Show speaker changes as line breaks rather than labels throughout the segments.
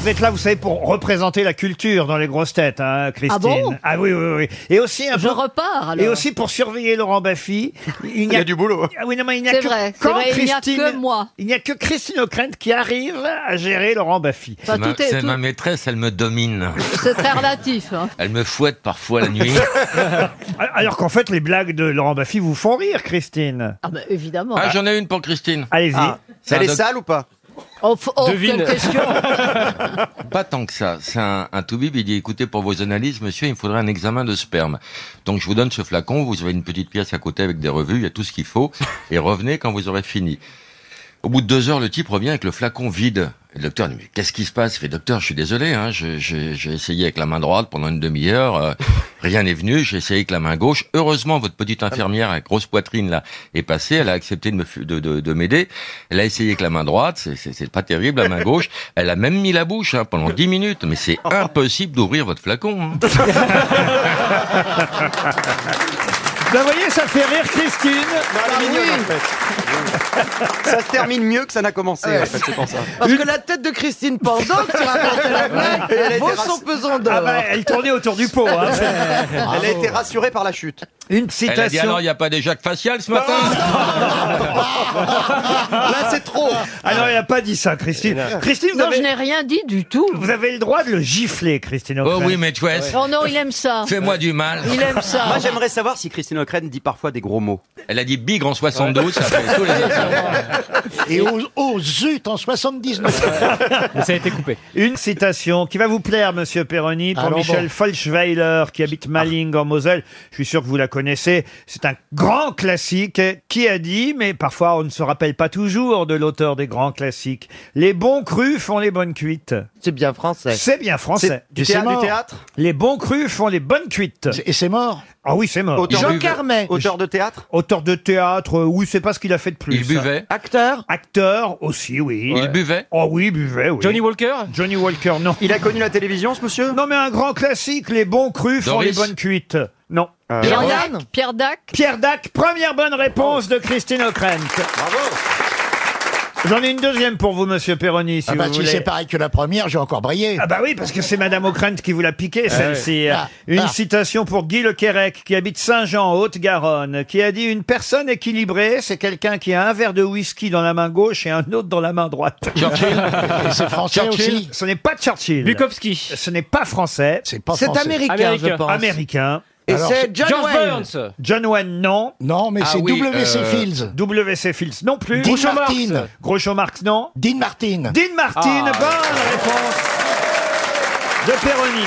devez être là, vous savez, pour représenter la culture dans les grosses têtes, hein, Christine.
Ah bon
oui, oui, oui. Et aussi un
Je
peu-
repars alors.
Et aussi pour surveiller Laurent Baffy, il n'y a,
du boulot.
Ah oui, non, mais il n'y a
C'est
que
vrai, c'est
quand
vrai, il n'y a
Christine,
que moi.
il n'y a que Christine O'Krent qui arrive à gérer Laurent Baffy.
Enfin,
Ma-
tout est,
c'est
tout-
ma maîtresse, elle me domine.
c'est très relatif. hein.
Elle me fouette parfois la nuit.
Alors qu'en fait, les blagues de Laurent Baffy vous font rire, Christine.
Ah bah, évidemment.
Ah, j'en ai une pour Christine.
Allez-y.
Ça
un
les
doc-
sale ou pas
Oh, f- oh,
Devine.
quelle question.
Pas tant que ça. C'est un, un tout-bib. Il dit, écoutez, pour vos analyses, monsieur, il me faudrait un examen de sperme. Donc, je vous donne ce flacon. Vous avez une petite pièce à côté avec des revues. Il y a tout ce qu'il faut. Et revenez quand vous aurez fini. Au bout de deux heures, le type revient avec le flacon vide. Et le docteur dit, mais qu'est-ce qui se passe Il fait, docteur, je suis désolé, hein, je- je- j'ai essayé avec la main droite pendant une demi-heure, euh, rien n'est venu, j'ai essayé avec la main gauche. Heureusement, votre petite
Ah
infirmière à grosse poitrine là est passée, elle a accepté de me fu- de, de- de m'aider. Elle a essayé avec la main droite, c'est- c'est c'est pas terrible, la main gauche. Elle a même mis la bouche hein, pendant dix minutes, mais c'est
Oh.
impossible d'ouvrir votre flacon. hein.
Ben, voyez, ça fait rire Christine.
Non, elle est mignonne en fait. Ah ça se termine mieux que ça n'a commencé en fait, c'est pour Ah, ça.
Parce que la tête de Christine Pendant qui racontait la blague vaut son pesant
Ah
d'or.
ben,
bah,
elle tournait autour du pot. Hein.
Elle a été rassurée par la chute.
Une
Elle a dit
citation.
alors, il n'y a pas d'éjac facial ce matin
Là Ah, c'est trop Ah.
Alors, il n'a pas dit ça, Christine. Christine, vous
Non, je
avez,
n'ai rien dit du tout.
vous avez le droit de le gifler, Christine.
Oh
O'Krent.
oui, mais tu es,
Oh non, il aime ça.
fais-moi du mal.
Il aime ça.
Moi j'aimerais savoir si Christine O'Krent dit parfois des gros mots.
Elle a dit big en 72, ça fait tous les
Et aux, aux zut en 79.
Mais ça a été coupé. Ah,
Une citation qui va vous plaire, monsieur Perroni, pour
Alors
Michel
bon.
Folschweiler, qui habite Maling en Moselle. Je suis sûr que vous la connaissez. C'est un grand classique qui a dit, mais parfois on ne se rappelle pas toujours de l'auteur des grands classiques. Les bons crus font les bonnes cuites.
C'est bien français.
C'est bien français.
Du,
c'est
théâtre,
mort.
du théâtre
Les bons crus font les bonnes cuites.
Et c'est mort.
Ah oui, c'est mort.
Auteur,
Jean
buvait.
Carmet,
auteur de théâtre
Auteur de théâtre, euh, oui, c'est pas ce qu'il a fait de plus.
Il buvait.
acteur,
Acteur aussi, oui.
Il buvait.
Oh oui, buvait, oui.
Johnny Walker
Johnny Walker, non.
Il a connu la télévision ce monsieur
Non, mais un grand classique, les bons crus font
Doris.
les bonnes cuites. Non. Euh,
Pierre
Pierre
Dac,
Dac.
Pierre Dac.
Pierre Dac, première bonne réponse de Christine O'Krent.
Bravo
J'en ai une deuxième pour vous, monsieur Perroni, si
Ah bah,
vous
si
voulez.
c'est pareil que la première, j'ai encore brillé.
Ah bah oui, parce que c'est Madame O'Krent qui vous l'a piqué, celle-ci.
Ah,
Une
ah.
citation pour Guy Le Quérec, qui habite Saint-Jean, en Haute-Garonne, qui a dit « Une personne équilibrée, c'est quelqu'un qui a un verre de whisky dans la main gauche et un autre dans la main droite.
Et c'est français aussi. »
Ce n'est pas Churchill.
Bukowski.
Ce n'est pas français.
C'est pas
c'est
français.
américain,
Américain.
je pense.
Américain.
Et
Alors,
c'est John
George
Wayne.
Burns.
John Wayne, non.
Non, mais
Ah
c'est
oui,
W.C.
euh,
Fields.
W.C. Fields, non plus.
Dean
Groucho Marx.
Martin.
Groucho Marx, non.
Dean Martin.
Dean Martin,
Ah,
bonne réponse de Perroni.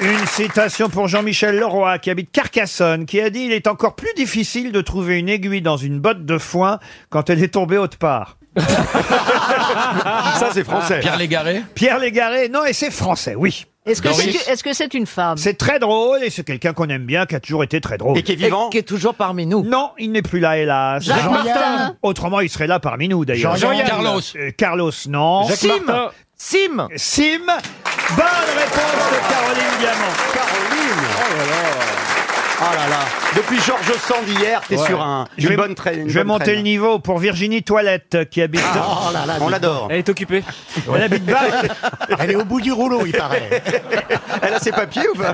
Une citation pour Jean-Michel Leroy, qui habite Carcassonne, qui a dit Il est encore plus difficile de trouver une aiguille dans une botte de foin quand elle est tombée haute part.
Ça c'est français.
Pierre Légaré.
Pierre Légaré, non, et c'est français, oui.
Est-ce que
Doris.
c'est est-ce que c'est une femme
C'est très drôle, et c'est quelqu'un qu'on aime bien, qui a toujours été très drôle.
Et qui est
Et
vivant
qui est toujours parmi nous.
Non, il n'est plus là, hélas.
Jacques
Jean-Yann.
Martin.
Autrement, il serait là parmi nous, d'ailleurs.
Jean-Yann.
Carlos.
Euh, Carlos, non.
Jacques
Sim.
Martin.
Sim.
Sim. Bonne réponse de Caroline Diamant.
Caroline Oh là là Oh là là Depuis Georges Sand hier, t'es sur un,
Je
une
vais,
bonne traîne. une
je vais
bonne
monter
traîne. Ah,
le niveau pour Virginie Toilette qui habite.
Oh là là,
On l'adore.
Elle est occupée.
Elle habite Bâle.
elle est au bout du rouleau, il paraît.
Elle a ses papiers ou pas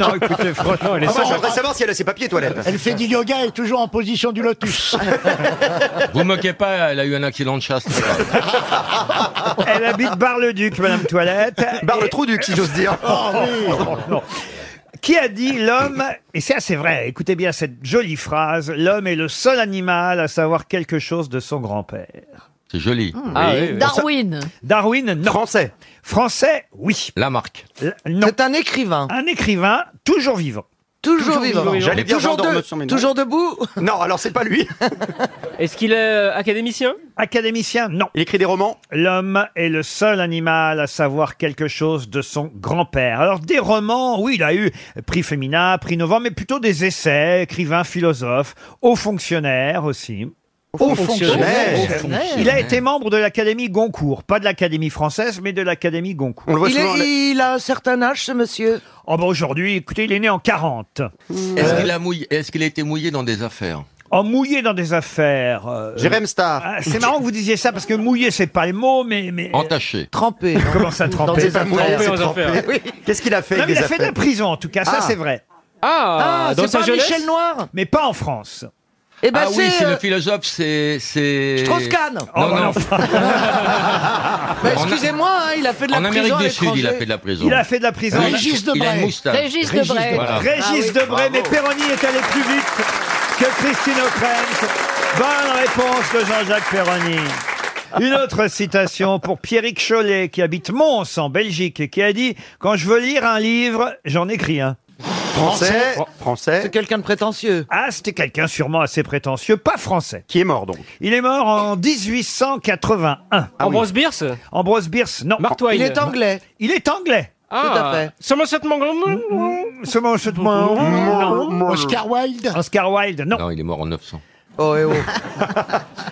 non, écoutez, franchement, elle est
Ah, Moi, je voudrais savoir si elle a ses papiers, toilette.
Elle fait du yoga et toujours en position du lotus.
Vous moquez pas, elle a eu un accident de chasse. c'est pas grave.
Elle habite Bar-le-Duc, Madame Toilette. Oh,
Barre le trou du, si j'ose dire.
Non. Qui a dit l'homme, et c'est assez vrai, écoutez bien cette jolie phrase, l'homme est le seul animal à savoir quelque chose de son grand-père.
C'est joli.
Ah oui. oui.
Darwin.
Darwin, non.
Français.
Français, oui.
La marque.
L- non.
C'est un écrivain,
Un écrivain toujours vivant.
toujours, vivant.
vivant.
J'allais dire
toujours,
Jean
de-
Dormeusson, mais non.
toujours debout.
Non, alors c'est pas lui.
Est-ce qu'il est euh, académicien
Académicien, non.
Il écrit des romans.
L'homme est le seul animal à savoir quelque chose de son grand-père. Alors des romans, oui, il a eu prix Femina, prix Novembre, mais plutôt des essais, écrivain, philosophe, haut fonctionnaire aussi.
Au
fonctionnaire.
Il a été membre de l'Académie Goncourt, pas de l'Académie française, mais de l'Académie Goncourt.
On le voit
Il,
souvent. en-
est- il a un certain âge, ce monsieur.
Oh bah aujourd'hui, écoutez, il est né en 40.
Est-ce qu'il a, mouillé- est-ce qu'il a été mouillé dans des affaires
en Oh, mouillé dans des affaires. euh,
Jérém Star.
ah, c'est marrant que vous disiez ça parce que mouillé c'est pas le mot, mais mais
Entaché.
Trempé.
comment ça
Dans
tremper
des affaires.
Trempé aux affaires.
Qu'est-ce qu'il a fait
Non, mais
avec
il
des
a fait de la
affaires
prison en tout cas, ça
Ah.
c'est vrai,
Ah,
Ah,
dans
c'est
sa
pas
jeunesse
Michel Noir
mais pas en France.
Eh ben
ah oui, c'est
euh,
le philosophe, c'est c'est.
Strauss-Kahn.
Oh,
Non, non.
Bah, Excusez-moi, hein, il a fait de la
en
prison
Amérique
à
du Sud, il a fait
l'étranger.
de la prison.
Il a fait de la prison.
Oui,
Régis
il a
Debray.
une moustache.
Régis
Régis
Debray.
Debray.
Voilà.
Régis
Ah oui.
Debray, mais Perroni est allé plus vite que Christine O'Krent. Bonne réponse de Jean-Jacques Perroni. Une autre citation pour Pierrick Chollet, qui habite Mons, en Belgique, et qui a dit « Quand je veux lire un livre, j'en écris un
Français,
C'est
français,
quelqu'un de prétentieux. ».
Ah, c'était quelqu'un sûrement assez prétentieux, pas français.
qui est mort donc. Ah
Il est mort en 1881.
Ambrose Bierce
Ambrose Bierce, non.
Mark Twain
Il est anglais.
Il est anglais.
Ah,
Tout à fait.
Somerset
Mm,
Maugham
Ce moment, ce moment.
Oscar Wilde.
mm, Oscar Wilde, non.
Non, il est mort en 900.
Oh, eh oh.
Euh.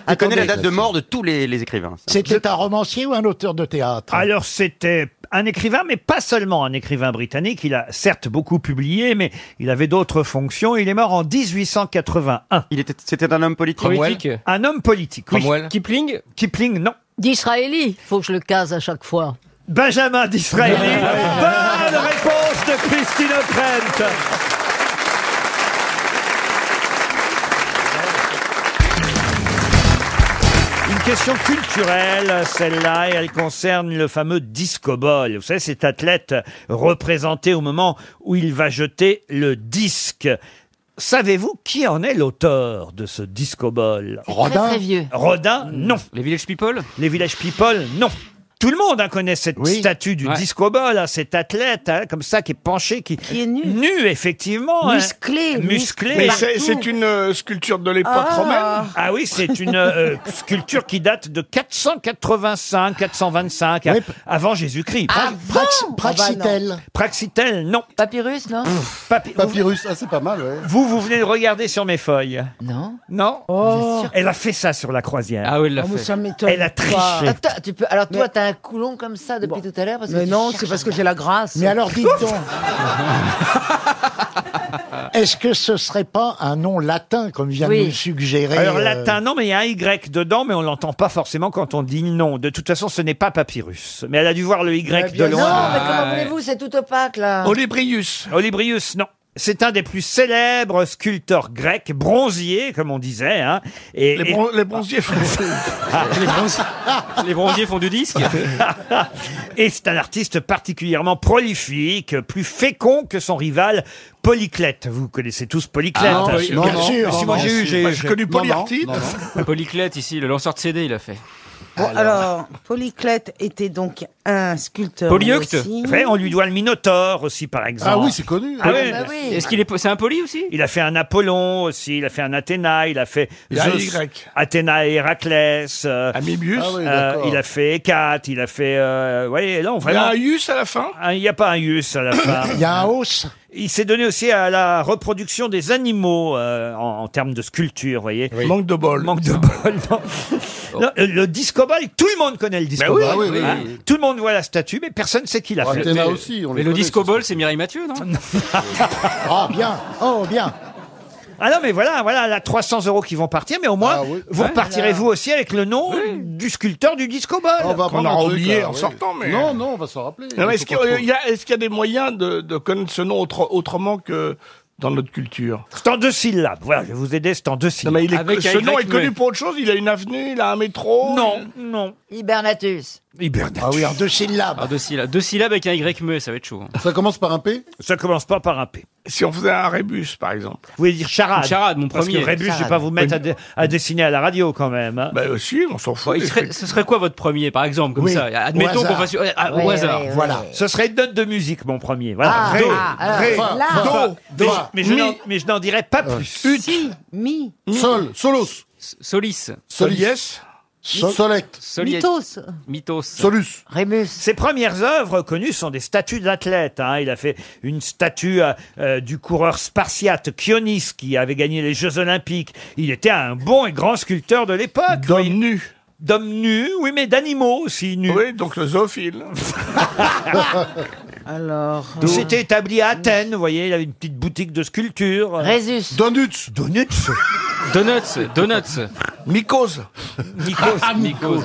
Il connaît la
Attendez.
date de mort de tous les, les écrivains. ça.
C'était un romancier ou un auteur de théâtre
Alors c'était un écrivain, mais pas seulement un écrivain britannique. Il a certes beaucoup publié, mais il avait d'autres fonctions. Il est mort en 1881.
Il était, c'était un homme politique.
Politique
Un homme politique. Oui.
Cromwell
Kipling
Kipling, non.
D'Israéli. Faut que je le case à chaque fois.
Benjamin Disraeli. Bonne réponse de Christine O'Krent. Une question culturelle, celle-là, et elle concerne le fameux discobol. Vous savez, cet athlète représenté au moment où il va jeter le disque. Savez-vous qui en est l'auteur de ce discobol
Très,
Rodin
très vieux. Hmm.
Rodin, non.
Les Village People
Les Village People, non. Tout le monde hein, connaît cette
Oui.
statue du
Ouais.
disco ball, hein, cet athlète hein, comme ça qui est penché, qui,
Qui est nu.
nu effectivement, hein.
Musclé.
musclé.
Mais c'est c'est une euh, sculpture de l'époque romaine.
Ah oui, c'est une euh, sculpture qui date de 485, 425
Oui.
avant Jésus-Christ.
Pra- Prax-
Ah,
Praxitel.
Praxitèle, non.
bah Papyrus, non
Papi- vous,
Papyrus, ah, c'est pas mal, ouais.
vous, vous venez de regarder sur mes feuilles,
Non.
non
Oh.
Elle a fait ça sur la croisière.
Ah oui, il l'a fait.
Elle a triché.
Attends, tu peux... Alors toi, t'as un coulon comme ça depuis tout à l'heure parce que
Mais
tu
non,
cherches
c'est parce
un
que j'ai la grâce.
Mais alors, dites donc. Est-ce que ce serait pas un nom latin, comme vient
Oui.
de nous le suggérer
Alors
euh,
latin, non, mais il y a un Y dedans, mais on l'entend pas forcément quand on dit non. De toute façon, ce n'est pas papyrus. Mais elle a dû voir le Y de
bien
loin.
Bah,
sûr.
Non, mais
Ah,
comment
ouais.
voulez-vous C'est tout opaque, là.
Olébrius.
Olybrius, non. C'est un des plus célèbres sculpteurs grecs, bronzier, comme on disait. Hein. Et,
Les,
et- Ah.
bron- les bronziers français.
Les bronziers font du disque
et c'est un artiste particulièrement prolifique, plus fécond que son rival Polyclète. Vous connaissez tous Polyclète.
Ah,
hein.
oui.
Non,
Bien
non,
sûr,
non,
si moi
non,
j'ai eu, j'ai
Moi,
eu.
J'ai connu Polyartite.
Polyclette ici, le lanceur de CD, il a fait.
Bon, alors, Polyclète était donc un sculpteur.
Polyeucte.
aussi.
Vous savez, on lui doit le Minotaure aussi, par exemple.
Ah oui, c'est connu.
Ah oui.
Ah bah oui.
Est-ce qu'il est. po- C'est un poly aussi
Il a fait un Apollon aussi, il a fait un Athéna, il a fait
Il y a
Zeus,
Y.
Athéna et Héraclès, euh,
Amébius.
Ah oui,
euh,
d'accord.
il a fait Hécate, il a fait... Euh, vous voyez, là, on
Il y a
vraiment...
un Ius à la fin.
un- Ah, Il n'y a pas un Ius à la fin.
Il y a un hausse.
Il s'est donné aussi à la reproduction des animaux euh, en, en termes de sculpture, vous voyez.
Manque de bol.
Manque de bol. non. Non, euh, le discobal, tout le monde connaît le discobal.
Ben oui, oui,
hein. Tout le monde voit la statue, mais personne ne sait qui l'a fait.
Athéna
mais-
aussi, on
Mais le disco ball, c'est Mireille Mathieu, non
Ah, bien. Oh, bien.
Ah non, mais voilà, voilà, là, 300 euros qui vont partir, mais au moins,
Ah oui.
vous repartirez vous aussi avec le nom du sculpteur du disco ball.
On va
Qu'on
apprendre un
aura
truc,
oublié
là,
en
oui.
sortant, mais-
Non, non, on va s'en rappeler.
Non, mais
Il
Est-ce
faut
qu'il
pas trop-
y, a- est-ce qu'il y a des moyens de, de connaître ce nom autre- autrement que dans notre culture
C'est en deux syllabes. Voilà, je vais vous aider, c'est en deux
non,
syllabes.
mais il est,
Avec
Ce
un Y,
nom est connu
mais-
pour autre chose Il a une avenue, il a un
Oh,
métro
Non, non.
Hibernatus.
Ah oui, en deux syllabes.
Ah, deux syllabes. Deux syllabes avec un Y muet, ça va être chaud. hein.
Ça commence par un P
Ça commence pas par un P.
Si on faisait un rébus, par exemple.
Vous voulez dire charade.
Une charade, mon
Parce que
premier.
Rébus, je vais pas vous mettre à, dé- à dessiner à la radio quand même. hein.
Ben aussi, on s'en
Bon,
fout.
il
des
serait-
trucs.
ce serait quoi votre premier, par exemple, comme
Oui,
ça
au
Admettons qu'on
hasard.
fasse euh, ah, au
Ouais,
hasard.
ouais, ouais.
Voilà.
Ce serait une note de musique, mon premier. Voilà.
Ah,
Do.
ah, alors, là,
Fa,
Mais je-
fa,
mais je, n'en- mais je n'en dirai pas plus.
si, mi,
Sol, Solos,
Solis.
Solies
Sol- Solect,
Solis.
mythos,
Mythos.
Solus.
rémus.
Ses premières œuvres connues sont des statues d'athlètes. hein. Il a fait une statue euh, euh, du coureur spartiate Kionis qui avait gagné les Jeux Olympiques. Il était un bon et grand sculpteur de l'époque.
D'homme
oui.
nu.
D'hommes nus, oui, mais d'animaux aussi nus.
Oui, donc le zoophile.
Alors. euh,
euh,
Il s'était établi à Athènes, vous voyez, il avait une petite boutique de sculpture.
Résus.
Donuts.
Donuts
Donuts, donuts.
Mycose.
Mycose, mycose.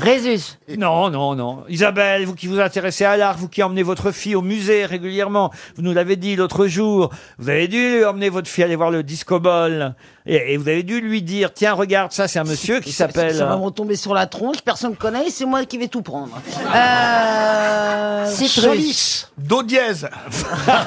Résus.
Non, non, non. Isabelle, vous qui vous intéressez à l'art, vous qui emmenez votre fille au musée régulièrement, vous nous l'avez dit l'autre jour, vous avez dû emmener votre fille aller voir le disco ball. Et, et vous avez dû lui dire, tiens, regarde, ça, c'est un monsieur qui s'appelle... hein,
Ça va me retomber sur la tronche, personne ne connaît, c'est moi qui vais tout prendre. Euh...
Citrus.
Solis.
Do dièse.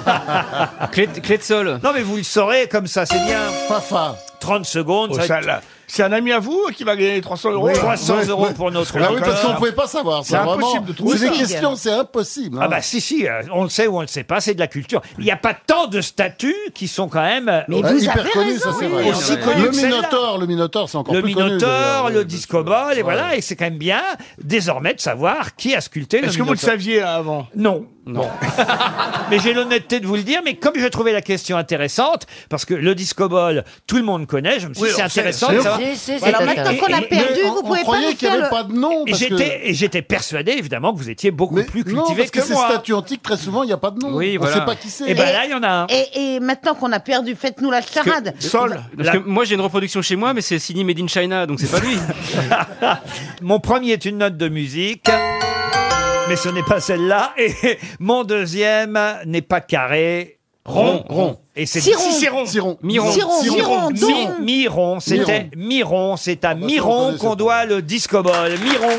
Clé, clé de sol.
Non, mais vous le saurez, comme ça, c'est bien.
Fafa.
30 secondes,
Oh,
ça-
ça, là, C'est un ami à vous qui va gagner 300 euros.
300
Ouais,
euros
ouais.
pour notre
Ah oui, parce
auditeur.
qu'on pouvait pas savoir.
C'est
ça,
impossible
vraiment.
de trouver
C'est des
ça.
questions, c'est impossible.
Ah
hein.
bah si, si, euh, on le sait ou on le sait pas, c'est de la culture. Il n'y a pas tant de statues qui sont quand même... euh,
Mais
Ouais,
vous
hyper
avez
connu,
raison.
ça c'est
oui.
vrai.
Aussi connu
le
que celle-là.
Minotaure, le Minotaure, c'est encore
le
plus connu.
Minotaure,
d'ailleurs.
le discobol, et
Ouais.
voilà, et c'est quand même bien désormais de savoir qui a sculpté le
Est-ce que vous le
Minotaure.
saviez
hein,
avant
Non.
Non.
Mais j'ai l'honnêteté de vous le dire, mais comme je trouvais la question intéressante, parce que le discobol, tout le monde connaît, je me suis dit,
Oui,
c'est
on sait,
intéressant
c'est
de savoir.
Si, si, c'est
Alors
Et-
maintenant qu'on a
et-
perdu,
Mais on-
vous pouvez
on
pas nous
croyait qu'il
faire
n'y avait
le...
pas de nom.
Et
parce que-
j'étais, et j'étais persuadé, évidemment, que vous étiez beaucoup
Mais
plus
non,
cultivé
parce que,
que
ces
moi.
statues antiques, très souvent, il n'y a pas de nom.
Oui,
on
voilà. Eh
sait pas qui c'est.
Et ben là, il y en a un.
Et, et maintenant qu'on a perdu, faites-nous la charade.
Sol.
Parce que moi, j'ai une reproduction chez moi, mais c'est signé Made in China, donc c'est pas lui.
Mon premier est une note de musique. Mais ce n'est pas celle-là. Et mon deuxième n'est pas carré. Rond.
rond.
Et c'est
Ciron.
Siron.
Siron.
Miron.
Siron,
Siron.
Siron,
Mi-
Don.
Miron, c'était Miron, c'est à
bah, ça, on
Miron
connaissait
qu'on
pas.
doit le disco ball. Miron.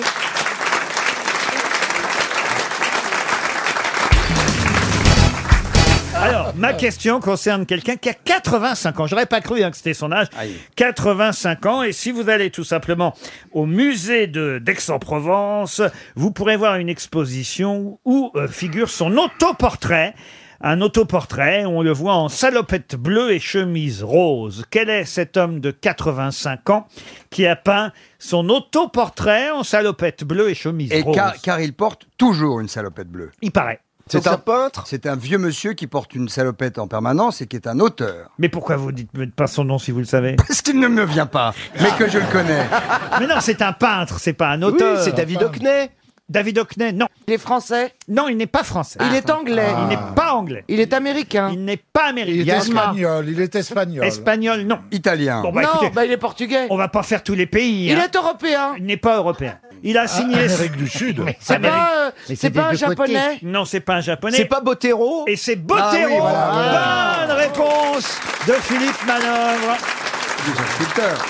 Alors, ma question concerne quelqu'un qui a 85 ans. J'aurais pas cru hein, que c'était son âge. 85 ans. Et si vous allez tout simplement au musée de d'Aix-en-Provence, vous pourrez voir une exposition où euh, figure son autoportrait. Un autoportrait, on le voit en salopette bleue et chemise rose. Quel est cet homme de 85 ans qui a peint son autoportrait en salopette bleue et chemise
Et
rose
car, car il porte toujours une salopette bleue.
Il paraît.
C'est un,
peintre
c'est un vieux monsieur qui porte une salopette en permanence et qui est un auteur.
Mais pourquoi vous dites pas son nom si vous le savez
Parce qu'il ne me vient pas, mais que je le connais.
Mais non, c'est un peintre, c'est pas un auteur.
David Hockney.
David Hockney, non.
Il est français,
Non, il n'est pas français.
il
Ah.
est anglais,
Il n'est pas anglais.
il est américain.
Il n'est pas
Il est
américain.
espagnol, il est espagnol.
Espagnol, non.
Italien.
Bon, bah
non,
écoutez,
bah, il est portugais.
on va pas faire tous les pays.
Il
hein.
est européen. Ah,
Il n'est pas européen. Il a Ah, signé.
du Sud.
C'est pas, euh, c'est pas un japonais.
Non, c'est pas un japonais.
C'est pas Botero.
Et c'est Botero.
Ah oui, voilà,
Bonne réponse de Philippe Manœuvre.
C'est un sculpteur.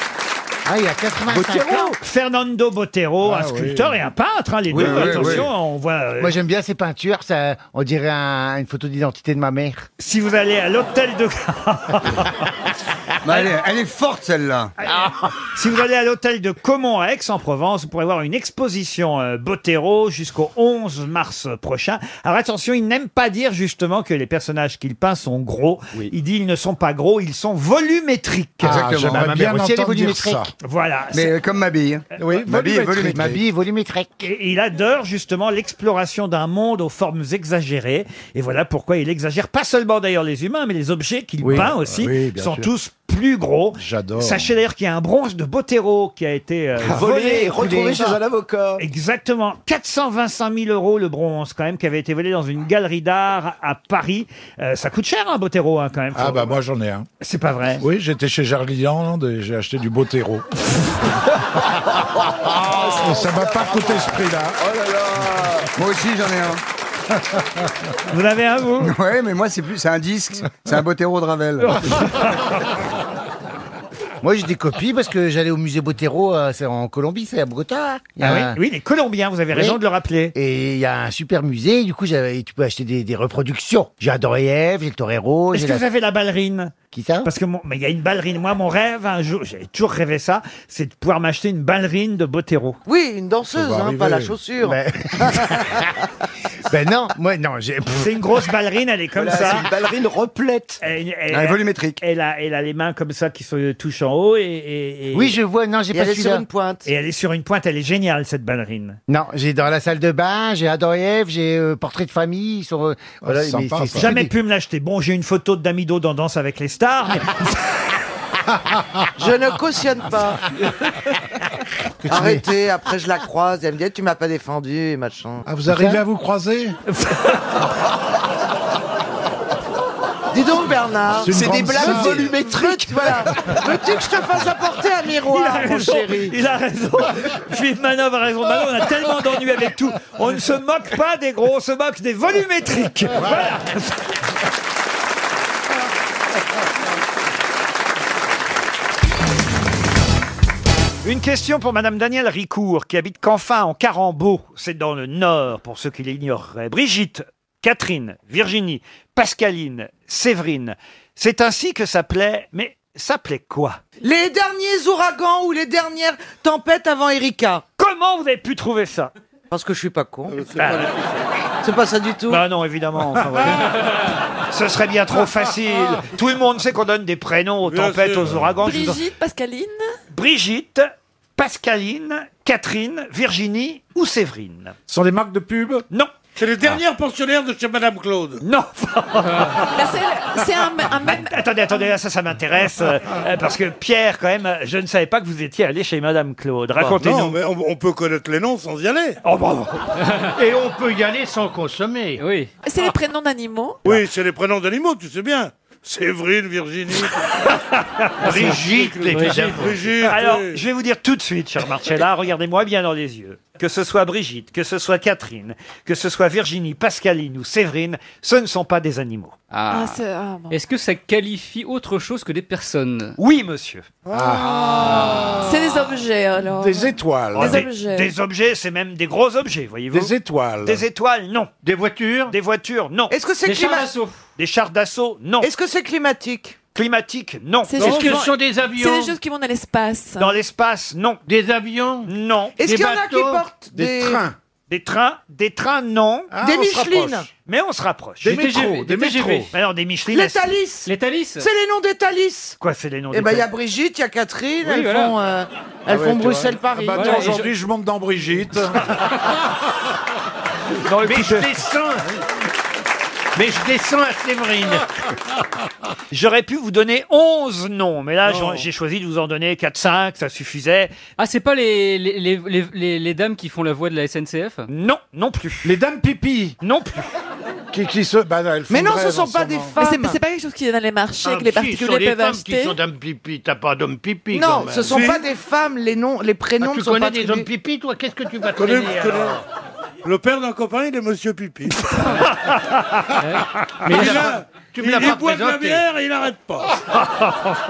Ah, il y a 85
Botero.
Fernando Botero, un
Ah oui.
sculpteur et un peintre, hein, les
Oui,
deux.
oui,
Attention,
oui.
on voit. euh,
Moi j'aime bien ces peintures, ça, on dirait un- une photo d'identité de ma mère.
si vous allez à l'hôtel de.
Bah, elle, est, elle est forte celle-là.
Ah. Si vous allez à l'hôtel de Caumont à Aix-en-Provence, vous pourrez voir une exposition euh, Botero jusqu'au 11 mars prochain. Alors attention, il n'aime pas dire justement que les personnages qu'il peint sont gros. Il dit ils ne sont pas gros, ils sont volumétriques.
Ah, Exactement.
j'aimerais
Ma
bien
mère aussi, elle est
entendre dire
volumétrique.
ça.
Voilà.
Mais euh, comme ma bille.
Oui,
Ma bille est
volumétrique. Ma bille est volumétrique.
Et il adore justement l'exploration d'un monde aux formes exagérées. Et voilà pourquoi il exagère pas seulement d'ailleurs les humains, mais les objets qu'il
Oui,
peint
euh,
aussi
oui, bien
sont
sûr.
tous plus gros.
J'adore.
Sachez d'ailleurs qu'il y a un bronze de Botero qui a été Oh. euh,
Volé et retrouvé chez un avocat.
Exactement. 425 000 euros le bronze, quand même, qui avait été volé dans une galerie d'art à Paris. Euh, ça coûte cher, hein, Botero, hein, quand même.
Ah bah moi j'en ai un.
C'est pas vrai.
Oui, j'étais chez Jarliland et j'ai acheté du Botero. Oh
Oh,
Et ça m'a pas coûté ce prix-là.
Moi aussi j'en ai un.
Vous en avez un, vous
Ouais, mais moi c'est plus, c'est un disque, c'est un Botero de Ravel.
Moi j'ai des copies parce que j'allais au musée Botero, euh, c'est en Colombie, c'est à Bogota. Il y a
ah oui,
un-
oui, les Colombiens, vous avez
Oui.
raison de le rappeler.
Et il y a un super musée, du coup j'avais- tu peux acheter des, des reproductions. J'ai adoré Ève, j'ai le torero,
Est-ce
j'ai
que
la...
vous avez la ballerine
Qui ça
Parce que mon- mais il y a une ballerine. Moi, mon rêve, un jour, j'ai toujours rêvé ça, c'est de pouvoir m'acheter une ballerine de Botero.
Oui, une danseuse, hein, pas la chaussure.
Ben... ben non, moi non, j'ai...
C'est une grosse ballerine, elle est comme
Voilà,
ça.
C'est une ballerine replète.
Elle, elle-
Un volumétrique.
elle a, elle a les mains comme ça qui se touchent en haut et, et- et-
Oui, je vois, non, j'ai
Il
pas
est sur
celui-là.
une pointe.
et elle est sur une pointe. Elle est géniale, cette ballerine.
Non, j'ai dans la salle de bain, j'ai Adoré Ève, j'ai euh, Portrait de famille, sur... euh, voilà,
c'est
mais
sympa,
c'est-
ça.
c'est
Jamais
que
pu me l'acheter. Bon, j'ai une photo de Damido dans Danse avec les stars. mais-
Je ne cautionne pas.
des- que tu mets.
Arrêtez, après je la croise, et elle me dit Eh, tu m'as pas défendu et machin.
Ah, vous arrivez à vous croiser
Dis donc, Bernard.
C'est une
des
grande
blagues
star.
volumétriques. Voilà. Veux-tu que je te fasse apporter un miroir,
Il a
mon
raison,
chéri
Il a raison. Philippe Manœuvre a raison. Maintenant, on a tellement d'ennuis avec tout. On ne se moque pas des gros, on se moque des volumétriques. Voilà. Une question pour Madame Danielle Ricourt, qui habite Canfin, en Carambeau. C'est dans le Nord, pour ceux qui l'ignoreraient. Brigitte, Catherine, Virginie, Pascaline, Séverine. C'est ainsi que ça plaît, mais ça plaît quoi
Les derniers ouragans ou les dernières tempêtes avant Erika.
Comment vous avez pu trouver ça
Parce que je suis Euh, pas con.
Bah,
C'est pas ça du tout. Ah,
Bah non, évidemment. enfin, voilà. Ce serait bien trop facile. Tout le monde sait qu'on donne des prénoms aux tempêtes, aux ouragans. Je vous en-
Brigitte, Pascaline.
Brigitte, Pascaline, Catherine, Virginie ou Séverine.
Ce sont des marques de pub
Non.
C'est les dernières pensionnaires de chez Madame Claude.
Non.
Là, c'est- c'est un, un même.
Bah, Attendez, attendez, là, ça, ça m'intéresse. euh, euh, parce que Pierre, quand même, euh, je ne savais pas que vous étiez allé chez Madame Claude.
Bah, non,
Racontez-nous.
mais on, on peut connaître les noms sans y aller.
Oh, bravo.
Et on peut y aller sans consommer. Oui.
C'est
Ah.
les prénoms d'animaux.
Oui, c'est les prénoms d'animaux, tu sais bien. Séverine, Virginie.
Brigitte, évidemment.
Ah, Brigitte.
Alors,
oui.
je vais vous dire tout de suite, cher Marcella, regardez-moi bien dans les yeux. Que ce soit Brigitte, que ce soit Catherine, que ce soit Virginie, Pascaline ou Séverine, ce ne sont pas des animaux.
Ah.
Ah, c'est- ah, bon.
Est-ce que ça qualifie autre chose que des personnes
Oui, monsieur.
C'est des objets
Oh.
alors.
étoiles.
Des
des,
objets.
des objets, c'est même des gros objets, voyez-vous.
étoiles.
Des étoiles, non. Des voitures Des voitures, non.
Est-ce que c'est Des climat- chars d'assaut
Des chars d'assaut, non.
Est-ce que c'est climatique
Climatique, non.
C'est des choses qui vont-
des
C'est des choses qui vont dans l'espace.
Dans l'espace, non.
Des avions
Non.
Est-ce qu'il y en a qui portent des,
Des trains Des trains, non.
des Michelines
Mais on se rapproche.
Des Des métros, TGV, des des métros. TGV.
Mais non, des Michelin.
Les Thalys
Les Thalys
C'est les noms des Thalys
Quoi, c'est les noms
Eh
des
ben, il y a
pays
Brigitte, il y a Catherine,
Oui,
elles
voilà.
font, euh,
Ah
elles font
Ah
Bruxelles-Paris.
bah, attends, Voilà, et
aujourd'hui,
aujourd'hui,
je... monte dans Brigitte.
Non, écoute,
descends. Mais je descends à Séverine.
J'aurais pu vous donner 11 noms, mais là,
Non.
j'en- j'ai choisi de vous en donner 4-5, ça suffisait.
Ah, c'est pas les, les, les, les- les- les dames qui font la voix de la SNCF
Non, non plus.
Les dames pipi.
Non plus.
Qui, qui se. Bah,
Mais non, ce sont pas des
Mais c'est
femmes.
c'est pas quelque chose qui est dans les marchés
Ah,
que les
si, ce sont
particuliers
les
peuvent
femmes
acheter.
dames pipi. T'as pas d'homme pipi. Ah,
Non, ce sont
Si.
pas des femmes, les noms, les prénoms ne sont pas attribués.
pipi, toi Qu'est-ce que tu vas connais, connais. Le père d'un copain, il est monsieur pipi. mais il a- il, il boit de la bière et il n'arrête pas.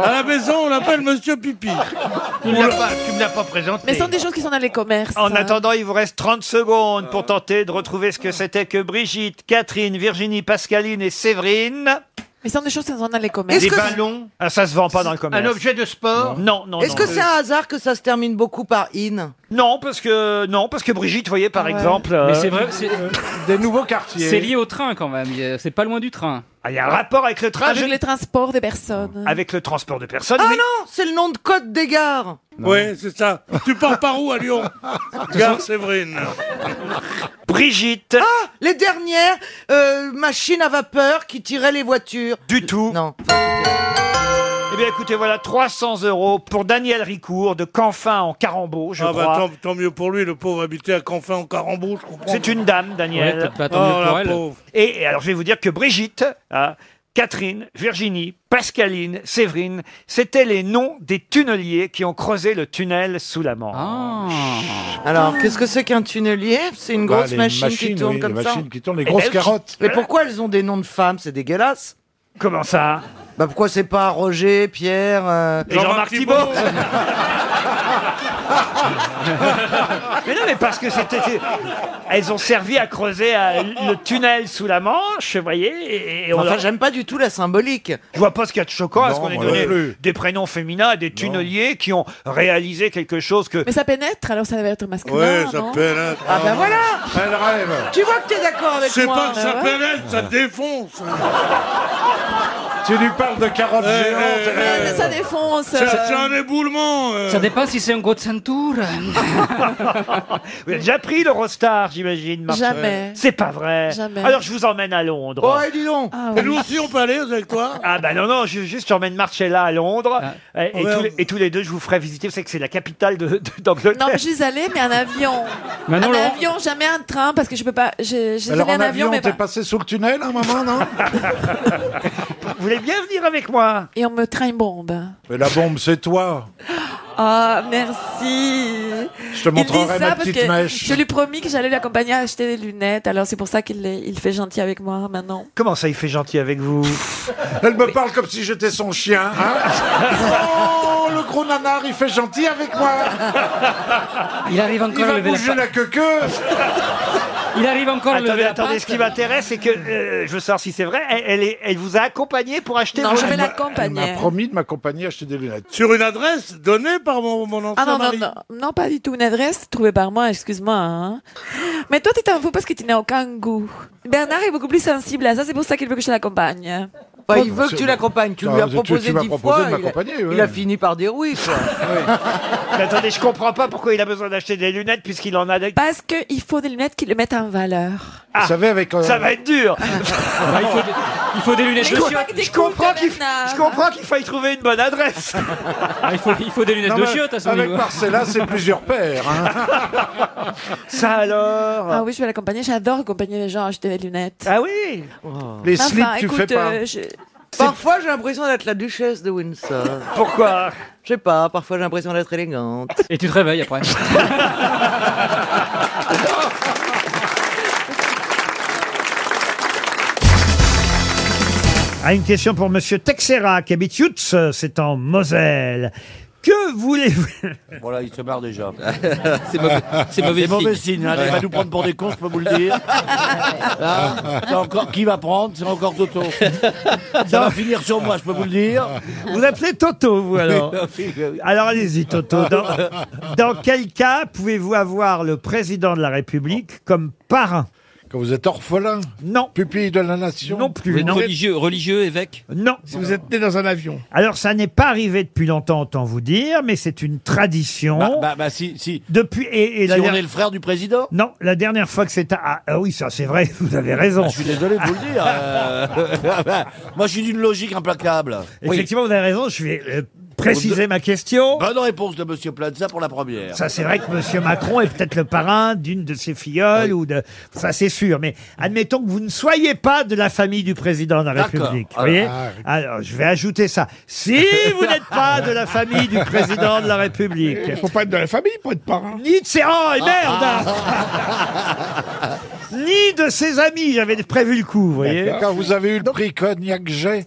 à la maison, on l'appelle monsieur pipi. Tu ne l'as pas, présenté.
Mais ce sont des choses qui sont dans les commerces.
En attendant, il vous reste 30 secondes pour tenter de retrouver ce que c'était que Brigitte, Catherine, Virginie, Pascaline et Séverine.
Mais ce sont des choses qui sont dans les commerces.
Est-ce que,
ballons,
Ah, ça se vend pas dans le commerce.
de sport.
Non, non,
est-ce
non.
que c'est un hasard que ça se termine beaucoup par in
Non, parce que non, parce que Brigitte, vous voyez par
Ouais.
exemple, euh,
Mais c'est vrai, c'est-
Des nouveaux quartiers.
c'est lié au train quand même. Il y a- C'est pas loin du train.
ah, il y a un rapport avec le train, je-
Avec
avec,
les transports des personnes.
le transport de personnes.
Ah
oui.
non, c'est le nom de code des gares.
Oui, c'est ça. Tu pars par où à Lyon Gare Séverine.
Brigitte,
Ah, Les dernières euh, machines à vapeur qui tiraient les voitures.
du tout.
Non.
Eh bien, écoutez, voilà 300 euros pour Daniel Ricourt de Canfin en Carambeau, je
ah bah
crois.
tant, tant mieux pour lui, le pauvre habité à Canfin en Carambou, je comprends.
C'est une dame,
Ouais,
Daniel.
peut-être pas
Oh,
bah, tant mieux pour
la
elle.
pauvre.
Et, et alors, je vais vous dire que Brigitte, hein, Catherine, Virginie, Pascaline, Séverine, c'était les noms des tunneliers qui ont creusé le tunnel sous la Manche.
Ah.
Alors, qu'est-ce que c'est qu'un tunnelier C'est une
Bah,
grosse machine qui tourne comme ça.
les grosses carottes.
Mais pourquoi elles ont des noms de femmes C'est dégueulasse.
Comment ça
Bah pourquoi c'est pas Roger, Pierre euh,
Et Jean-Marc Thibault Mais non, mais parce que c'était... Elles ont servi à creuser euh, le tunnel sous la Manche, vous voyez et, et on
Enfin,
leur-
j'aime pas du tout la symbolique.
Je vois pas ce qu'il y a de choquant à ce
Non,
qu'on ait
moi non
donné
plus.
des prénoms féminins à des tunneliers qui ont réalisé quelque chose que...
Mais ça pénètre, alors ça devait être masculin.
Ouais, ça
non
pénètre.
Ah ben voilà
Elle rêve.
Tu vois que t'es d'accord avec
C'est
moi. hein.
pas que ça
hein, ouais.
pénètre, ça défonce. tu lui parles de carottes
Ouais, Ça défonce.
C'est
euh.
c'est Euh, un éboulement. euh.
Ça dépend si c'est un gros de ceinture.
Vous avez déjà pris l'Eurostar, j'imagine, Marcel
Jamais.
C'est pas vrai.
Jamais.
Alors je vous emmène à
Oh,
Londres.
Oh,
eh,
Ouais, dis donc.
Ah
Et
ouais.
nous aussi, on peut aller avec toi
Ah bah non, non, je- juste j'emmène Marcella à Londres.
Ah.
Et, et
Ouais.
tous les, et tous les deux, je vous ferai visiter. Vous savez que c'est la capitale de- de-
Non,
d'Angleterre.
je suis allée, mais en avion.
Manon
un
Laurent.
avion, jamais un train, parce que je peux pas. J'ai j'ai allé en avion, mais pas.
passé sous le tunnel un moment, non
Vous voulez bien venir avec moi
Et on me traîne bombe.
Mais la bombe, c'est toi.
Ah, merci.
Je te
Il dit
montrerai
ça
ma
parce
petite
que
mèche.
Je lui promis que j'allais l'accompagner à acheter des lunettes, alors c'est pour ça qu'il est- il fait gentil avec moi maintenant.
Comment ça, il fait gentil avec vous
Elle me parle comme si j'étais son chien. hein. oh, le gros nanar, il fait gentil avec moi.
Il arrive encore
il
à
va
lever la
bouger
pa-
la queue.
Il arrive encore à lever
Attendez,
la
attendez,
patte.
ce qui m'intéresse, c'est que, euh, je veux savoir si c'est vrai, elle, elle est- elle vous a accompagné pour acheter vos lunettes.
hein.
Elle m'a promis de m'accompagner à acheter des lunettes.
Sur une adresse donnée par mon, mon ancien
Ah non, non,
mari.
non, non, pas du tout. Une adresse trouvée par moi, excuse-moi. hein. Mais toi, tu t'en fous parce que tu n'as aucun goût. Bernard est beaucoup plus sensible à ça, c'est pour ça qu'il veut que je l'accompagne.
Bah, il veut que tu l'accompagnes. Tu
Ah,
lui as
tu-
proposé
tu m'as
dix
proposé
fois.
de
il, a,
m'accompagner, oui.
il a fini par dire oui. Quoi.
Mais attendez, je comprends pas pourquoi il a besoin d'acheter des lunettes puisqu'il en a. des-
Parce qu'il faut des lunettes qui le mettent en valeur.
Ah, Ça va être dur.
il faut des-
il faut des lunettes.
de chiottes.
Je comprends qu'il je comprends qu'il faille trouver une bonne adresse.
Ah,
il, faut, des lunettes
Non, mais
hein,
Avec Marcella, c'est plusieurs paires. hein.
Ça alors
Ah oui, je vais l'accompagner. J'adore accompagner les gens à acheter des lunettes. euh,
Ah oui
Les slips, tu fais pas.
Parfois, j'ai l'impression d'être la duchesse de Windsor.
Pourquoi
Je sais pas, parfois j'ai l'impression d'être élégante.
Et tu te réveilles après.
Ah, une question pour Monsieur Texera qui habite Yutz, c'est en Moselle. Que voulez-vous
Voilà, il se marre déjà.
C'est mauvais- c'est mauvais
C'est mauvais
signe.
signe. hein. Il va nous prendre pour des cons, je peux vous le dire. Hein C'est encore, qui va prendre C'est encore Toto. Ça va finir sur moi, je peux vous le dire.
Vous appelez Toto, vous alors Alors allez-y, Toto. Dans, dans quel cas pouvez-vous avoir le président de la République comme parrain
Quand vous êtes orphelin
Non.
Pupille de la nation
Non plus, non.
religieux, évêque
Non.
Si vous êtes né dans un avion.
Alors, ça n'est pas arrivé depuis longtemps, autant vous dire, mais c'est une tradition.
Bah, bah, bah, si, si.
Depuis. Et, et
Si
la
on
dernière-
est le frère du président
Non, la dernière fois que c'est... Ah, ah oui, ça c'est vrai, vous avez raison.
Ah, je suis désolé de vous le dire. euh, Moi, je suis d'une logique implacable.
Effectivement, vous avez raison, je vais euh, préciser ma question.
Bonne réponse de Monsieur Plaza pour la première.
Ça, c'est vrai que Monsieur Macron est peut-être le parrain d'une de ses filleules ou de. Ça, c'est sûr. Mais admettons que vous ne soyez pas de la famille du président de la
D'accord.
République. Vous
Ah,
voyez
ah, oui.
Alors, je vais ajouter ça. Si vous n'êtes pas de la famille du président de la République.
Il faut pas être de la famille pour être parrain.
Ni de ses. Oh,
Ah,
et merde Ni
ah.
de ses amis. J'avais prévu le coup, vous voyez.
Quand vous avez eu le prix Cognac Jet,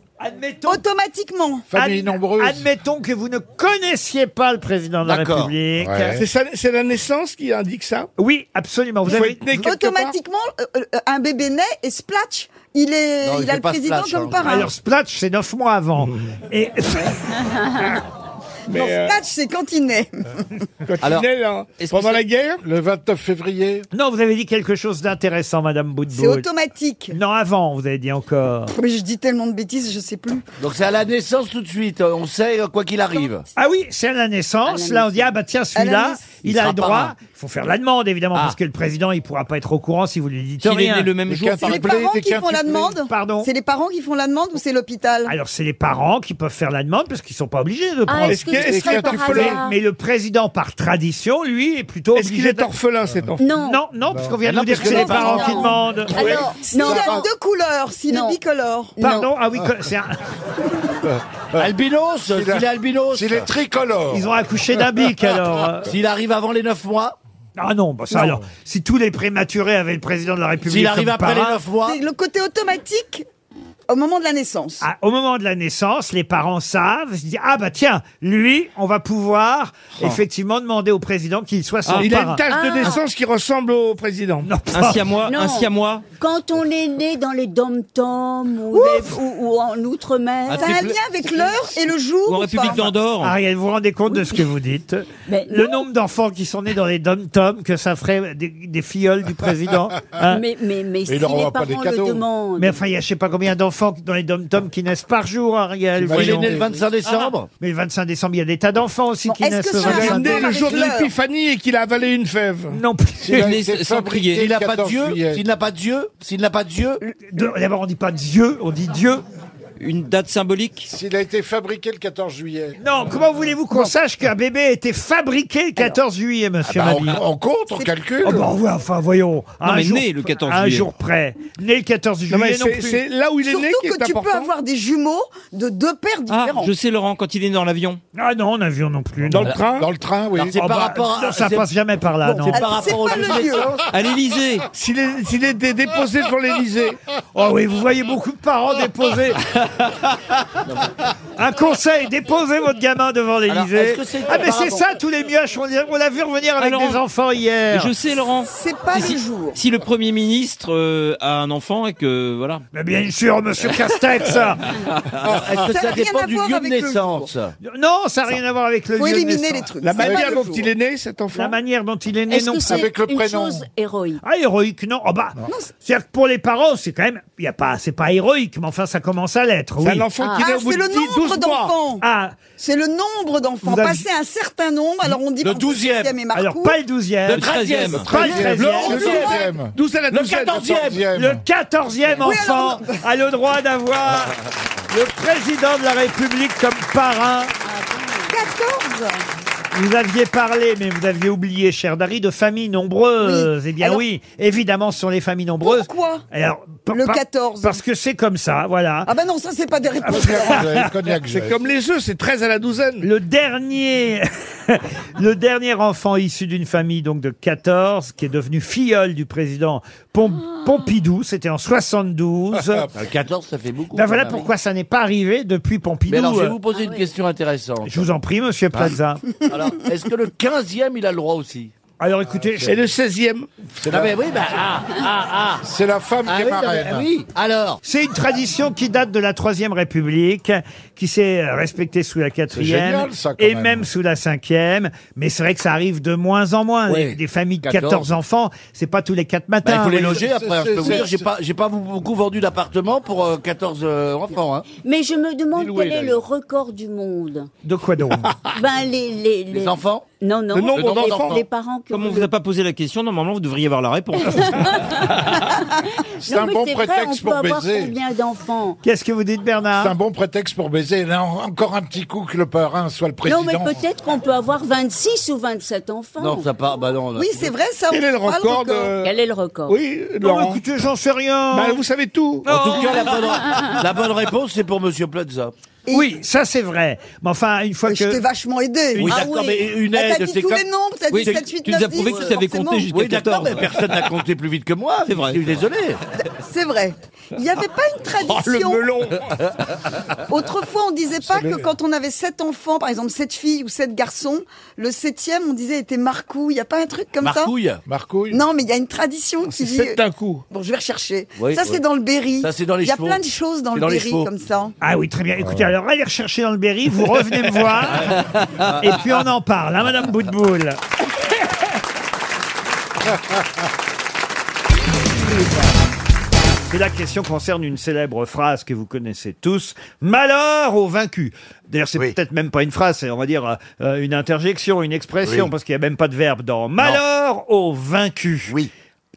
Automatiquement.
Famille nombreuse.
Admettons que vous ne connaissiez pas le président de la
D'accord.
République.
Ouais. C'est
C'est la naissance qui indique ça Oui, absolument. Vous
Il faut
avez-
être né quelque Automatiquement, euh, euh, un bébé naît et splatch, il, est,
Non,
il,
il
a
fait
le
pas
président
splash, hein.
comme parrain.
Alors Splatch, c'est neuf mois avant. Et
non,
euh,
splatch, c'est quand il naît.
Euh,
Alors,
hein.
hein.
pendant la
guerre Le 29 février
non, vous avez dit quelque chose d'intéressant, Madame Boudboul.
C'est automatique.
Non, avant, vous avez dit encore.
Mais je dis tellement de bêtises, je sais plus.
Donc c'est à la naissance tout de suite, on sait euh, quoi qu'il arrive.
Ah oui, c'est à la naissance.
À la
Là, on dit ah bah tiens
À la
celui-là,
naissance.
il,
Il
a
sera
le droit.
parrain. Ah.
Il faut faire la demande évidemment parce que le président il pourra pas être au courant si vous lui dites rien.
C'est les parents qui font la demande
Pardon. Ah,
C'est les parents qui font la demande ou c'est l'hôpital
Alors c'est les parents qui peuvent faire la demande parce qu'ils sont pas obligés de
Ah,
prendre.
est-ce que- Est-ce que ce serait est-ce que par tu peux le- hasard
mais, mais le président par tradition, lui, est plutôt. Est-ce qu'il est orphelin cet enfant Non, non, non, parce qu'on vient de
Non,
nous dire que
parce
c'est
que
les
non,
parents
non.
qui demandent.
Alors, s'il a deux couleurs, s'il est bicolore.
Pardon, ah oui, que- c'est un.
Euh,
Albinos, s'il
S'il a-
est albinos.
s'il est tricolore. Ils ont accouché d'un bic, alors.
S'il arrive avant les 9 mois.
Ah non, bah ça
Non.
alors, si tous les prématurés avaient le président de la République
S'il arrive
comme
après
parrain-
les 9 mois.
C'est le côté automatique au moment de la naissance.
Ah, au moment de la naissance, les parents savent, ils se disent, ah bah tiens, lui, on va pouvoir
Oh.
effectivement demander au président qu'il soit son
Ah, Il a
parrain. Ah.
une tache de naissance qui ressemble au président.
Un siamois,
un siamois.
Quand on est né dans les dom-toms ou, les- ou- ou en outre-mer.
Ça a un lien avec l'heure et le jour ou pas
Ariel, vous vous rendez compte de ce que vous dites
Mais
Le nombre d'enfants qui sont nés dans les dom-toms, que ça ferait des, des filleules du président. hein.
mais, mais, mais si les parents le demandent.
Mais enfin, il y a je sais pas combien d'enfants dans les dom-toms qui naissent par jour, Ariel.
Il est
voyons.
né le 25 décembre.
Ah, mais le 25 décembre, il y a des tas d'enfants aussi qui
est-ce
naissent
que ça a un
le 25
rapport
décembre.
avec Le jour de l'heure l'épiphanie
et qu'il a avalé une fève. Non plus.
S'il n'a pas Dieu, s'il n'a pas Dieu, s'il n'a pas Dieu.
D'abord, on dit pas Dieu, on dit Dieu.
Une date symbolique
S'il a été fabriqué le 14 juillet.
Non, comment voulez-vous qu'on sache qu'un bébé a été fabriqué le 14 juillet, monsieur
Ah bah, on-
Mabille
on compte, on C'est- calcule.
Oh, bah, ouais, enfin, voyons.
Non,
un
mais
jour-
né le 14
Un
juillet.
jour près. Né le 14 juillet
Non,
non,
mais c'est-
plus.
c'est là où il est né qui est
Surtout que tu peux avoir des jumeaux de deux paires
Ah,
différents.
je sais Laurent, quand il est dans l'avion.
Ah non, en avion non plus.
Dans
non.
le train Dans le
train, oui.
Oh, bah, non, ça passe jamais par là, non. Ah,
Ah,
À l'Élysée.
S'il est- s'il était déposé devant l'Élysée.
Oh oui, vous voyez beaucoup de parents déposer. Un conseil, déposez votre gamin devant l'Élysée.
est-ce que c'est-
Ah mais c'est
pardon.
ça, tous les mioches, on, on l'a vu revenir avec
Alors,
des enfants hier.
Je sais Laurent.
C'est pas
si,
le
si-
jour.
Si le Premier ministre euh, a un enfant et que voilà. Oh,
Mais bien sûr, Monsieur Castex.
Est-ce que ça dépend du lieu de naissance
Non, ça n'a rien à voir avec le
Faut
lieu de
éliminer
naissance.
les trucs, La c'est manière pas le dont jour. il est
né, cet enfant La manière dont il est né,
Est-ce
non
que
plus.
c'est une chose héroïque
Ah, héroïque, non. Oh, bah, c'est-à-dire que pour les parents, c'est quand même, il y a pas, c'est pas héroïque, mais enfin, ça commence à l'être.
C'est
oui.
un enfant
Ah, c'est le nombre d'enfants.
Ah.
C'est le nombre d'enfants.
Vous avez-
Passer un certain nombre, alors on dit
Le
par exemple,
12e.
et Marcou.
Alors, pas le 12e. Le 13e. Pas le 13e. Le 11e.
12 à la
Le 14e. Le 14e
Oui,
enfant a le droit d'avoir le président de la République comme parrain.
14
Vous aviez parlé, mais vous aviez oublié, cher Dari, de familles nombreuses. Eh bien
Alors-
oui, évidemment, ce sont les familles nombreuses.
Pourquoi
Alors, par-
Le
par-
14.
Parce que c'est comme ça, voilà.
Ah bah non, ça c'est pas des réponses.
C'est comme les jeux, c'est 13 à la douzaine. Le dernier, le dernier enfant issu d'une famille donc de 14, qui est devenu filleul du président Pom- Pompidou, c'était en 72.
Bah, 14, ça fait beaucoup.
Ben
quand
voilà
même.
pourquoi ça n'est pas arrivé depuis Pompidou.
Mais alors, je vais
Euh,
vous Ah. poser une question intéressante. Hein Bah,
je vous en prie, monsieur Plaza.
Alors, est-ce que le 15e, il a le droit aussi
Alors
Ah,
écoutez,
c'est- Et le
16e.
Non, mais oui, bah, ah, ah, ah.
C'est la femme
Ah
qui est
oui, non,
marraine.
mais- ah oui, alors.
C'est une tradition qui date de la Troisième République, qui s'est euh, respectée sous la Quatrième
génial, ça, quand
et
même.
même. sous la Cinquième. Mais c'est vrai que ça arrive de moins en moins.
Oui.
Des- Des familles de 14,
14.
enfants, c'est pas tous les quatre
Bah,
matins.
il faut les
Vous
loger
voyez.
après, hein, je peux vous dire, j'ai pas, j'ai pas beaucoup vendu d'appartements pour euh, 14 euh, enfants. Hein.
Mais je me demande
Dis-le,
quel
Hélène.
est le record du monde.
De quoi donc
Ben les les, les...
enfants
Non non.
Le nombre
les-
d'enfants.
Les parents qui
Comme on
ont
vous a pas posé la question, normalement vous devriez avoir la réponse.
Non, mais vrai, on peut avoir Combien d'enfants
Qu'est-ce que vous dites, Bernard
C'est un bon prétexte pour baiser. Là, en- encore un petit coup que le parrain soit le président.
Non, mais peut-être qu'on peut avoir 26 ou 27 enfants.
Non, ça part. Bah non. là.
vrai,
ça, Quel on est le pas le record de- record.
Quel est le record
Oui,
Non,
Laurent.
écoutez, j'en sais rien.
Bah, vous savez tout.
En tout cas, la
Oh.
bonne, la bonne réponse, c'est pour Monsieur Plaza.
Oui, ça c'est vrai. Mais enfin, une fois
Je t'ai
que...
vachement aidé.
Oui, d'accord, mais une
Ah,
aide,
T'as dit
c'est
tous
comme-
les nombres, t'as
Oui,
dit
tu-
7, 8,
tu
9,
nous as prouvé que tu savais
forcément.
compter jusqu'à
Oui, d'accord,
14.
mais personne n'a compté plus vite que moi.
C'est vrai.
Je suis désolé. Oh,
C'est vrai. Il n'y avait pas une tradition. Autrefois, on disait pas que quand on avait sept enfants, par exemple sept filles ou sept garçons, le septième, on disait était Marcou. Il n'y a pas un truc comme
Marcouille.
ça Non, mais il y a une tradition qui dit. C'est d'un coup. Bon, je vais rechercher.
Oui,
ça,
oui.
c'est dans le Berry.
Ça, c'est dans les
Il y a
chevaux.
plein de choses dans
C'est
le
dans les
Berry
chevaux.
comme ça.
Ah oui, très bien. Écoutez, alors allez rechercher dans le Berry, vous revenez me voir, et puis on en parle, hein, Madame Boutboul. Et la question concerne une célèbre phrase que vous connaissez tous. Malheur aux vaincus. D'ailleurs, c'est peut-être même pas une phrase, c'est, on va dire, euh, une interjection, une expression,
Oui.
parce qu'il n'y a même pas de verbe dans Malheur aux vaincus. Oui.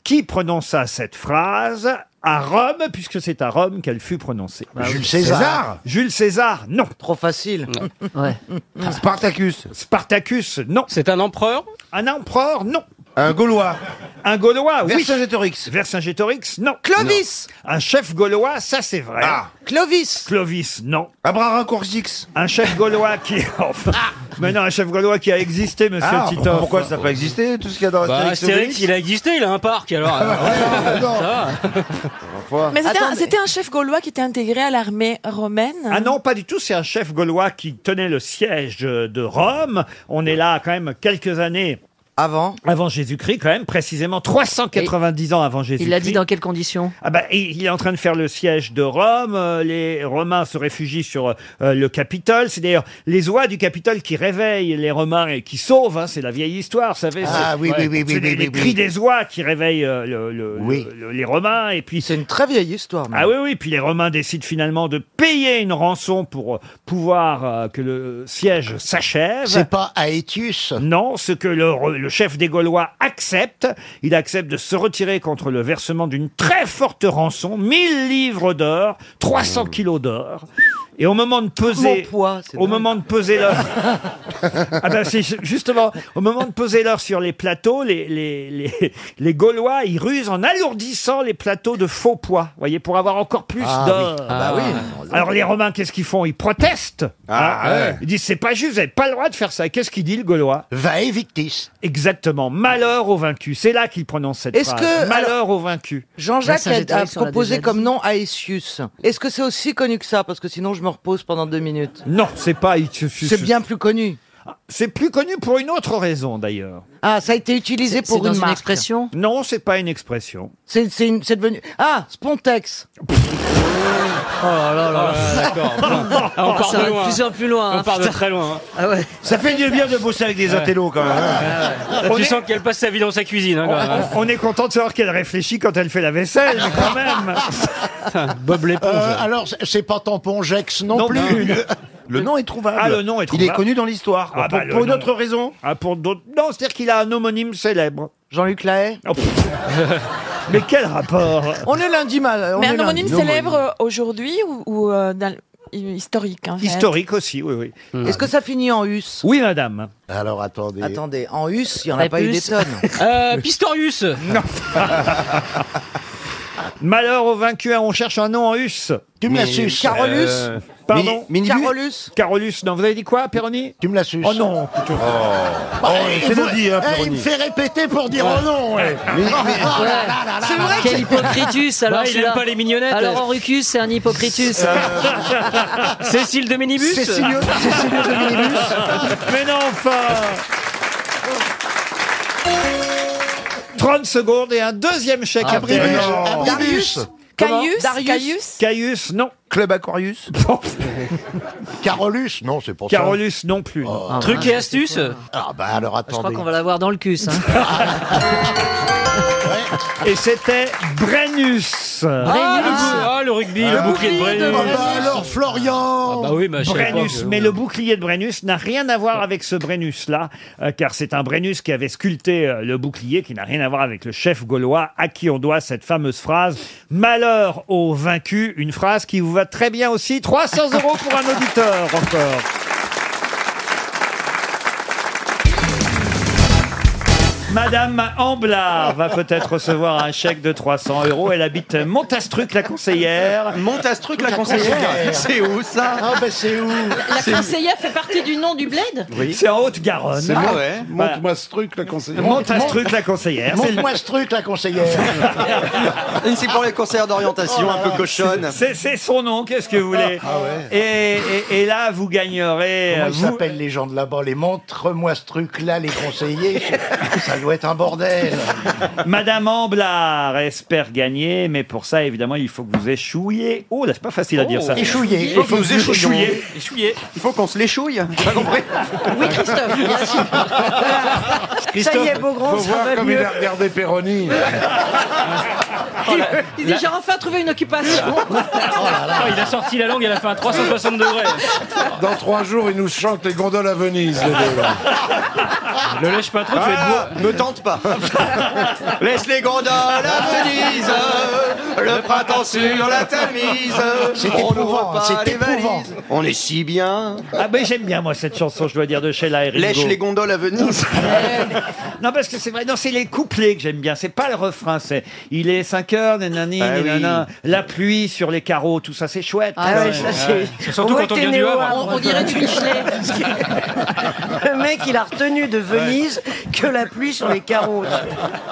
Qui prononça cette phrase à Rome, puisque c'est à Rome qu'elle fut prononcée
Jules César. César.
Jules César, non. Trop facile.
Ah,
Spartacus. Spartacus, non. C'est un empereur Un empereur, non. Un Gaulois. Un Gaulois, oui. Vercingétorix. Vercingétorix, non. Clovis. Un chef Gaulois, ça c'est vrai.
Ah.
Clovis. Clovis, non. Abraracourgix. Un chef Gaulois qui. Enfin, Mais non, un chef Gaulois qui a existé, monsieur
Ah,
Titoff.
pourquoi ça n'a pas existé tout ce qu'il y a dans
Bah,
Astérix et
Astérix,
Obélix Ah,
il
Il a existé, il a un parc alors. euh,
Ah.
Mais c'était un,
Attendez.
c'était un chef gaulois qui était intégré à l'armée romaine.
Ah non, pas du tout. C'est un chef gaulois qui tenait le siège euh, de Rome. On est là quand même quelques années. Avant Avant Jésus-Christ, quand même, précisément 390 ans avant Jésus-Christ.
Il l'a dit dans quelles conditions
Ah bah, il il est en train de faire le siège de Rome. euh, Les Romains se réfugient sur euh, le Capitole. C'est d'ailleurs les oies du Capitole qui réveillent les Romains et qui sauvent. hein. C'est la vieille histoire, vous savez.
Ah
c'est-
oui, oui, oui, oui,
c'est
oui,
les, les
oui,
cris
oui.
des oies qui réveillent euh, le- le- le- les Romains. Et puis c'est une très vieille histoire. Ah oui, oui. Puis les Romains décident finalement de payer une rançon pour euh, pouvoir euh, que le siège s'achève.
C'est pas Aetius
Non, ce que le, re- le chef des Gaulois accepte. Il accepte de se retirer contre le versement d'une très forte rançon, 1000 livres d'or, 300 kilos d'or. Et au moment de peser,
Mon poids, c'est
au moment de peser l'or, ah ben c'est ju- justement au moment de peser l'or sur les plateaux, les, les, les, les Gaulois ils rusent en alourdissant les plateaux de faux poids, voyez, pour avoir encore plus
Ah
d'or.
oui. Ah bah oui.
Alors les Romains, qu'est-ce qu'ils font Ils protestent. Hein
Ah ouais.
Ils disent c'est pas juste, vous n'avez pas le droit de faire ça. Et Qu'est-ce qu'il dit le Gaulois Vae victis. Exactement. Malheur aux vaincus. C'est là qu'il prononce cette
Est-ce
phrase.
que-
Malheur
alors,
aux vaincus.
Jean-Jacques a, a proposé comme nom Aetius. Est-ce que c'est aussi connu que ça Parce que sinon, je me repose pendant deux minutes.
Non, c'est pas. Ah,
C'est bien plus connu.
C'est plus connu pour une autre raison d'ailleurs.
Ah, ça a été utilisé pour une marque.
expression Non, c'est pas une expression.
C'est c'est une- c'est devenu. Ah, Spontex.
Oh là là
Ah,
Ah, on part Ça de va de loin. plus en plus loin, On hein, part de putain.
très loin.
Ça fait du bien de bosser avec des intellos
Ah,
quand même. hein.
Ah, Tu sens qu'elle passe sa vie dans sa cuisine. hein, quand même.
On est content de savoir qu'elle réfléchit quand elle fait la vaisselle, mais quand même.
Bob l'éponge.
Euh, alors, c'est- c'est pas tampon Jex non,
Non
plus.
plus.
Le nom est trouvable.
Ah, le nom est trouvable.
Il est connu dans l'histoire. quoi.
Ah,
pour
bah, le
pour une
nom.
autre raison.
Ah, pour d'autres. Non, c'est-à-dire qu'il a un homonyme célèbre.
Jean-Luc Lahaye
Oh. Mais quel rapport
On est lundi mal. on
Mais
est
un
lundi.
homonyme célèbre euh, aujourd'hui ou, ou, euh, dans le- historique en fait
Historique aussi, oui, oui.
Mmh. Est-ce que ça finit en us
Oui, madame.
Alors, attendez.
Attendez, en us, il n'y en a pas eu des tonnes.
Ah,
Pistorius Non. Malheur aux vaincus, on cherche un nom en us.
Tu me la suces.
Carolus
Euh,
Pardon
Mini- Minibus
Carolus Carolus, non, vous avez dit quoi, Perroni Tu me la suces. Oh non, plutôt.
Oh, c'est le dit, hein,
Eh, il
Péroni.
me fait
répéter pour dire
Ouais.
oh non. ouais.
Mais- mais-
Oh là là là là là.
Quel hypocritus alors
Bah, il
celui-là.
aime pas les mignonnettes.
Alors Henricus, c'est un hypocritus.
Euh,
Cécile de Minibus
Cécilio- Cécilio de Minibus.
Mais non, enfin 30 secondes et un deuxième chèque à
Abribus, Abribus.
Caius,
Darius
Caius.
Caius, non. Club Aquarius
Carolus, non, c'est pour ça.
Carolus, non plus.
Ah,
Truc et
mince.
astuce
Ah bah alors
Je crois
attendez.
qu'on va l'avoir dans le hein. cul. ça.
Et c'était Brennus.
Ah, le, bou- ah, le rugby, le, bouclier de Brennus.
Ah bah alors Florian.
Ah bah oui, bah, je savais
Brennus,
pas que-
mais le bouclier de Brennus n'a rien à voir avec ce Brennus-là, euh, car c'est un Brennus qui avait sculpté euh, le bouclier, qui n'a rien à voir avec le chef gaulois, à qui on doit cette fameuse phrase « Malheur aux vaincus », une phrase qui vous va très bien aussi, 300 euros pour un auditeur encore. Madame Amblard va peut-être recevoir un chèque de 300 euros. Elle habite Montastruc, la conseillère.
Montastruc, la conseillère. C'est
ben, où ça
Ah bah c'est où
La C'est-
conseillère fait partie du nom du bled
C'est en Haute-Garonne. Ah
C'est moi. Montre-moi
ce truc, la conseillère. Monte-moi ce truc, la conseillère. C'est le-
Montre-moi ce truc, la conseillère.
C'est pour les conseillers d'orientation un peu cochonne.
C'est c'est son nom, qu'est-ce que vous voulez et, et- et là, vous gagnerez.
Ah
euh,
Comment ils
vous-
s'appellent les gens de là-bas Les montre-moi ce truc-là, les conseillers. ça doit être un bordel.
Madame Amblard espère gagner, mais pour ça, évidemment, il faut que vous échouiez. Oh là, c'est pas facile à dire ça.
Échouiller.
Il faut que vous échouiez.
Échouillé.
Il faut qu'on se l'échouille. T'as compris
Oui, Christophe, bien sûr.
Christophe,
ça y est, Beaugrand,
faut
ça
voir
va
comme
mieux.
il a regardé Péroni.
Il dit, j'ai enfin trouvé une occupation.
Ah, il a sorti la langue, elle a fait un 360 degrés.
Dans trois jours, il nous chante les gondoles à Venise, les deux, là.
Le lèche pas trop, tu vas
Ah.
être beau.
Me tente pas. Laisse les gondoles à Venise, le printemps sur la Tamise.
C'est
On n'ouvre
éprouvant,
pas
c'est
les
éprouvant.
valises. On est si bien.
Ah ben j'aime bien moi cette chanson, je dois dire de Sheila et Ringo.
Lèche les gondoles à Venise.
Non parce que c'est vrai, non c'est les couplets que j'aime bien, c'est pas le refrain, c'est il est 5 heures, nanani,
Ah oui.
nanana, la pluie sur les carreaux, tout ça c'est chouette.
Ah
Euh,
ouais, ça, c'est-
Surtout
voit
quand on
que t'es
vient du
né au
Havre.
hein.
On, on dirait du Michelet.
Le mec, il a retenu de Venise que la pluie sur les carreaux.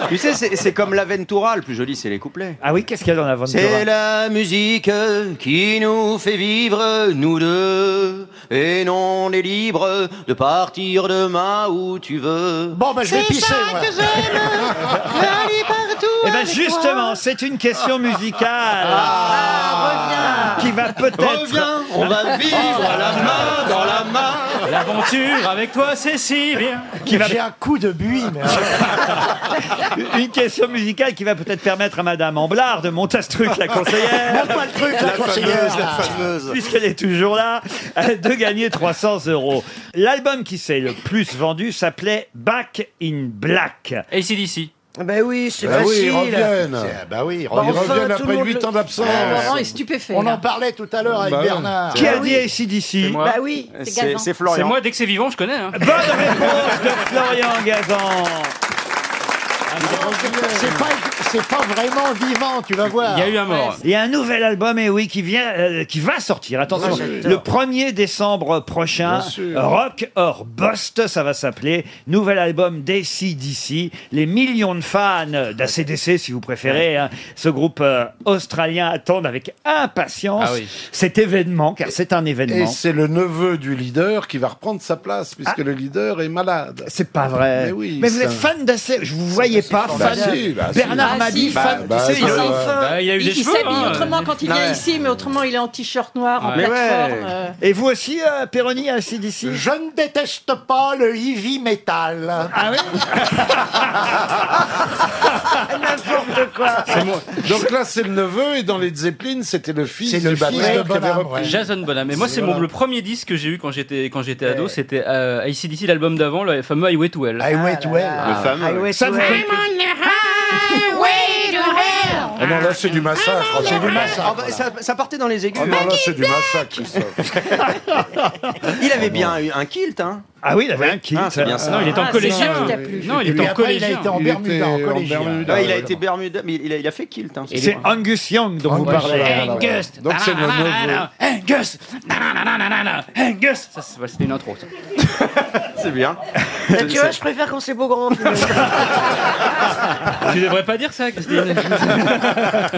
Tu sais, c'est c'est comme l'Aventura, le plus joli, c'est les couplets.
Ah oui, qu'est-ce qu'il y a dans la vente
C'est la musique qui nous fait vivre, nous deux. Et non, on est libre de partir demain où tu veux.
Bon, bah, je vais pisser, moi.
Eh ben justement, c'est une question musicale. Qui va peut-être.
Reviens, on va vivre la main dans la main.
L'aventure avec toi, c'est si bien.
Qui va-
J'ai un coup de buis, mais...
Une question musicale qui va peut-être permettre à Madame Amblard de monter ce truc, la conseillère.
Montre-moi le truc, la La conseillère. fameuse, la fameuse.
Puisqu'elle est toujours là, euh, de gagner 300 euros. L'album qui s'est le plus vendu s'appelait Back in Black. Et c'est d'ici.
Ben oui, c'est
Bah oui, ils reviennent. Bah oui, ils
Bah enfin,
reviennent
tout le
après
monde
8
le-
ans d'absence.
Ah, Laurent est
stupéfait.
Euh, On en parlait tout à
Ah,
l'heure avec
Bah ouais.
Bernard.
Ah
Qui a dit ACDC
moi. Bah
oui,
c'est C'est- Gazan. c'est Florian. C'est moi, dès que c'est vivant, je connais. hein.
Bonne réponse de Florian Gazan.
C'est pas, c'est pas vraiment vivant, tu vas voir.
Il y a un nouvel album, et oui, qui vient, euh, qui va sortir. Attention,
Ouais, j'adore.
le 1er décembre prochain,
Bien sûr.
Rock or Bust, ça va s'appeler. Nouvel album d'ACDC. Les millions de fans d'ACDC, si vous préférez, hein, ce groupe euh, australien attendent avec impatience
Ah oui.
cet événement, car c'est un
Et
événement.
c'est le neveu du leader qui va reprendre sa place, puisque le leader est malade.
C'est pas vrai.
Mais oui.
vous
c'est
êtes
un-
fan d'ACDC, je vous voyais pas
Bah
fan.
si, bah si.
Bernard m'a dit
Bah,
fan.
bah,
tu sais,
bah,
il-
bah,
Bah, il a eu des
il
cheveux,
s'habille
hein.
autrement quand il
Ah
vient
ouais.
ici, mais autrement il est en t-shirt noir, en
Mais
plateforme.
ouais.
euh.
Et vous aussi, euh, Péroni, à CDC
Je ne déteste pas le heavy metal. Ah
N'importe
Ah,
quoi.
C'est moi. Donc là, c'est le neveu, et dans les Zeppelin, c'était le fils
C'est
du
le fils
batteur
de
qui avait
Bonham,
repris.
Jason Bonham. Mais moi, c'est mon- le premier disque que j'ai eu quand j'étais quand j'étais ado. C'était euh, ACDC, l'album d'avant, le fameux Highway to Hell.
Highway to Hell.
Le fameux.
Ça vous connaît-
Ah non, là, c'est du massacre.
C'est du
massacre.
Ah, bah, ça, ça partait dans les aigus.
Ah non, là, c'est du massacre, Christophe.
Il avait bien eu un kilt, hein
Ah oui, il avait un kilt.
Ah, c'est bien ça.
Non, il était en Ah, collégien. c'est ça qui t'a plu. Non, il était en collégien. Il était en Bermuda,
Ouais, Ah, il a
ouais.
été Bermuda, mais il a, il a fait kilt. Hein,
C'est Angus Young dont vous
Angus
parlez.
Young.
Angus.
Donc, c'est le neveu.
Angus. Nananananana. Angus. Ça, c'est- C'était une intro. ça.
C'est bien.
Bah, tu vois, je préfère quand c'est beau grand.
Tu devrais pas dire ça, Christine.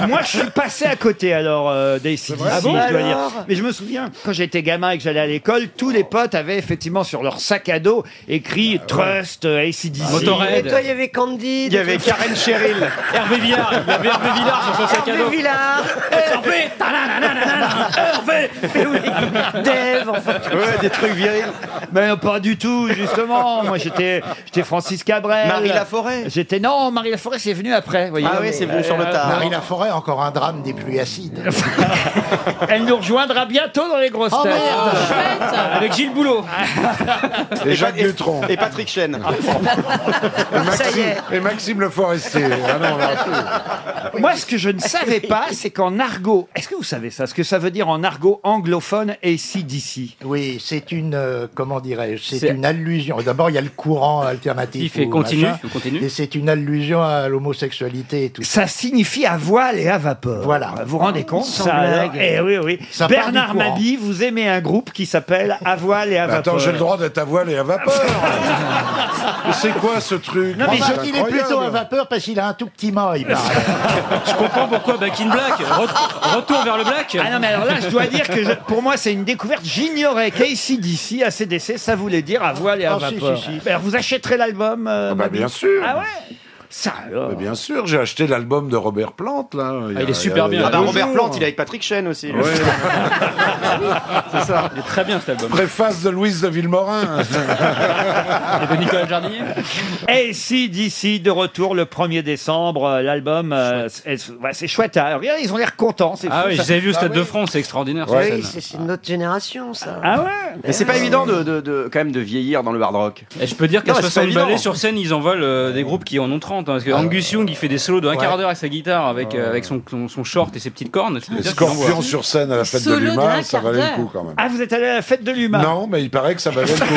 Moi, je suis passé à côté alors euh, d'ACDC,
vrai Ah bon
je dois dire.
Alors
Mais je me souviens, quand j'étais gamin et que j'allais à l'école, tous les potes avaient effectivement sur leur sac à dos écrit Trust, euh, ACDC.
Ah,
Et toi, il y avait Candy.
Il y avait Karen Cheryl.
Hervé Villard. Il y avait Hervé Villard sur son sac à dos. Eh,
Hervé Villard. Eh,
Hervé. tananananana, Hervé. Mais oui.
Dave, enfin.
Ouais, des trucs virils. Mais pas du tout, justement. Moi, j'étais, j'étais Francis Cabrel.
Marie Laforêt.
Euh, J'étais non, Marie Laforêt, c'est venu après. voyez. Euh,
Ah oui, c'est venu sur le tard.
Marie Laforêt, encore un drame des pluies acides.
Elle nous rejoindra bientôt dans les grosses
Oh,
têtes.
merde.
Avec Gilles Boulot.
Et Jacques Dutronc.
Et Patrick Chen.
Et Maxime, et Maxime Le Forestier. Ah non, là,
Moi, ce que je ne savais pas, c'est qu'en argot, est-ce que vous savez ça Ce que ça veut dire en argot anglophone et CDC
Oui, c'est une, euh, comment dirais-je, c'est
C'est-
une allusion. D'abord, il y a le courant alternatif.
Il fait
ou
continue,
machin,
ou continue.
Et c'est une allusion à l'homosexualité et tout
Ça signifie à voile et à vapeur. Voilà. Vous vous rendez compte
Sans
ça, alors
blague.
Eh oui, oui.
Ça part du
Bernard
courant.
Mabi, vous aimez un groupe qui s'appelle À voile et à
Mais
vapeur.
Bah, attends, j'ai le droit d'être à voile et à vapeur. Mais c'est quoi ce truc
Non, mais
C'est
il est
incroyable.
plutôt à vapeur parce qu'il a un tout petit mât, il paraît.
Je comprends pourquoi Back in Black. Ret- Retour vers le black.
Ah non, mais alors là, je dois dire que je- pour moi, c'est une découverte. J'ignorais qu'ACDC, ACDC, ça voulait dire à voile et à
Ah, si,
vapeur.
si, si.
Mais Alors, vous achèterez l'album euh,
bah,
Mabi
bien sûr.
Ah ouais Ça alors
Mais bien sûr, j'ai acheté l'album de Robert Plante là. y a-
il est
y
super
a- y
bien.
a
Ah bah
deux
Robert
jours.
Plante, il est avec Patrick Chen aussi.
Ouais.
C'est ça. Il est très bien cet album.
Préface de Louise de Villemorin.
Et de Nicolas Jardinier.
ACDC de retour le 1er décembre, euh, l'album, euh, c'est ouais, c'est chouette. hein. Regarde, ils ont l'air contents. c'est
Ah
fou,
oui,
ça.
je les avais vus au
Ah
Stade
oui.
de France, c'est extraordinaire. cette
Oui,
scène.
c'est c'est notre génération, ça.
Ah ouais
Mais c'est pas
Ouais.
évident de, de- de- quand même de vieillir dans le hard rock.
Et je peux dire qu'à
Non, mais c'est pas
60 ballets
évident.
sur scène, ils envolent euh, des groupes qui en ont 30. hein, parce que
Ah.
Angus Young, il fait des solos de un quart d'heure avec sa guitare, avec, euh, avec son, son, son short et ses petites cornes. je peux
Les
dire qu'il envoie.
Scorpions sur scène à la fête de
Solo de
l'humain,
un
ça
quart
valait le
d'heure.
coup quand même.
Ah, vous êtes allé à la fête de l'humain
Non, mais il paraît que ça valait le coup.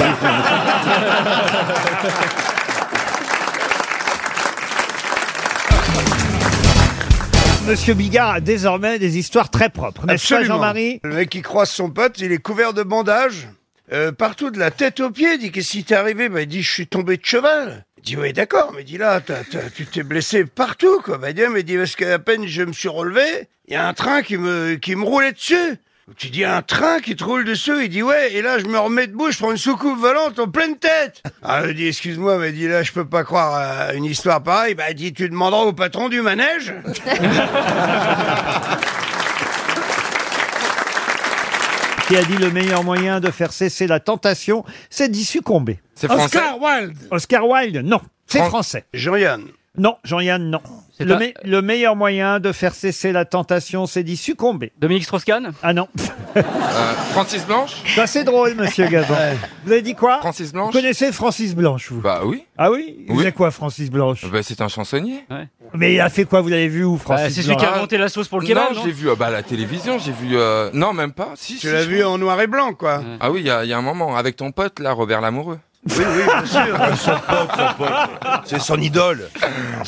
Monsieur Bigard a désormais des histoires très propres, n'est-ce pas
Absolument.
Jean-Marie
Le mec qui croise son pote, il est couvert de bandages. euh, partout de la tête aux pieds, il dit qu'est-ce qui t'est arrivé Bah, il dit je suis tombé de cheval. Il dit oui d'accord, mais il dit là t'as- t'as- tu t'es blessé partout quoi. Bah, il dit, mais il dit parce qu'à peine je me suis relevé, il y a un train qui me qui me roulait dessus. Tu dis un train qui te roule dessus, il dit ouais, et là je me remets debout, je prends une soucoupe volante en pleine tête. Ah, il dit excuse-moi, mais il dit là je peux pas croire à une histoire pareille. Bah, il dit tu demanderas au patron du manège.
qui a dit le meilleur moyen de faire cesser la tentation, c'est d'y succomber.
Oscar Wilde.
Oscar Wilde, non, c'est
Fran-
français.
Jean-Yann.
Non, Jean-Yann, non. Le,
un-
me- le meilleur moyen de faire cesser la tentation, c'est d'y succomber. Dominique Strauss-Kahn Ah non.
Francis Blanche
Ça, c'est drôle, monsieur Gazan. Vous avez dit quoi
Francis Blanche
Vous connaissez Francis Blanche, vous
Bah oui.
Ah oui Il faisait quoi, Francis Blanche
Bah c'est un chansonnier.
Mais il a fait quoi Vous l'avez vu où, Francis
Bah, c'est celui qui a
Blanche
inventé
la sauce pour
Non, j'ai vu euh, bah, à la télévision, j'ai vu... euh, Non, même pas. Si,
Tu l'as vu en
noir et blanc, quoi. Ah oui, il y, a- il y a un moment, avec ton pote, là, Robert Lamoureux.
Oui, oui, bien sûr.
C'est son idole.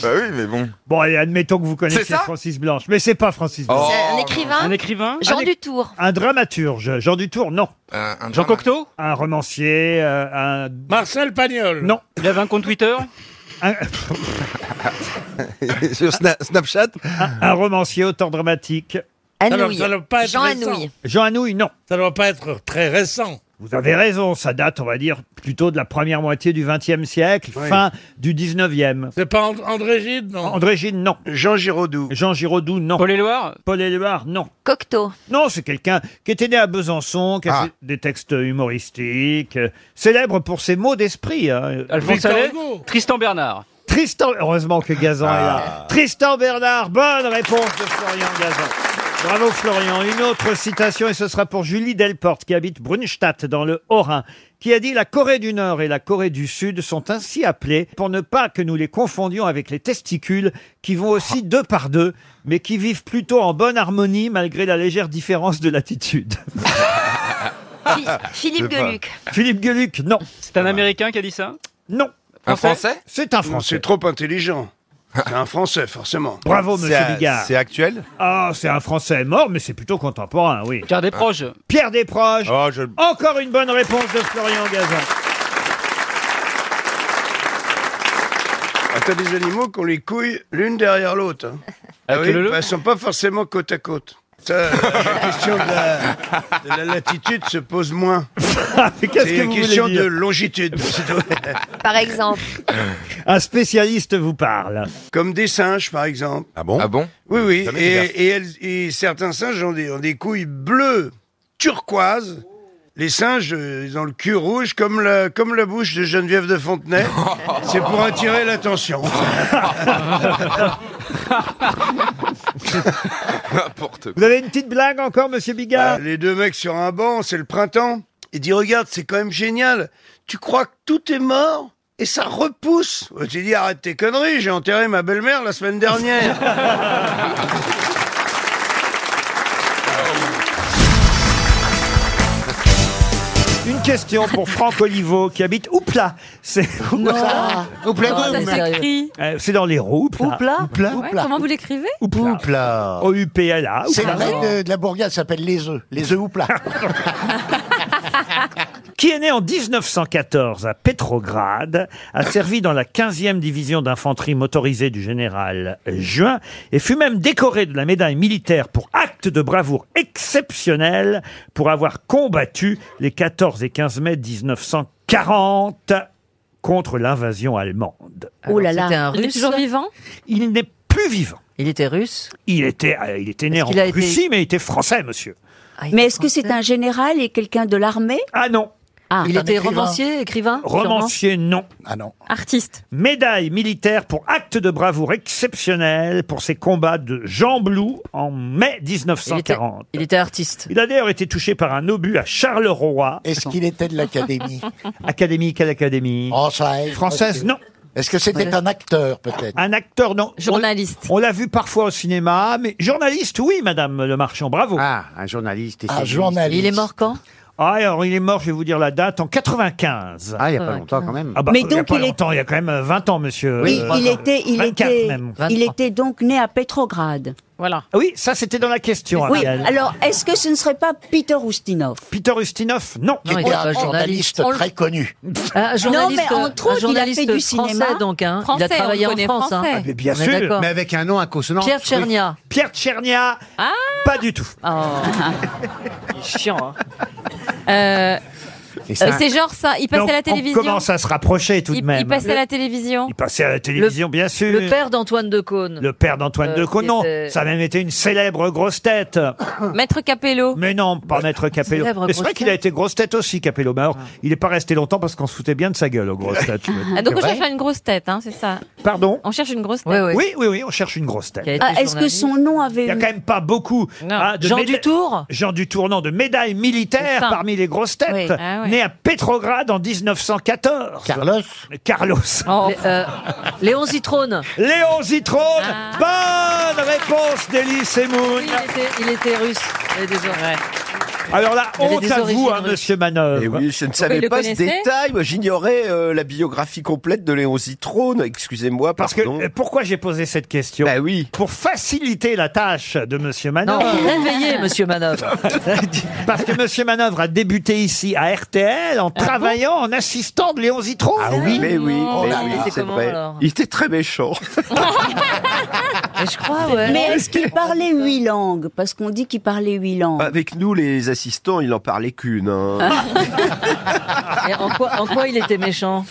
bah oui, mais bon.
Bon, allez, admettons que vous connaissez
C'est ça
Francis Blanche, mais c'est pas Francis Blanche.
C'est un écrivain
Un écrivain
Jean
Un é-
Dutour.
Un dramaturge. Jean Dutour, non.
Jean Cocteau
Un romancier, euh, un...
Marcel Pagnol
Non.
Il avait un compte Twitter
un...
Sur
Snapchat un, un romancier, auteur dramatique.
Anouilh. Jean Anouilh.
Jean Anouilh, non.
Ça ne doit pas être très récent.
Vous avez raison, ça date, on va dire, plutôt de la première moitié du XXe siècle, fin du XIXe.
C'est pas And- André Gide, non
André Gide, non. Jean Giraudoux. Jean Giraudoux, non. Paul Éluard Paul Éluard, non.
Cocteau.
Non, c'est quelqu'un qui était né à Besançon, qui a fait des textes humoristiques, euh, célèbre pour ses mots d'esprit. hein.
Alphonse Allais Tristan Bernard.
Tristan, heureusement que Gazan est là. Tristan Bernard, bonne réponse de Florian Gazan. Bravo Florian. Une autre citation, et ce sera pour Julie Delporte, qui habite Brunstadt, dans le Haut-Rhin, qui a dit La Corée du Nord et la Corée du Sud sont ainsi appelées pour ne pas que nous les confondions avec les testicules, qui vont aussi deux par deux, mais qui vivent plutôt en bonne harmonie malgré la légère différence de l'attitude.
Phi- Philippe Gueluc.
Philippe Gueluc, non.
C'est un Américain qui a dit ça
Non.
Un Français
C'est un
Non,
Français.
C'est trop intelligent. C'est un Français, forcément.
Bravo, monsieur Bigard.
actuel
Ah, c'est un Français mort, mais c'est plutôt contemporain, oui. Pierre
Desproges.
Pierre Desproges. Oh, Encore une bonne réponse de Florian Gazan.
Ah, T'as des animaux qu'on les couille l'une derrière l'autre. hein. Ah oui,
le-
bah, elles sont pas forcément côte à côte. Ça, la question de la, de la latitude se pose moins.
Ah, Mais qu'est-ce
C'est
que
une
vous
question
voulez dire
de longitude.
Par exemple.
Un spécialiste vous parle.
Comme des singes, par exemple.
Ah bon Ah bon
Oui, oui.
Jamais
Et,
j'ai
et elles- et certains singes ont des, ont des couilles bleues, turquoises. Les singes, euh, ils ont le cul rouge comme la, comme la bouche de Geneviève de Fontenay. C'est pour attirer l'attention.
N'importe
Vous avez une petite blague encore, monsieur Bigard
Bah, Les deux mecs sur un banc, c'est le printemps. Il dit Regarde, c'est quand même génial. Tu crois que tout est mort et ça repousse. Euh, Tu dis Arrête tes conneries, j'ai enterré ma belle-mère la semaine dernière.
Une question pour Franck Olivo qui habite Oupla. C'est
Non. Ah,
Oupla.
Oupla, Comment ça Oupla. s'écrit
Euh, C'est dans les roues.
Oupla
Oupla.
Ouais, Comment vous l'écrivez
Oupla. O U P L A.
C'est
Oupla.
vrai
euh,
de, de la bourgade s'appelle les œufs. Les œufs ou plats.
qui est né en 1914 à Petrograd, a servi dans la 15e division d'infanterie motorisée du général Juin et fut même décoré de la médaille militaire pour acte de bravoure exceptionnel pour avoir combattu les 14 et 15 mai 1940 contre l'invasion allemande.
Oh là là. C'était un Il est Russe toujours vivant
Il n'est plus vivant.
Il était russe
Il était, euh, il était né
Est-ce
en
qu'il a été-
Russie, mais il était français, monsieur.
Ah,
Mais est-ce que c'est un général et quelqu'un de l'armée
Ah non.
Il était romancier, écrivain
Hein,
Romancier, non.
Ah non. Artiste
Médaille militaire pour acte de bravoure exceptionnel pour ses combats de Jean Blou en mai 1940. Il était, artiste. Il a d'ailleurs été touché par un obus à Charleroi.
Est-ce qu'il était de l'académie
Académie, quelle académie
Oh,
Française.
Française, non.
Est-ce que c'était un acteur, peut-être
Un acteur, non. Journaliste. On, l'a vu parfois au cinéma, mais journaliste, oui, madame Le Marchand, bravo. Ah, un journaliste.
Un journaliste. Il est mort
quand ah, alors il est mort, je vais vous dire la date, en 95. Ah, il n'y a pas longtemps quand même.
Mais
il y a
donc,
pas
il est-
longtemps, il y a quand même euh, 20 ans, monsieur.
Oui,
euh,
il était, il
24
était,
même.
il était donc né à Petrograd.
Voilà. Oui, ça c'était dans la question.
Oui.
Ariel.
Alors, est-ce que ce ne serait pas Peter Ustinov
Peter Ustinov, non.
Non, il était un journaliste On le- très
connu.
Un journaliste,
mais entre
un
autres, il a fait
journaliste
du
français,
cinéma.
donc, hein. Français, il a travaillé on le en connaît, France. hein. français. Mais bien On est sûr. d'accord.
Mais avec un nom à consonance.
Pierre Tchernia.
Pierre Tchernia.
Ah Oh.
Pas du tout.
Il est chiant. hein. Euh,
Et
Euh, c'est genre ça, il passait
Donc,
à la télévision.
On commence à se rapprocher tout de
Il,
même.
il passait à la télévision.
Il passait à la télévision, bien sûr.
le père
d'Antoine de Caunes.
Le père d'Antoine
Euh,
de Caunes,
qui
non.
était-
Ça a même été une célèbre grosse tête.
Maître Capello.
Mais non, pas Maître Capello.
Célèbre
Mais Ah, C'est Ah. vrai
grosse
qu'il a été grosse tête aussi, Capello. Mais alors, il n'est pas resté longtemps parce qu'on se foutait bien de sa gueule aux grosses têtes. je me-
Ah, donc on
C'est vrai
cherche à une grosse tête, hein, c'est ça
Pardon
On cherche une grosse tête.
Oui, oui, oui, on cherche une grosse tête.
Qui a été Ah, est-ce que journaliste. son
nom avait. Il n'y a quand même pas beaucoup. hein,
Jean
méda-
Dutour
Jean Dutour, non, de médailles militaires
ça.
parmi les grosses têtes.
Oui. Ah ouais.
Né à Pétrograd en 1914. Carlos Carlos.
Léon Zitrone.
Léon Zitrone Bonne réponse d'Elie Semoun
Il était, il était russe. Il était russe.
Alors là,
Il avait
honte
des
à vous,
origines
hein,
russes.
monsieur Manœuvre.
Et oui, je ne
il
savais
le
pas ce
connaissait
détail. Moi, j'ignorais euh, la biographie complète de Léon Zitrone. Excusez-moi,
Parce que euh, pourquoi j'ai posé cette question
Bah
oui. Pour faciliter la tâche de Monsieur
Non,
Manœuvre.
réveillez, monsieur Manœuvre.
Parce que Monsieur Manœuvre a débuté ici à RTL
Ah
en travaillant en assistant de Léon Zitrone. Ah
oui, mais oui,
Non,
mais
là,
oui,
là.
c'est
C'est Oh, comment,
vrai.
alors
Il était très méchant.
je crois,
Mais est-ce qu'il parlait huit langues Parce qu'on dit qu'il parlait huit langues.
Avec nous, les assistants, il en parlait qu'une. hein.
Et en quoi, en quoi il était méchant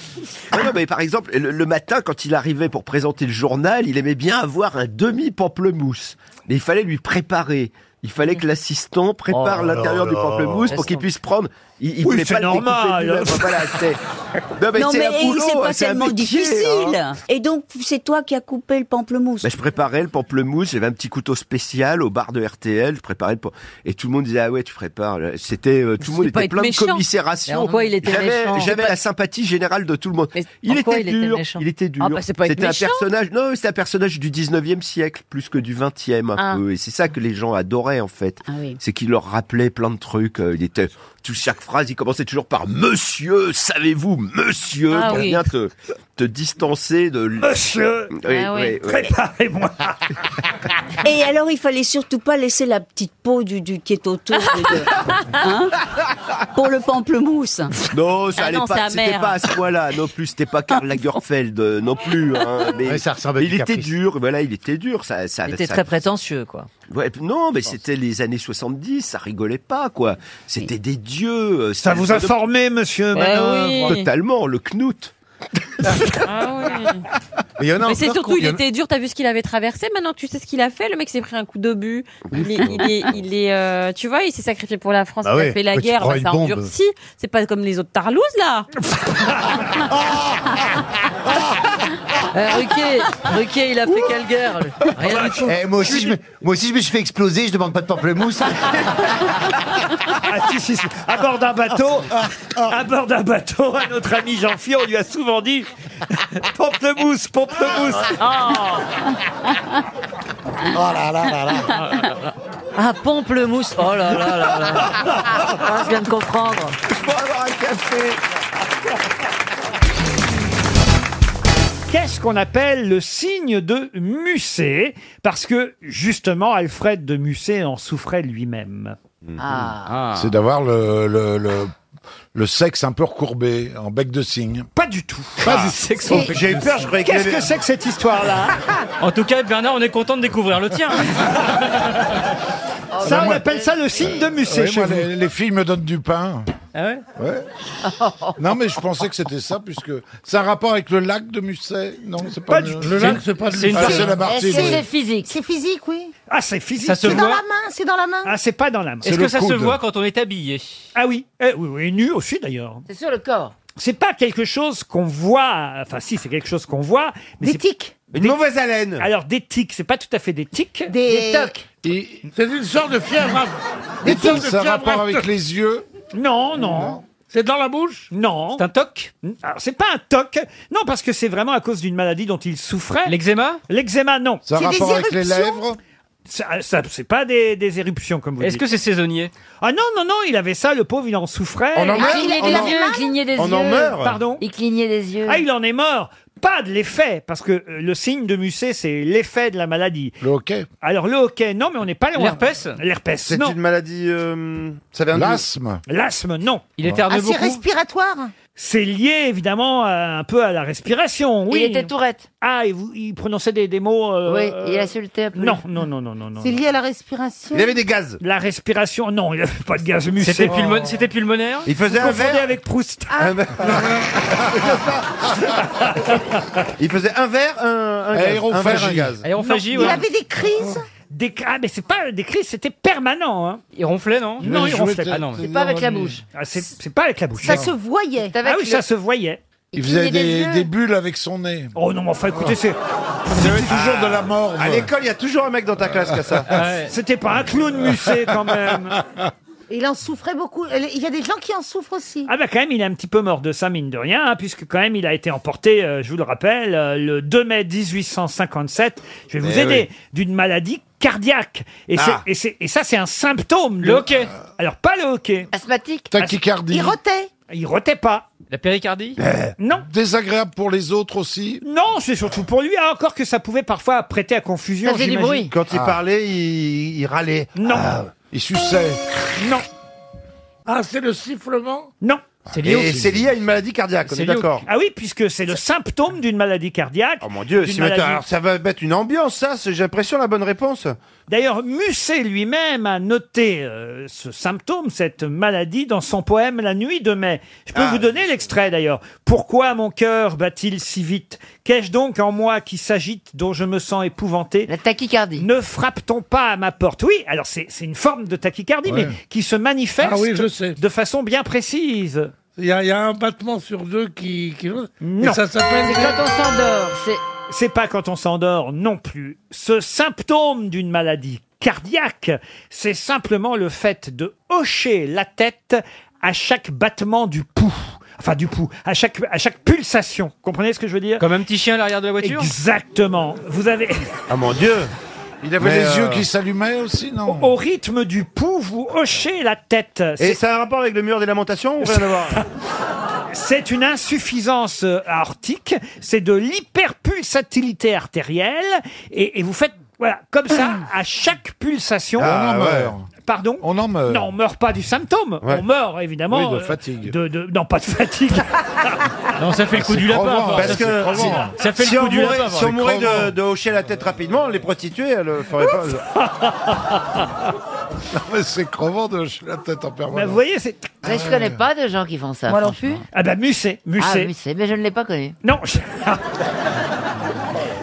Non, non, mais par exemple, le, le matin, quand il arrivait pour présenter le journal, il aimait bien avoir un demi-pamplemousse. Mais il fallait lui préparer. Il fallait que l'assistant prépare
Oh là
l'intérieur du
là.
pamplemousse pour
Laisse
qu'il
tomber.
puisse prendre. Il, il
Oui,
voulait
c'est
pas le découper
normal.
lui-même. Enfin, voilà, c'est- non, Ah, mais
non,
c'est
mais
un boulot,
c'est pas
c'est un
tellement
métier,
difficile.
hein.
Et donc, c'est toi qui as coupé le pamplemousse.
Bah, je préparais le pamplemousse, j'avais un petit couteau spécial au bar de RTL, je préparais le pam- et tout le monde disait ah ouais tu prépares. le- C'était euh, tout le monde
pas
était
être
plein
méchant.
de
Mais
commisérations.
en quoi il était
J'avais-
méchant C'est
J'avais
pas-
la sympathie générale de tout le monde.
en
Il était,
quoi il était
dur,
méchant
il était dur.
Ah bah, c'est pas être
C'était un
méchant.
personnage, non, c'était un personnage du 19e siècle plus que du 20e un
Ah.
peu et c'est ça que les gens adoraient en fait. C'est qu'il leur rappelait plein de trucs, euh, il était tout chaque phrase, il commençait toujours par monsieur, savez-vous, monsieur
Ah
pour
oui.
bien te te distancer de l-
Monsieur
Oui,
Ah oui.
oui, oui.
Préparez-moi
Et alors, il fallait surtout pas laisser la petite peau du, du qui est autour de- de- hein, pour le pamplemousse.
Non, Oh, ça
Ah
allait
non, c'est
pas, c'était
amer.
pas à ce point-là non plus, c'était pas Karl Lagerfeld euh, non plus. hein, mais il était dur, voilà, il était dur. Ça, ça,
Il était
ça-
très prétentieux, quoi.
Ouais, non, mais c'était les années 70, ça rigolait pas, quoi. C'était des dieux. euh,
Ça
c'était-
vous a formé, monsieur
Eh
Manœuvre
oui. Totalement, le knout. Mais,
Mais c'est surtout, il était dur, t'as vu ce qu'il avait traversé, maintenant tu sais ce qu'il a fait, le mec s'est pris un coup d'obus, il est, il est, il est, euh, tu vois, il s'est sacrifié pour la France,
Bah
il
ouais,
a fait la
quand tu
guerre,
prends
bah,
une
ça
bombe.
endurcit, c'est pas comme les autres tarlouses là
Euh, Ruquier, Ruquier, il a fait quelle guerre lui Rien du tout.
Eh, moi, aussi, je me, moi aussi, je me suis fait exploser, je demande pas de pamplemousse.
Ah, si, si, si. À bord d'un bateau,
Ah,
ah,
Ah. à bord d'un bateau, à notre ami jean phil on lui a souvent dit Pamplemousse, pamplemousse Ah.
Oh là là là là.
Ah, pamplemousse. Oh là là là là. Ah, je viens de comprendre.
Qu'est-ce qu'on appelle le signe de Musset Parce que, justement, Alfred de Musset en souffrait lui-même.
Ah.
Ah.
Ah.
C'est d'avoir le, le, le, le sexe un peu recourbé, en bec de cygne.
Pas du tout.
Pas du sexe en bec de cygne.
Qu'est-ce que c'est que cette histoire-là
En tout cas, Bernard, on est content de découvrir le tien. Ah,
Ça, on appelle ça le signe de Musset
Ouais,
chez
moi,
vous.
les, les filles me donnent du pain.
Ah ouais
Ouais. Non, mais je pensais que c'était ça, puisque c'est un rapport avec le lac de Musset. Non, c'est pas,
Pas du
le,
tout.
le
C'est
lac,
une-
c'est pas de
c'est une-
Musset, la
Est-ce
Martine.
que c'est
physique C'est physique, oui.
Ah, c'est physique.
c'est dans la main, c'est dans la main.
Ah, c'est pas dans la main.
Est-ce que ça se voit quand on est habillé
Ah oui, eh, oui, oui, nu aussi d'ailleurs.
C'est sur le corps.
C'est pas quelque chose qu'on voit. Enfin, si, c'est quelque chose qu'on voit. Mais des tics. Une mauvaise haleine. Alors, des tics, c'est pas tout à fait des tics.
Des- Des tocs.
C'est une sorte de fièvre.
Des Une sorte tics. de Ça a fièvre rapport after- avec
les yeux Non, non. C'est dans la bouche Non. C'est un toc Alors, c'est pas un toc. Non, parce que c'est vraiment à cause d'une maladie dont il souffrait. L'eczéma L'eczéma, non.
Ça a C'est des rapport avec les éruptions lèvres
ça, ça- c'est pas des, des éruptions comme vous
Est-ce
dites.
que c'est saisonnier
Ah non, non, non, il avait ça, le pauvre, il en souffrait.
Ah,
On en meurt
Il clignait des yeux, il clignait des
On en
yeux.
meurt Pardon
Il clignait des yeux.
Ah, il en est mort Pas de l'effet, parce que euh, le signe de Musset, c'est l'effet de la maladie. Le hockey Alors le hockey, non, mais on n'est pas loin.
L'herpès
L'herpès,
C'est
non.
une
maladie... euh, ça
vient
du- L'asthme
L'asthme, non.
Il
Ah,
éternue
c'est respiratoire
C'est lié évidemment à- un peu à la respiration, oui.
Il était tourette.
Ah, et vous, il prononçait des, des mots. euh,
oui, il insultait un peu.
Non, non, non, non, non, non.
C'est lié à la respiration
des gaz. La respiration, non, il avait pas de gaz muscé.
C'était pulmo- c'était pulmonaire
Il faisait
Vous
un
confondez
verre avec Proust.
Ah.
Il faisait un verre, un, un gaz. Un verre, un gaz.
Non, des crises des, Ah, mais c'est pas des crises, c'était permanent. Hein. Il ronflait, non Non, il
Il jouait
ronflait.
peut-être- Ah non, mais- C'est
pas avec la bouche.
Ah, c'est- c'est pas avec la bouche.
Ça
non.
se voyait.
Ah oui, ça se voyait.
Il faisait des, des bulles avec son nez.
Oh non, mais enfin, écoutez, c'est. Ah.
C'est toujours de la mort.
À l'école, il y a toujours un mec dans ta classe qui a ça.
C'était pas un clown musset quand même.
Il en souffrait beaucoup. Il y a des gens qui en souffrent aussi.
Ah bah quand même, il est un petit peu mort de ça, mine de rien, hein, puisque quand même, il a été emporté, euh, je vous le rappelle, euh, le 2 mai 1857, je vais vous
Eh
aider, d'une maladie cardiaque. Et,
Ah.
c'est- et c'est- et ça, c'est un symptôme. Le hockey Alors, pas le hockey.
Asthmatique
Tachycardie. Il
rotait Il rotait pas. La péricardie Non.
Désagréable pour les autres aussi
Non, c'est surtout pour lui, Ah, encore que ça pouvait parfois prêter à confusion. j'imagine.
Quand
Ah.
Ah.
il parlait, il, il râlait. Ah,
Non.
il suçait.
Non.
Ah, c'est le sifflement
Non.
C'est lié Et au- c'est lié à une maladie cardiaque, on
C'est
est
lié au-
d'accord.
Ah oui, puisque c'est le symptôme d'une maladie cardiaque.
Oh mon Dieu,
d'une
si maintenant-
maladie-
alors ça va mettre une ambiance, ça, c'est- j'ai l'impression la bonne réponse.
D'ailleurs, Musset lui-même a noté euh, ce symptôme, cette maladie, dans son poème La nuit de mai. Je
Ah,
peux vous donner l'extrait d'ailleurs. Pourquoi mon cœur bat-il si vite Qu'ai-je donc en moi qui s'agite, dont je me sens épouvanté La tachycardie. Ne frappe-t-on pas à ma porte Oui, alors c'est c'est une forme de tachycardie,
Ouais.
mais qui se manifeste
Ah oui, je sais.
de façon bien précise.
Il y, a- il y a un battement sur deux qui. qui...
Non.
Et ça s'appelle.
s'endort. C'est.
C'est pas quand on s'endort non plus. Ce symptôme d'une maladie cardiaque, c'est simplement le fait de hocher la tête à chaque battement du pouls. Enfin, du pouls, à chaque, à chaque pulsation. Comprenez ce que je veux dire
Comme un petit chien à l'arrière de la voiture
Exactement. Vous avez.
Ah mon Dieu
Il avait
Mais,
les
euh,
yeux qui s'allumaient aussi, non
Au rythme du pouls, vous hochez la tête.
Et
C'est-
ça a un rapport avec le mur des lamentations ou rien à voir
C'est une insuffisance euh, aortique, c'est de l'hyperpulsatilité artérielle, et, et vous faites, voilà, comme ça, à chaque pulsation.
Ah, On en ouais. meurt.
Pardon
On en meurt.
Non, on meurt pas du symptôme.
Ouais.
On meurt, évidemment.
Oui, de
euh,
fatigue.
de- de- non, pas de fatigue.
Non, ça fait le coup
Ah, C'est
du lapin.
crevant,
enfin,
parce
ça
que
fait-
si-
ça fait
si
le
on
coup du
mourait-
lapin.
Si on mourait de,
crevant.
de hocher la tête rapidement, les prostituées, elles
euh,
le feraient pas.
Non, mais c'est crevant de hocher la tête en permanence.
Bah, vous
Ah, voyez, c'est.
Mais je connais pas de gens qui font ça.
Moi non
franchement.
Ah bah Musset, Musset.
Ah, Musset, mais je ne l'ai pas connu.
Non, je-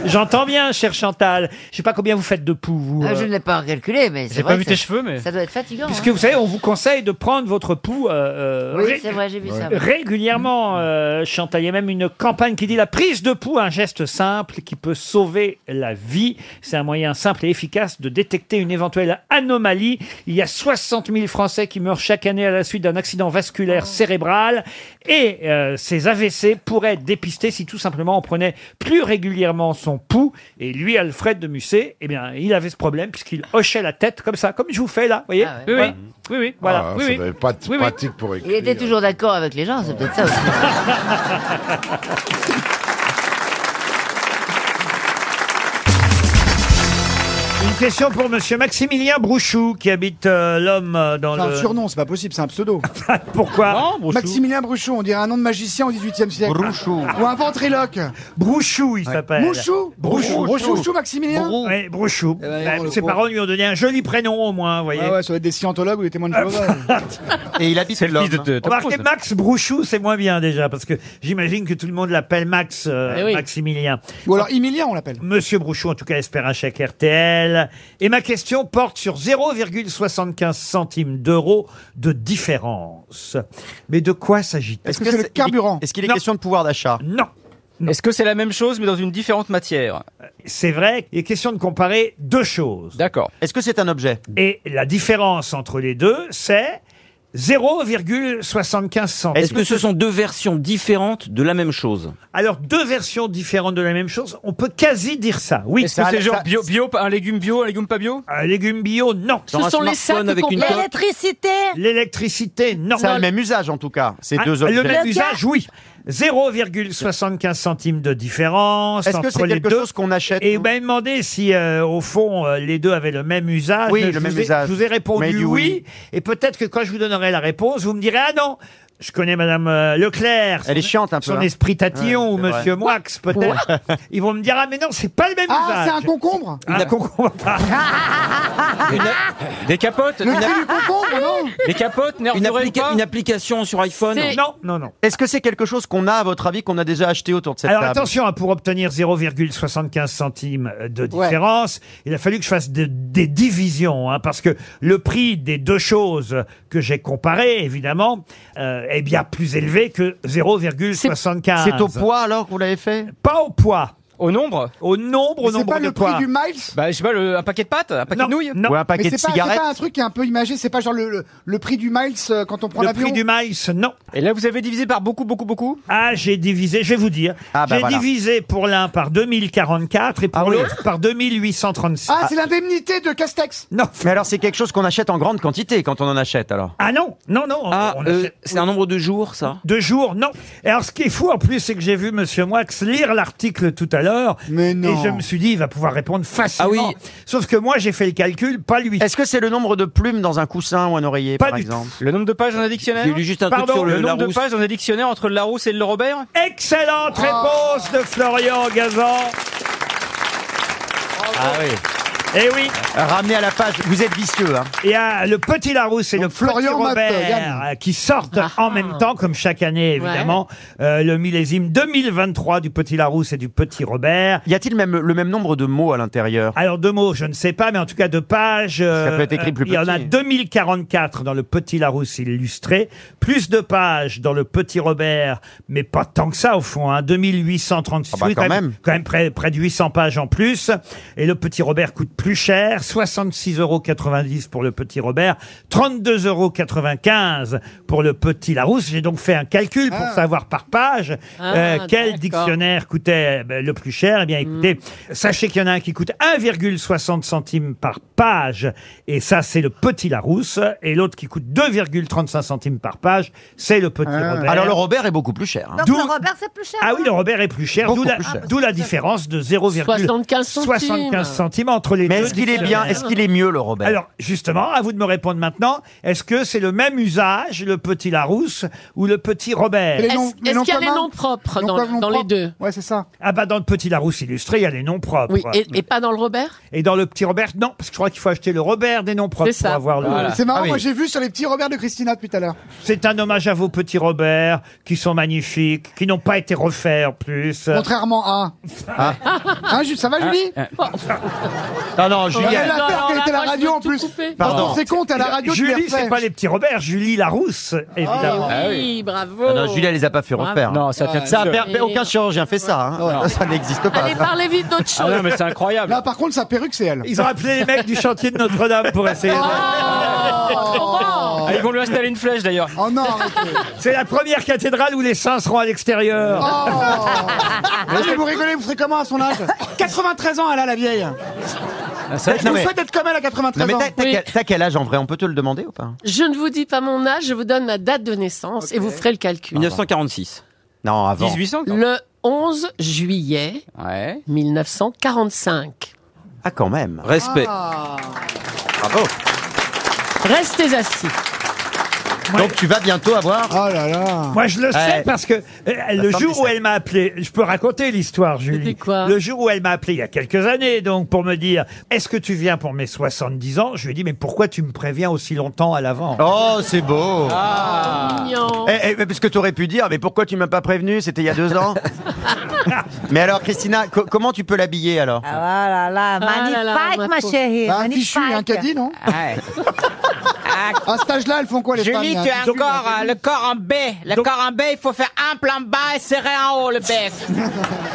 j'entends bien, cher Chantal. Je sais pas combien vous faites de poux, vous.
Ah, je
euh,
ne l'ai pas calculé, mais c'est
J'ai
vrai
pas
que
vu
ça-
tes cheveux, mais-
Ça doit être fatigant.
Puisque vous savez, on vous conseille de prendre votre pouls euh, euh,
hein. Oui,
ré-
c'est vrai, j'ai vu ça.
régulièrement, euh, Chantal. Il y a même une campagne qui dit la prise de pouls, un geste simple qui peut sauver la vie. C'est un moyen simple et efficace de détecter une éventuelle anomalie. Il y a 60 000 Français qui meurent chaque année à la suite d'un accident
Oh.
vasculaire cérébral. Et euh, ces AVC pourraient être dépistés si tout simplement on prenait plus régulièrement son pouls. Et lui, Alfred de Musset, eh bien, il avait ce problème puisqu'il hochait la tête comme ça, comme je vous fais là, vous voyez
ouais.
Voilà.
Ah Oui, oui,
voilà.
Ah,
Oui,
ça
oui.
devait pas être
Oui, oui.
pratique pour
Il
écrire.
était
euh,
toujours d'accord avec les gens, c'est peut-être ça aussi.
Une question pour monsieur Maximilien Brouchou qui habite euh, l'homme euh, dans
Ah,
C'est un
le.
surnom, c'est pas possible, c'est un pseudo.
Pourquoi
Maximilien Bruchot, on dirait un nom de magicien au XVIIIe siècle.
Bruchou.
Ou un ventriloque.
Brouchou, il s'appelle.
Brouchou Brouchou. Brouchou, Maximilien
Oui, Brouchou.
Eh ben,
Bah,
on le
ses
croit.
parents lui ont donné un joli prénom au moins, vous voyez.
Ah ouais, ça doit être des scientologues ou des
Ah,
témoins de Jéhovah.
Et il habite
l'homme. de- de- de
Remarquez,
Proust.
Max Brouchou, c'est moins bien déjà, parce que j'imagine que tout le monde l'appelle Max euh,
Eh oui.
Maximilien.
Ou alors Emilien, on l'appelle.
Monsieur Brouchou, en tout cas, espère un chèque RTL. Et ma question porte sur 0,75 centimes d'euros de différence. Mais de quoi s'agit-il
Est-ce que c'est le carburant Est-ce qu'il est question
de pouvoir d'achat Non. Euh,
Est-ce que c'est la même chose mais dans une différente matière
C'est vrai, il est question de comparer deux choses.
D'accord.
Est-ce que c'est un objet Et la différence entre les deux, c'est 0,75 centimes.
Est-ce que ce sont deux versions différentes de la même chose
Alors, deux versions différentes de la même chose, on peut quasi dire ça, oui.
Est-ce que c'est genre bio, bio, un légume bio, un légume pas bio
Un légume bio, non.
Dans un smartphone avec une coque.
L'électricité L'électricité, non.
Ça a le même
usage, en tout cas,
ces deux objets.
Le même usage, oui. 0,75 centimes de différence.
Est-ce que c'est
entre les
quelque
deux.
chose qu'on achète
Et il m'a demandé si, euh, au fond, euh, les deux avaient le même usage.
Oui, le
Je
même
vous ai-
usage.
Je vous ai
Mais
répondu
du
oui.
oui.
Et peut-être que quand je vous donnerai la réponse, vous me direz ah non. Je connais Madame euh, Leclerc.
Elle est chiante un peu,
Son
hein.
esprit
Ouais,
tatillon ou
c'est vrai.
Monsieur Moix peut-être. Ils vont me dire ah mais non c'est pas le même usage.
Ah, c'est un concombre
Un concombre.
Des capotes
Le
une
prix
app-
du concombre, non
Des capotes nerfs
Une,
du rail
applica-
pas
une application sur iPhone
C'est-
Non, non, non.
Est-ce que c'est quelque chose qu'on a, à votre avis, qu'on a déjà acheté autour de cette
Alors
table
attention, hein, pour obtenir 0,75 centimes de différence, il a fallu que je fasse de- des divisions, hein, parce que le prix des deux choses que j'ai comparées, évidemment, euh, est bien plus élevé que 0,75.
C'est au poids alors que vous l'avez fait
Pas au poids.
Au nombre
Au nombre, au
C'est
nombre
pas
de
le prix
poids.
du miles
Bah, je sais pas, le- un paquet de pâtes Un paquet
Non,
de nouilles
non. Ou un
Mais c'est pas, c'est pas un truc qui est un peu imagé, c'est pas genre le, le, le prix du miles euh, quand on prend
Le
l'avion.
prix du maïs, non.
Et là, vous avez divisé par beaucoup, beaucoup, beaucoup
Ah, j'ai divisé, je vais vous dire.
bah
j'ai
voilà. Ah
divisé pour l'un par 2044 et pour l'autre par 2836.
Ah, c'est l'indemnité de Castex
Non.
Mais alors, c'est quelque chose qu'on achète en grande quantité quand on en achète alors
Ah non, non, non.
Ah,
on
euh,
achète-
c'est un nombre de jours, ça
Deux jours, non. Et alors, ce qui est fou, en plus, c'est que j'ai vu Monsieur Moix lire l'article tout à l'heure.
Mais non.
Et je me suis dit, il va pouvoir répondre facilement.
Ah oui.
Sauf que moi, j'ai fait le calcul, pas lui.
Est-ce que c'est le nombre de plumes dans un coussin ou un oreiller
Pas
par
du tout.
exemple
Le nombre de pages dans un dictionnaire
J'ai lu juste un truc
Pardon,
sur le
nombre de
Larousse.
pages dans un dictionnaire entre le Larousse et le Robert
Oh.
Excellente réponse de Florian Gazan.
Ah oui.
Eh oui.
Ramené à la page, vous êtes vicieux. Hein.
Il y a le petit Larousse et le
Florian
petit
Matte,
Robert
Yann.
euh, qui sortent en même temps, comme chaque année évidemment, euh, le millésime 2023 du petit Larousse et du petit Robert.
Y a-t-il même le même nombre de mots à l'intérieur
Alors deux mots, je ne sais pas, mais en tout cas deux pages. euh,
peut être écrit plus
Il y en a
petit.
2044 dans le Petit Larousse illustré, plus de pages dans le Petit Robert, mais pas tant que ça au fond, hein, 2836.
Ah bah,
Oui,
quand même.
Quand même près, près de 800 pages en plus. Et le Petit Robert coûte plus cher, 66,90 euros pour le Petit Robert, 32,95 euros pour le Petit Larousse. J'ai donc fait un calcul pour savoir par page euh,
Ah,
quel
d'accord. Hmm.
dictionnaire dictionnaire coûtait ben, le plus cher, eh bien écoutez, sachez qu'il y en a un qui coûte 1,60 centimes par page, et ça c'est le Petit Larousse, et l'autre qui coûte 2,35 centimes par page, c'est le Petit Robert.
Alors le Robert est beaucoup plus cher. hein.
Donc
D'où-
le Robert, c'est plus cher.
ah oui,
hein
le Robert est plus cher,
Beaucoup
d'où la,
plus cher.
d'où la différence de 0,75
centimes.
centimes entre les
Mais
deux
est-ce qu'il est bien
dictionnaires.
Est-ce qu'il est mieux le Robert
Alors justement, à vous de me répondre maintenant, est-ce que c'est le même usage, le Petit Larousse ou le Petit Robert
Les noms- les
Est-ce
noms
qu'il y a les
communs
noms propres
Noms
dans,
communs, noms
dans les
propres.
deux
Ouais, c'est ça.
Ah bah dans le Petit Larousse illustré, il y a les noms propres.
Oui, et, et pas dans le Robert
Et dans le petit Robert, non, parce que je crois qu'il faut acheter le Robert des noms propres
C'est
pour
ça.
avoir le.
Voilà.
C'est marrant,
Ah oui.
moi j'ai vu sur les petits Robert de Christina depuis tout à l'heure.
C'est un hommage à vos petits Robert, qui sont magnifiques, qui n'ont pas été refaits en plus.
Contrairement à.
Ah.
Hein, Ju- ça va, Julie
Non, non,
On avait
Julien.
la terre qui
là,
était à
moi,
Ah,
la
je
radio
veux
en
tout
plus.
couper.
Pardon.
Quand on s'est compte à la radio, tu les
Julie, c'est
refais.
pas les petits Robert, Julie Larousse, évidemment.
Ah
Oh, oui, bravo.
Ah non, Julien les a pas fait refaire. hein.
Non, ça tient
Ça,
tout seul.
per- per- aucun chirurgien fait ça. hein. Ça n'existe pas.
Allez,
ça.
parlez vite d'autre
Ah
chose.
non, mais c'est incroyable
Là, par contre, sa perruque, c'est elle.
Ils ont appelé les mecs du chantier de Notre-Dame pour essayer. de-
Oh,
Ah, Ils vont lui installer une flèche d'ailleurs.
Oh non, arrêtez.
C'est la première cathédrale où les saints seront à l'extérieur.
Oh Mais vous rigolez, vous serez comment à son âge 93 ans, elle a la vieille.
vrai que-
Je
non,
vous
mais-
souhaite d'être comme elle à
Non,
93
mais
ans.
t'as- t'as
Oui.
quel- t'as quel âge en vrai On peut te le demander ou pas
Je ne vous dis pas mon âge, je vous donne ma date de naissance et vous ferez le calcul.
1946.
Non, avant.
1800 quoi.
Le 11 juillet
Ouais.
1945.
Ah, quand même.
Respect.
Ah.
Ah.
Bravo.
Restez assis.
Donc tu vas bientôt avoir.
Oh là là.
Moi, je le sais
Ouais.
parce que euh, le
Attends,
jour
mais
où
ça-
elle m'a appelé, je peux raconter l'histoire, Julie.
C'était quoi
le jour où elle m'a appelé il y a quelques années, donc, pour me dire, est-ce que tu viens pour mes 70 ans? Je lui ai dit, mais pourquoi tu me préviens aussi longtemps à l'avant?
Oh, c'est beau.
Ah.
Mignon.
Eh, eh, mais parce que tu aurais pu dire, mais pourquoi tu m'as pas prévenu C'était il y a deux ans. mais alors, Christina, co- comment tu peux l'habiller alors
Ah là là, magnifique,
là là, ma
ma
pauvre.
chérie.
Bah, un
magnifique. Ah,
fichu et un caddie, non À cet âge-là, elles font quoi, les femmes
Julie,
hein
tu as
Bisous,
un corps,
bisous.
euh, le corps en B. Le corps en B, il faut faire un plan bas et serrer en haut le B.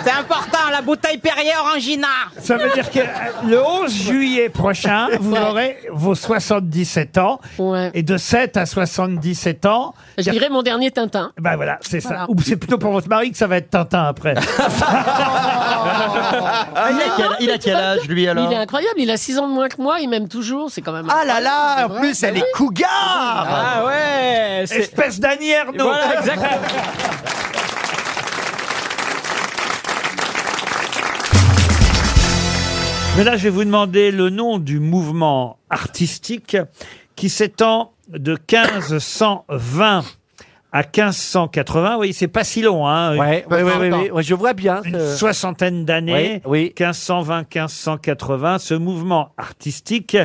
C'est important, la bouteille Perrier Orangina.
Ça veut dire que euh, le 11 juillet prochain, vous aurez vos 77 ans.
Ouais.
Et de 7 à 77 ans.
Je dirais mon dernier Tintin.
Ben voilà, c'est ça.
Voilà.
Ou c'est plutôt pour votre mari que ça va être Tintin après.
Ah, il, a quel, il a quel âge lui alors
Ah, Il est incroyable, il a 6 ans de moins que moi, il m'aime toujours, c'est quand même...
Ah là là, en plus elle est cougar
Ah ouais c'est-
Espèce d'Annie Ernaux.
Ah
Voilà, exact.
Mais là, je vais vous demander le nom du mouvement artistique qui s'étend de 1520 à 1580. Oui, c'est pas si long. Hein, Une-
Ouais, ouais, ouais, ouais, ouais, ouais, je vois bien.
Une
ce-
soixantaine d'années, 1520-1580, ce mouvement artistique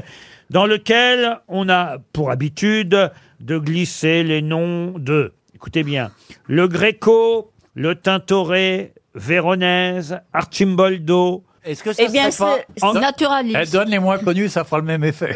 dans lequel on a pour habitude de glisser les noms de, écoutez bien, le Gréco, le Tintoret, Véronèse, Archimboldo.
Est-ce
que ça Eh bien, serait pas- c'est- c'est naturaliste.
Elle donne les moins connus, ça fera le même effet.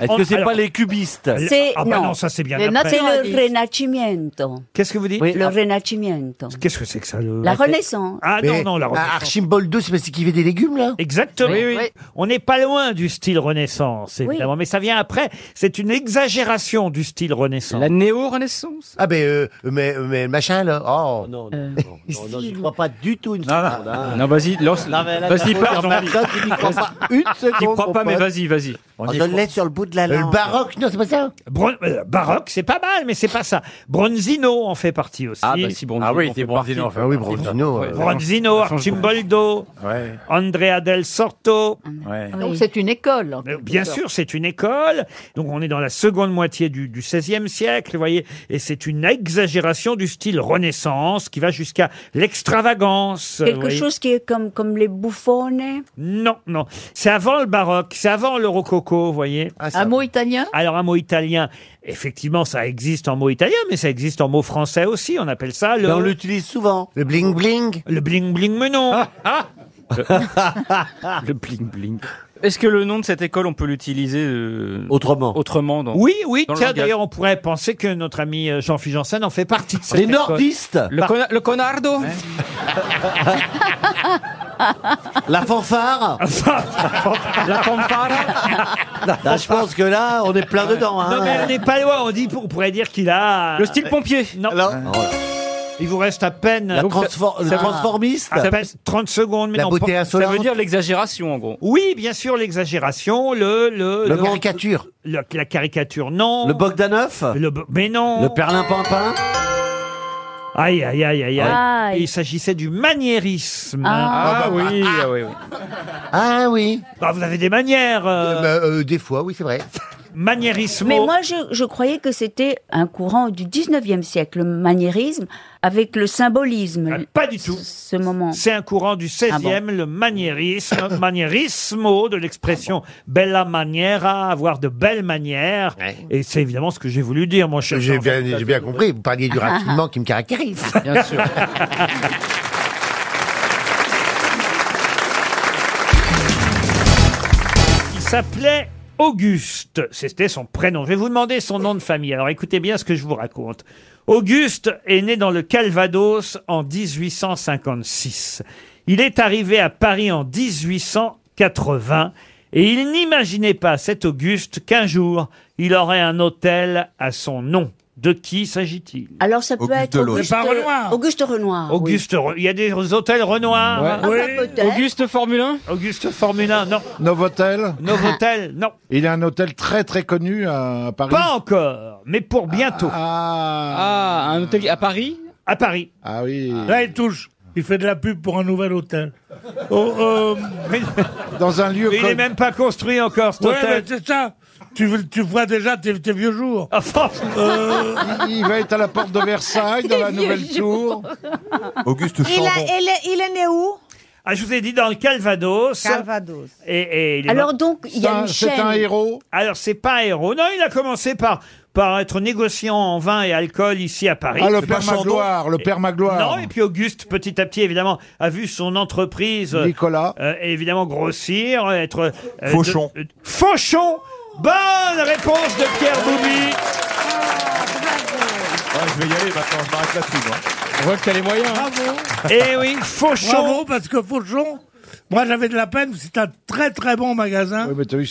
Est-ce
que c'est pas
les cubistes
C'est
Ah bah non, ça c'est bien
C'est
après.
le Renacimiento.
Qu'est-ce que vous dites
Le Renacimiento.
Qu'est-ce que c'est que ça le...
La Renaissance.
Ah non, non, la Renaissance.
Archimboldo, bah, c'est parce qu'il fait des légumes, là
Exactement.
Oui, oui.
On n'est pas loin du style Renaissance, évidemment, mais ça vient après. C'est une
Euh,
exagération du style Renaissance. La néo-Renaissance
Ah, ben, euh, mais, mais machin, là. Oh Non, non,
non,
je crois pas du tout une seconde, hein.
Non, vas-y, lance.
Non, mais là,
Vas-y,
t'as
parle,
faut
Jean-Marie.
faire ça, tu n'y crois pas une
T'y
seconde,
crois
mon
pas, mais
pote.
vas-y, vas-y.
On donne sur le bout de la
langue.
Le baroque, non, c'est pas ça
Bron- euh, baroque, c'est pas mal, mais c'est pas ça. Bronzino en fait partie aussi.
Ah, bah si, Bronzino Ah oui, en fait c'est Bronzino, partie. enfin, oui, Bronzino, euh,
Bronzino,
ça change
Archimboldo, Andrea del Sorto.
Donc c'est une école. en quelque
Bien
sorte.
sûr, c'est une école. Donc, on est dans la seconde moitié du, du XVIe siècle, vous voyez. Et c'est une exagération du style Renaissance qui va jusqu'à l'extravagance. vous
Quelque
voyez.
chose qui est comme, comme les bouffonnes.
Non, non. C'est avant le baroque, c'est avant le rococo, vous voyez.
Ah,
Un mot italien
Alors, un mot italien, effectivement, ça existe en mot italien, mais ça existe en mot français aussi. On appelle ça le.
Ben, on
l'utilise souvent. Le bling-bling Le bling-bling, mais non
Ah.
Ah.
Le bling bling. Est-ce que le nom de cette école, on peut l'utiliser euh,
autrement
Autrement dans,
Oui, oui,
dans le
tiens,
langage.
d'ailleurs, on pourrait penser que notre ami euh, Jean-Philippe Janssen en fait partie. de cette
Les
école.
nordistes Le
Par-
conna- le connardo
La fanfare
La fanfare
Là, Je pense que là, on est plein dedans. Hein.
Non, mais on n'est pas loin, on, dit, on pourrait dire qu'il a...
Le style
pompier Euh, Non. Il vous reste à peine...
La transfor- le transformiste
à peine 30 secondes. Mais
La
non,
beauté
pas-
insolente Ça veut dire
l'exagération, en gros. Oui, bien sûr, l'exagération, le... Le,
Le caricature.
le- la caricature, non.
Le Bogdanov
Le bo- Mais non
Le Perlin-Pimpin
Aïe, aïe, aïe, aïe,
Ah
aïe. Il s'agissait du maniérisme. hein.
Ah. Ah oui,
ah oui, oui.
Ah oui. Euh, bah,
Bah, vous avez des manières.
des fois, oui, c'est vrai.
Maniérisme.
Mais moi, je, je croyais que c'était un courant du 19e siècle, le maniérisme, avec le symbolisme.
Ah, pas du tout.
Ce moment.
C'est un courant du 16e, le maniérisme, maniérismo, de l'expression bella maniera, avoir de belles manières. Et c'est évidemment ce que j'ai voulu dire, mon cher.
J'ai bien,
Jean-Jacques
j'ai bien compris, vous parliez du raffinement qui me caractérise.
Bien sûr. Il s'appelait Auguste. C'était son prénom. Je vais vous demander son nom de famille. Alors écoutez bien ce que je vous raconte. Auguste est né dans le Calvados en 1856. Il est arrivé à Paris en 1880 et il n'imaginait pas, cet Auguste, qu'un jour, il aurait un hôtel à son nom. De qui s'agit-il
Alors, ça peut être Auguste, Auguste Renoir.
Auguste, Re- il y a des hôtels Renoir.
Ouais. Ah, bah, peut-être.
Auguste Formule 1 Auguste Formule 1, non. Novotel Novotel, non.
Ah. Il a un hôtel très très connu à Paris.
Pas encore, mais pour bientôt.
Ah,
un hôtel à Paris À Paris.
Ah oui.
Là, il touche. Il fait de la pub pour un nouvel hôtel. Oh,
Dans un lieu.
Mais il n'est même pas construit encore, cet
ouais,
hôtel.
mais c'est ça. Ah, Tu, veux- tu vois déjà tes, tes vieux jours. Euh,
Il, il va être à la porte de Versailles, dans la nouvelle tour.
Auguste
Il, a- il est- il est né où
Ah, je vous ai dit dans le Calvados.
Calvados.
Et, et il est
Alors
mort-
donc, il y a C'est un- une c'est chaîne. un héros
Alors, c'est pas un héros. Non, il a commencé par, par être négociant en vin et alcool ici à Paris.
Ah, le père Magloire, le père Magloire.
Non, et puis Auguste, petit à petit, évidemment, a vu son entreprise. euh,
Nicolas.
euh, évidemment, grossir, être. euh,
Fauchon.
de- euh, Fauchon Bonne réponse de Pierre Boubi
je vais y aller maintenant, je m'arrête là-dessus, moi. On voit que t'as les moyens.
Bravo.
Eh oui, Fauchon.
hein. Bravo, parce que Fauchon, moi j'avais de la peine, c'est un très très bon magasin.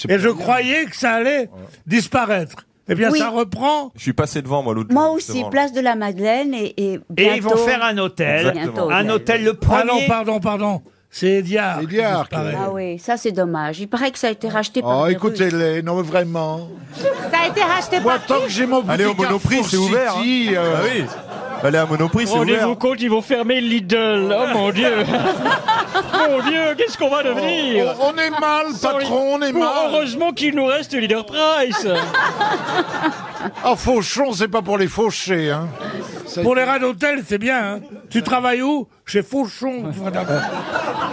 et je croyais que ça allait disparaître. Eh bien,
Oui.
ça reprend.
Je suis passé devant, moi, l'autre
Moi
jour,
aussi,
justement.
place de la Madeleine et, et
Et ils vont
bientôt-
faire un hôtel.
Bientôt,
Un
hôtel.
hôtel le premier.
Ah non, pardon, pardon. C'est Ediard. Ediard.
Ah oui, ça c'est dommage. Il paraît que ça a été racheté par.
Oh,
des Russes.
écoutez-les, non, mais vraiment.
Ça a été racheté
Moi,
par
tant que j'ai mon
Allez, au
boutique
Monoprix,
Carrefour
c'est ouvert,
City,
hein.
euh,
Bah oui.
Allez à Monoprix, c'est ouvert.
Rendez-vous compte, ils vont fermer Lidl. Oh mon dieu.
Ah
mon dieu, qu'est-ce qu'on va devenir
Oh, on- on est mal, patron, on est
Bon,
mal.
Heureusement qu'il nous reste Leader Price.
Ah, fauchon, c'est pas pour les fauchés, hein.
Pour les rats d'hôtel, c'est bien. hein. Tu travailles où Chez Fauchon. tu vois, d'accord.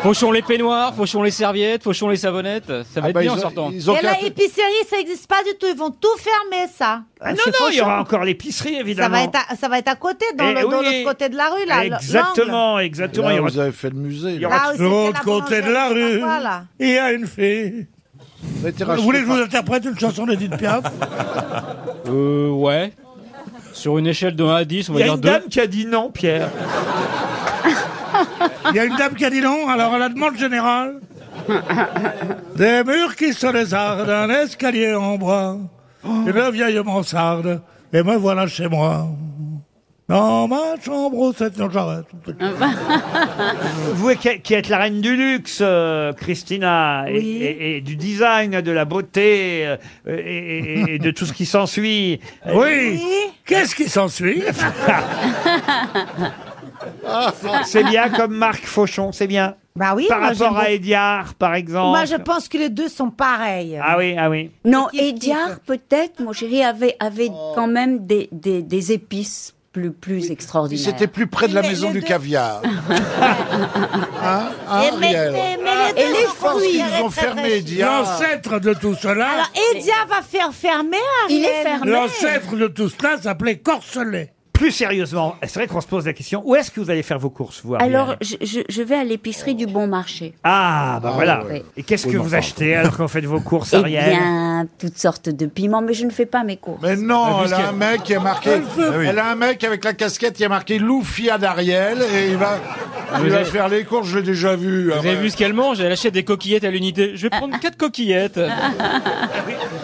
Fauchons les peignoirs, fauchons les serviettes, fauchons les savonnettes. Ça va
Ah
être
bah,
bien
ils
en
ont-
sortant.
Et la épicerie, ça n'existe pas du tout. Ils vont tout fermer, ça.
Ah, non, non, il y aura encore l'épicerie,
Ça
évidemment.
va, être à, ça va être à côté, dans
Eh
le- dans
oui.
l'autre côté de la rue, là. le-
Exactement,
l'angle.
exactement.
Là,
il y aura-
vous avez fait le musée.
il y aura-
Là où
De l'autre
Ah c'était la
côté de la
boulangerie,
rue,
voilà.
il y a une fée. Vous voulez que je vous interprète une chanson d'Edith Piaf
Euh, ouais. Sur une échelle de 1 à 10, on va
Il y a
dire
une
2.
dame
qui a dit non, Pierre.
Il y a une dame qui a dit non, alors à la demande générale. Des murs qui se lézardent, un escalier en bois, une vieille mansarde, et me voilà chez moi. Dans ma chambre, au sept- non, j'arrête.
Vous qui, qui êtes la reine du luxe, euh, Christina, et-
Oui.
et, et du design, de la beauté, euh, et, et- et de tout ce qui s'ensuit.
Oui. Qu'est-ce qui s'ensuit Ah,
C'est bien comme Marc Fauchon, c'est bien.
Bah oui,
Par
moi, j'aime
rapport à
beaucoup.
Ediard, par exemple.
Moi, je pense que les deux sont pareils.
Ah oui, ah oui.
Non, Ediard, peut-être, mon chéri, avait, avait
Oh.
quand même des, des, des épices plus, plus extraordinaires.
C'était plus près de la maison du caviar. Hein, hein,
Et mais-
Ariel
mais- mais les
Et
deux
les
sont
Français,
considérés
ils ont
très,
fermé
très
Dia.
L'ancêtre de tout cela,
Ah.
Alors, Edia va faire fermer,
Il est
Ariel.
l'ancêtre de tout cela s'appelait Corselet.
Plus sérieusement, c'est vrai qu'on se pose la question, où est-ce que vous allez faire vos courses, vous Ariel
Alors, je, je, je vais à l'épicerie du bon marché.
Ah, bah
Ah,
voilà.
ouais.
Et qu'est-ce
Oui,
que
mais
vous
enfin.
achetez alors qu'on fait de vos courses,
Eh
Ariel
bien, toutes sortes de piments, mais je ne fais pas mes courses.
Mais non, elle
Puisque-
a un mec qui a marqué.
Ah oui.
Elle a un mec avec la casquette qui a marqué Loufia d'Ariel et il va, il
Vous
va
avez-
faire les courses. Je l'ai déjà vu.
Vous avez vu ce qu'elle mange Elle achète des coquillettes à l'unité. Je vais prendre 4 coquillettes.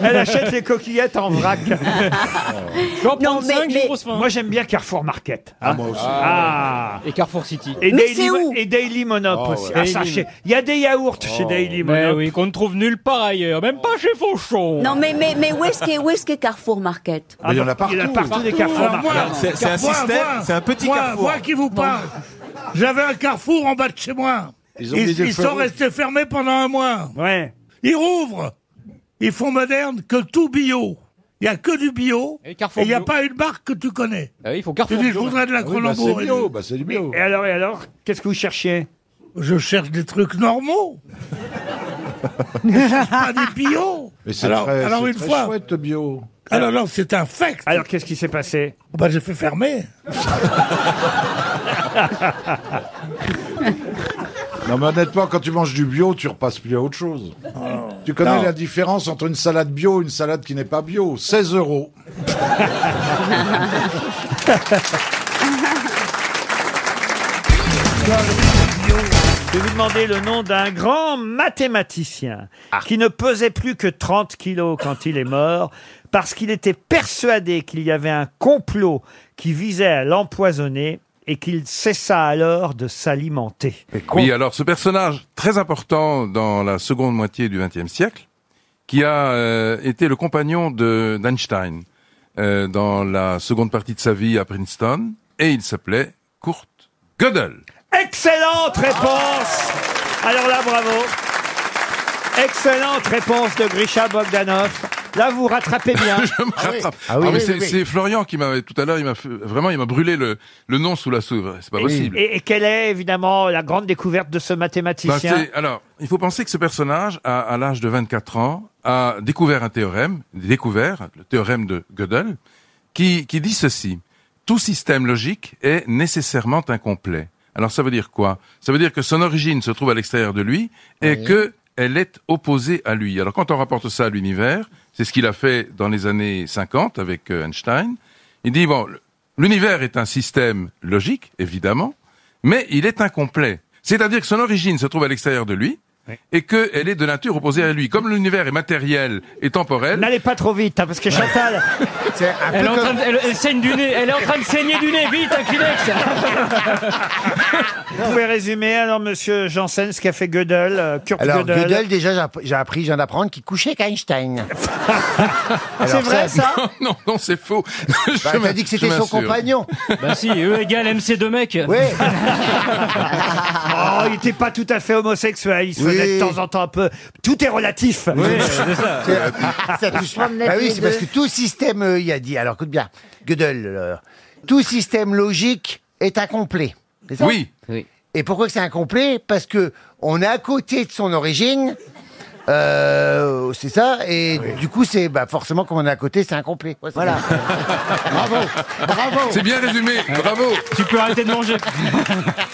Elle achète les coquillettes en vrac.
Oh. J'en prends 5, j'ai grosse faim.
Moi, j'aime bien Carrefour Market. hein.
moi aussi.
Ah.
Et Carrefour City.
Et Daily, Mo- et Daily Monop
Oh,
aussi.
ouais.
Ah, ça,
Daily
chez-
Mo-
Il y a des yaourts chez Daily
Mais
Monop.
oui, qu'on ne trouve nulle part ailleurs, même pas chez Fauchon.
Non, mais, mais, mais où est-ce qu'est où est-ce qu'est Carrefour Market
Ah, bah, Il y en a partout des Carrefour
Alors, moi,
Market.
moi, moi, moi, Moi qui vous parle, j'avais un carrefour en bas de chez moi.
Ils
Ils,
ont mis des
ils
feux
sont
rouges.
restés fermés pendant un mois.
Ouais.
Ils rouvrent. Ils font moderne que tout bio. Il n'y a que du bio. Et
Carrefour
il n'y a
bio.
pas une marque que tu connais.
Ah oui, il faut
Tu
Carrefour.
dis, je
bio.
voudrais de la Cronenbourg.
c'est bio, Ah bah, c'est du bio.
Et alors, et alors, qu'est-ce que vous cherchiez
Je cherche des trucs normaux. je cherche pas des bio.
Mais c'est
alors,
très,
alors
c'est
une
très
fois.
chouette bio.
Ah
Alors non, c'est un fact.
Alors, qu'est-ce qui s'est passé
Oh,
Bah, j'ai fait fermer.
Non mais honnêtement, quand tu manges du bio, tu repasses plus à autre chose. Tu connais
Non.
la différence entre une salade bio et une salade qui n'est pas bio 16 euros.
Je vais vous demander le nom d'un grand mathématicien
Ah.
qui ne pesait plus que 30 kilos quand il est mort parce qu'il était persuadé qu'il y avait un complot qui visait à l'empoisonner et qu'il cessa alors de s'alimenter.
Oui, alors ce personnage très important dans la seconde moitié du XXe siècle, qui a euh, été le compagnon de d'Einstein euh, dans la seconde partie de sa vie à Princeton, et il s'appelait Kurt Gödel.
Excellente réponse Alors là, bravo Excellente réponse de Grisha Bogdanov. Là, vous rattrapez bien.
Rattrape. Eh Ah mais c'est c'est Florian qui m'avait tout à l'heure, il m'a fait- vraiment il m'a brûlé le, le nom sous la souve. C'est pas possible.
Et, et quelle est évidemment la grande découverte de ce mathématicien
Ben, c'est- alors, il faut penser que ce personnage, à, à l'âge de 24 ans, a découvert un théorème, découvert le théorème de Gödel, qui, qui dit ceci. Tout système logique est nécessairement incomplet. Alors ça veut dire quoi Ça veut dire que son origine se trouve à l'extérieur de lui et que elle est opposée à lui. Alors quand on rapporte ça à l'univers, c'est ce qu'il a fait dans les années 50 avec euh, Einstein, il dit, bon, l'univers est un système logique, évidemment, mais il est incomplet. C'est-à-dire que son origine se trouve à l'extérieur de lui, et qu'elle est de nature opposée à lui. Comme l'univers est matériel et temporel.
N'allez pas trop vite, hein, parce que Chantal.
C'est
Elle est, en train de, elle, elle saigne du nez, elle est en train de saigner du nez, vite, un Kleenex
Vous pouvez résumer alors, monsieur Janssen, ce qu'a fait Gödel, euh, Kurt
Alors,
Gödel.
Gödel, déjà, j'ai app- j'ai appris, je viens d'apprendre qu'il couchait avec Einstein.
C'est vrai, ça
Non, non, non, c'est faux.
Bah, t'as dit que c'était son compagnon.
Bah si, E égale MC deux mecs.
Oui.
Ah.
Oh, il n'était pas tout à fait homosexuel, il se faisait de temps en temps un peu. Tout est relatif. Oui,
c'est ça.
Ça touche pas
Bah oui, c'est parce que tout système, euh, il a dit, alors écoute bien, Gödel, euh, tout système logique est incomplet. c'est ça
Oui.
Et pourquoi que c'est incomplet Parce que on est à côté de son origine. euh, c'est ça, et du coup, c'est bah, forcément comme on est à côté, c'est incomplet. Voilà. bravo, bravo.
C'est bien résumé, bravo.
Tu peux arrêter de manger.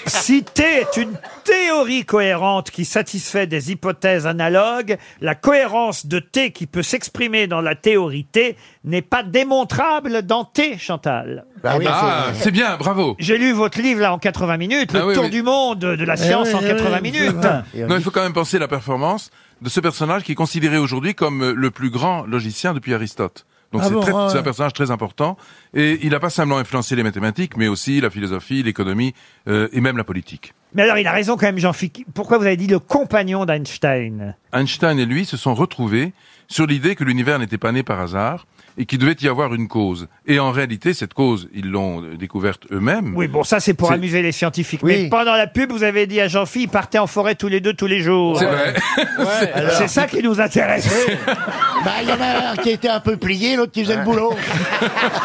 Si T est une théorie cohérente qui satisfait des hypothèses analogues, la cohérence de T qui peut s'exprimer dans la théorie T n'est pas démontrable dans T, Chantal.
ah, c'est bien, bravo.
J'ai lu votre livre là en 80 minutes, le
Ah oui,
tour
oui.
du monde de la science
Eh
en 80 minutes.
Non, il faut quand même penser à la performance de ce personnage qui est considéré aujourd'hui comme euh, le plus grand logicien depuis Aristote. Donc
Ah
c'est
bon,
très-
ah ouais.
c'est un personnage très important et il a pas simplement influencé les mathématiques, mais aussi la philosophie, l'économie euh, et même la politique.
Mais alors il a raison quand même, Jean-Philippe. Pourquoi vous avez dit le compagnon d'Einstein
Einstein et lui se sont retrouvés sur l'idée que l'univers n'était pas né par hasard et qu'il devait y avoir une cause. Et en réalité, cette cause, ils l'ont euh, découverte eux-mêmes.
Oui, bon, ça c'est pour
C'est-
amuser les scientifiques.
Oui.
Mais pendant la pub, vous avez dit à Jean-Philippe, partez en forêt tous les deux, tous les jours.
C'est vrai.
C'est ça qui nous intéresse.
Bah, il y en a un qui était un peu plié, l'autre qui faisait le boulot.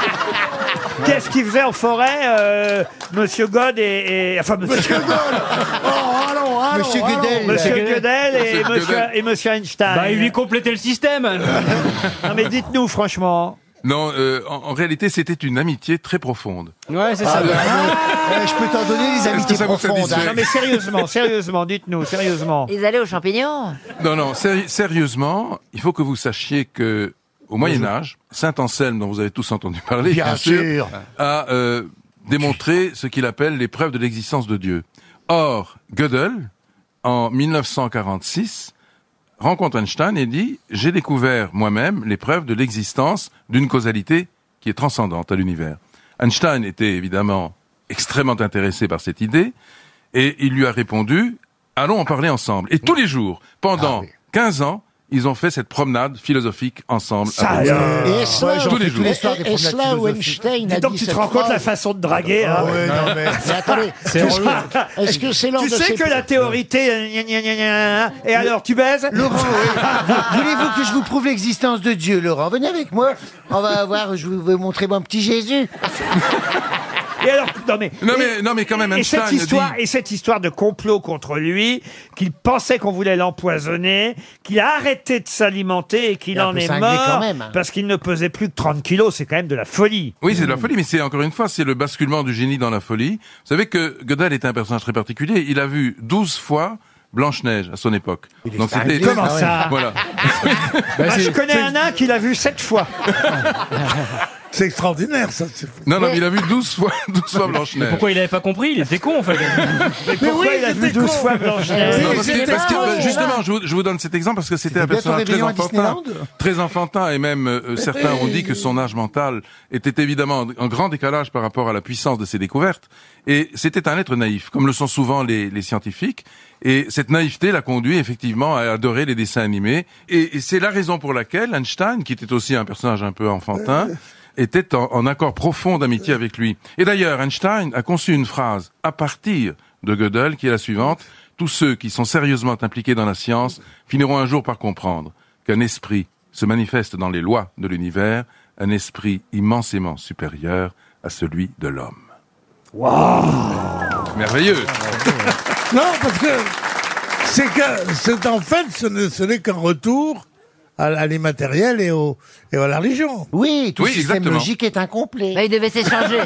Qu'est-ce qu'il faisait en forêt, euh, Monsieur God et, et- enfin Monsieur God,
Oh, allons, allons,
Monsieur
allons.
Gödel, Monsieur
Monsieur
Gödel et
Gödel.
Monsieur et Monsieur Einstein.
Bah, il lui complétait le système.
Non mais dites-nous franchement.
Non, euh, en, en réalité, c'était une amitié très profonde.
Ouais, c'est
ça.
je peux t'en donner
Est-ce
des
que
amitiés
ça vous fait
profondes.
bizarre
Non mais sérieusement, sérieusement,
Oh,
dites-nous sérieusement.
Ils allaient aux champignons.
Non, non, séri- sérieusement, il faut que vous sachiez que au Moyen Âge, Saint Anselme, dont vous avez tous entendu parler,
Bien sûr.
a euh, démontré ce qu'il appelle les preuves de l'existence de Dieu. Or, Gödel, en 1946, rencontre Einstein et dit « J'ai découvert moi-même les preuves de l'existence d'une causalité qui est transcendante à l'univers. » Einstein était évidemment extrêmement intéressé par cette idée et il lui a répondu « Allons en parler ensemble. » Et tous les jours, pendant 15 ans, ils ont fait cette promenade philosophique ensemble. Ah à Bruxelles.
Et est-ce là,
tous les jours.
et- est-ce là où Einstein a
Dis donc,
dit
tu te
cette
rends compte
phrase
la façon de draguer. hein.
ouais, non, mais- mais attendez,
C'est
est-ce-
relou.
est-ce que c'est l'heure
Tu
de
sais
ces-
que la théorie T, gna, gna, gna, gna, gna, et alors tu baises
Laurent, oui. Vous- voulez-vous que je vous prouve l'existence de Dieu, Laurent Venez avec moi. On va voir, je vous- vais vous montrer mon petit Jésus.
Et alors, non mais,
Non, mais- non, mais quand même,
et
Einstein
cette histoire,
dit-
et cette histoire de complot contre lui, qu'il pensait qu'on voulait l'empoisonner, qu'il a arrêté de s'alimenter et
Il
qu'il
est un
en
peu
est
cinglé
mort
quand
hein.
même.
parce qu'il ne pesait plus que 30 kilos, c'est quand même de la folie.
Oui, c'est de la folie, mais c'est encore une fois, c'est le basculement du génie dans la folie. Vous savez que Godel était un personnage très particulier. Il a vu 12 fois Blanche-Neige à son époque. Donc
cinglé, Comment ah ouais. ça
Voilà.
Bah, je connais un nain qui l'a vu sept fois.
C'est extraordinaire, ça. c'est-
Non, non, mais il a vu 12 fois, 12 fois Blanche-Neige.
Pourquoi il avait pas compris Il était con, en fait.
Mais pourquoi il a vu 12 fois Blanche-Neige
Non, parce que-
c'est
parce que-
pas,
bah,
c'est
justement, je vous, je vous donne cet exemple parce que c'était un
bien ton
personnage très
réveillon à
enfantin,
Disneyland
très enfantin, et même euh, certains ont dit que son âge mental était évidemment en grand décalage par rapport à la puissance de ses découvertes. Et c'était un être naïf, comme le sont souvent les, les scientifiques. Et cette naïveté l'a conduit effectivement à adorer les dessins animés. Et, et c'est la raison pour laquelle Einstein, qui était aussi un personnage un peu enfantin, était en, en accord profond d'amitié avec lui. Et d'ailleurs, Einstein a conçu une phrase à partir de Gödel qui est la suivante. Tous ceux qui sont sérieusement impliqués dans la science finiront un jour par comprendre qu'un esprit se manifeste dans les lois de l'univers, un esprit immensément supérieur à celui de l'homme. Merveilleux
Non, parce que c'est que c'est en fait, ce ne- ce n'est qu'un retour à, à l'immatériel et, au, et à la religion.
Oui,
tout
Oui,
système
exactement.
logique
est incomplet.
Bah, il devait s'échanger.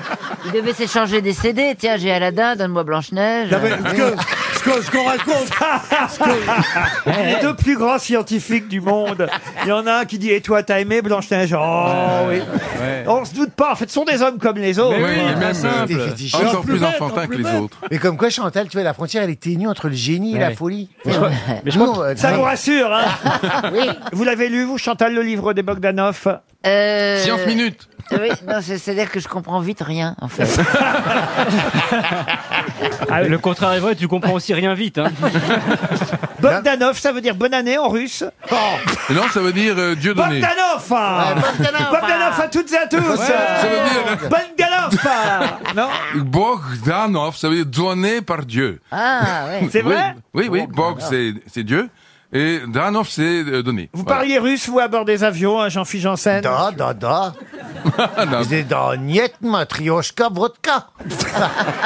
Il devait s'échanger des CD. Tiens, j'ai Aladdin, donne-moi Blanche-Neige.
Non, mais ce que-
Ce que ce qu'on raconte. ce que- Les deux plus grands scientifiques du monde. Il y en a un qui dit Et toi, t'as aimé Blanche-Neige Oh oui. On se doute pas. En fait, ce sont des hommes comme les autres.
Mais oui,
Ouais,
même,
c'est
euh,
des
encore
fétichistes.
plus Encore plus bête, enfantin encore que plus les bête. autres.
Mais comme quoi, Chantal, tu vois, la frontière, elle est ténue entre le génie et
Ouais,
la
ouais.
folie.
Mais je crois- mais je crois
euh,
Ça
non.
vous rassure, hein Vous l'avez lu, vous, Chantal, le livre des Bogdanov
Euh,
Science minute.
Oui, non, c'est- c'est-à-dire que je comprends vite rien, en fait.
Ah, Le contraire est vrai, tu comprends aussi rien vite. Hein.
Bogdanov, ça veut dire bonne année en russe.
Oh, Non, ça veut dire euh, Dieu donné.
Bogdanov hein.
Bogdanov,
Bogdanov à toutes et à tous
ça veut dire- euh,
Bogdanov hein. Non
Bogdanov, ça veut dire donné par Dieu.
Ah, ouais.
C'est vrai
Oui, oui, oui, Bog, c'est c'est Dieu. Et Danov, c'est euh, donné.
Vous parliez russe, vous, à bord des avions, hein, Jean-Philippe Janssen
Da, da, da. C'est dans Niet, Matryoshka, Vodka.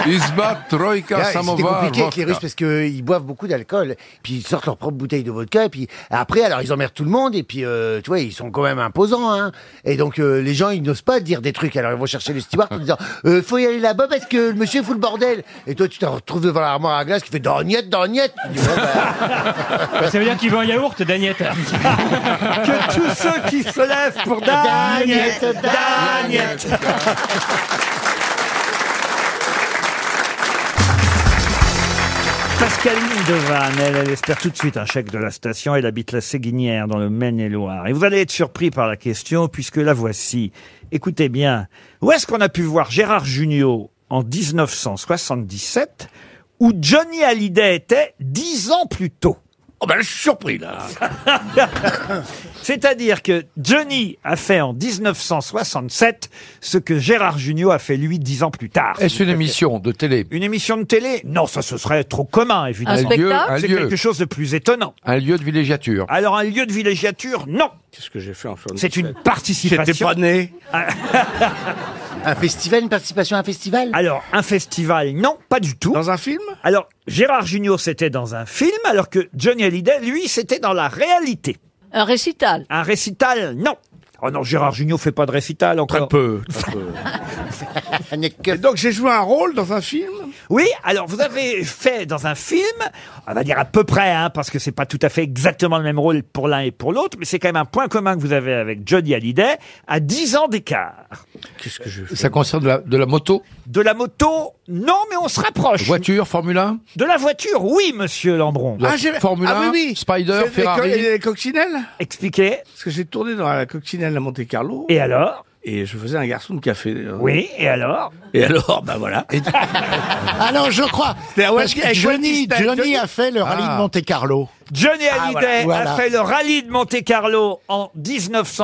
Isba, Troika,
Là, C'était
Samovar,
compliqué avec
Vodka.
les Russes parce qu'ils boivent beaucoup d'alcool, puis ils sortent leur propre bouteille de vodka, et puis après, alors ils emmerdent tout le monde, et puis euh, tu vois, ils sont quand même imposants, hein. Et donc euh, les gens, ils n'osent pas dire des trucs, alors ils vont chercher le steward en disant euh, Faut y aller là-bas parce que le monsieur fout le bordel. Et toi, tu te retrouves devant l'armoire à glace qui fait Dorgnette, Dorgnette. Tu dis, Bon, bah,
Ça veut dire qu'il veut un yaourt, Daniette.
que tous ceux qui se lèvent pour Daniette, Daniette. Pascaline Devanne, elle, elle espère tout de suite un chèque de la station. Elle habite la Séguinière, dans le Maine-et-Loire. Et vous allez être surpris par la question, puisque la voici. Écoutez bien, où est-ce qu'on a pu voir Gérard Jugnot en 1977, où Johnny Hallyday était dix ans plus tôt Oh ben, je suis surpris, là C'est-à-dire que Johnny a fait en 1967 ce que Gérard Jugnot a fait, lui, dix ans plus tard.
Est-ce une émission de télé
Une émission de télé Non, ça ce serait trop commun, évidemment.
Un spectacle
C'est
Un lieu.
quelque chose de plus étonnant.
Un lieu de villégiature
Alors un lieu de villégiature, non.
Qu'est-ce que j'ai fait en
C'est une participation. Ah.
J'étais pas
né.
un festival, une participation à un festival
Alors un festival, non, pas du tout. Dans un film Alors Gérard Junior c'était dans un film, alors que Johnny Hallyday, lui, c'était dans la réalité.
Un récital.
Un récital, non. Oh non, Gérard Junior fait pas de récital encore. Très peu.
donc j'ai joué un rôle dans un film
Oui, alors vous avez fait dans un film, on va dire à peu près, hein, parce que c'est pas tout à fait exactement le même rôle pour l'un et pour l'autre, mais c'est quand même un point commun que vous avez avec Johnny Hallyday, à 10 ans d'écart. Qu'est-ce que je
Ça concerne de la, de la moto
De la moto, non, mais on se rapproche.
Voiture, Formule Ah, 1
De la voiture, oui, monsieur Lambron.
La Formule 1, Spider, Ferrari.
les coccinelles
Expliquez.
Parce que j'ai tourné dans la coccinelle à Monte Carlo.
Et alors
Et je faisais un garçon de café. euh.
Oui, et alors
Et alors, ben voilà.
Ah non, je crois.
C'est à
Parce
West-
que
avec
Johnny,
West-
Johnny a fait le rallye
Ah.
de Monte Carlo.
Johnny Hallyday
Ah, voilà.
a fait le rallye de Monte Carlo en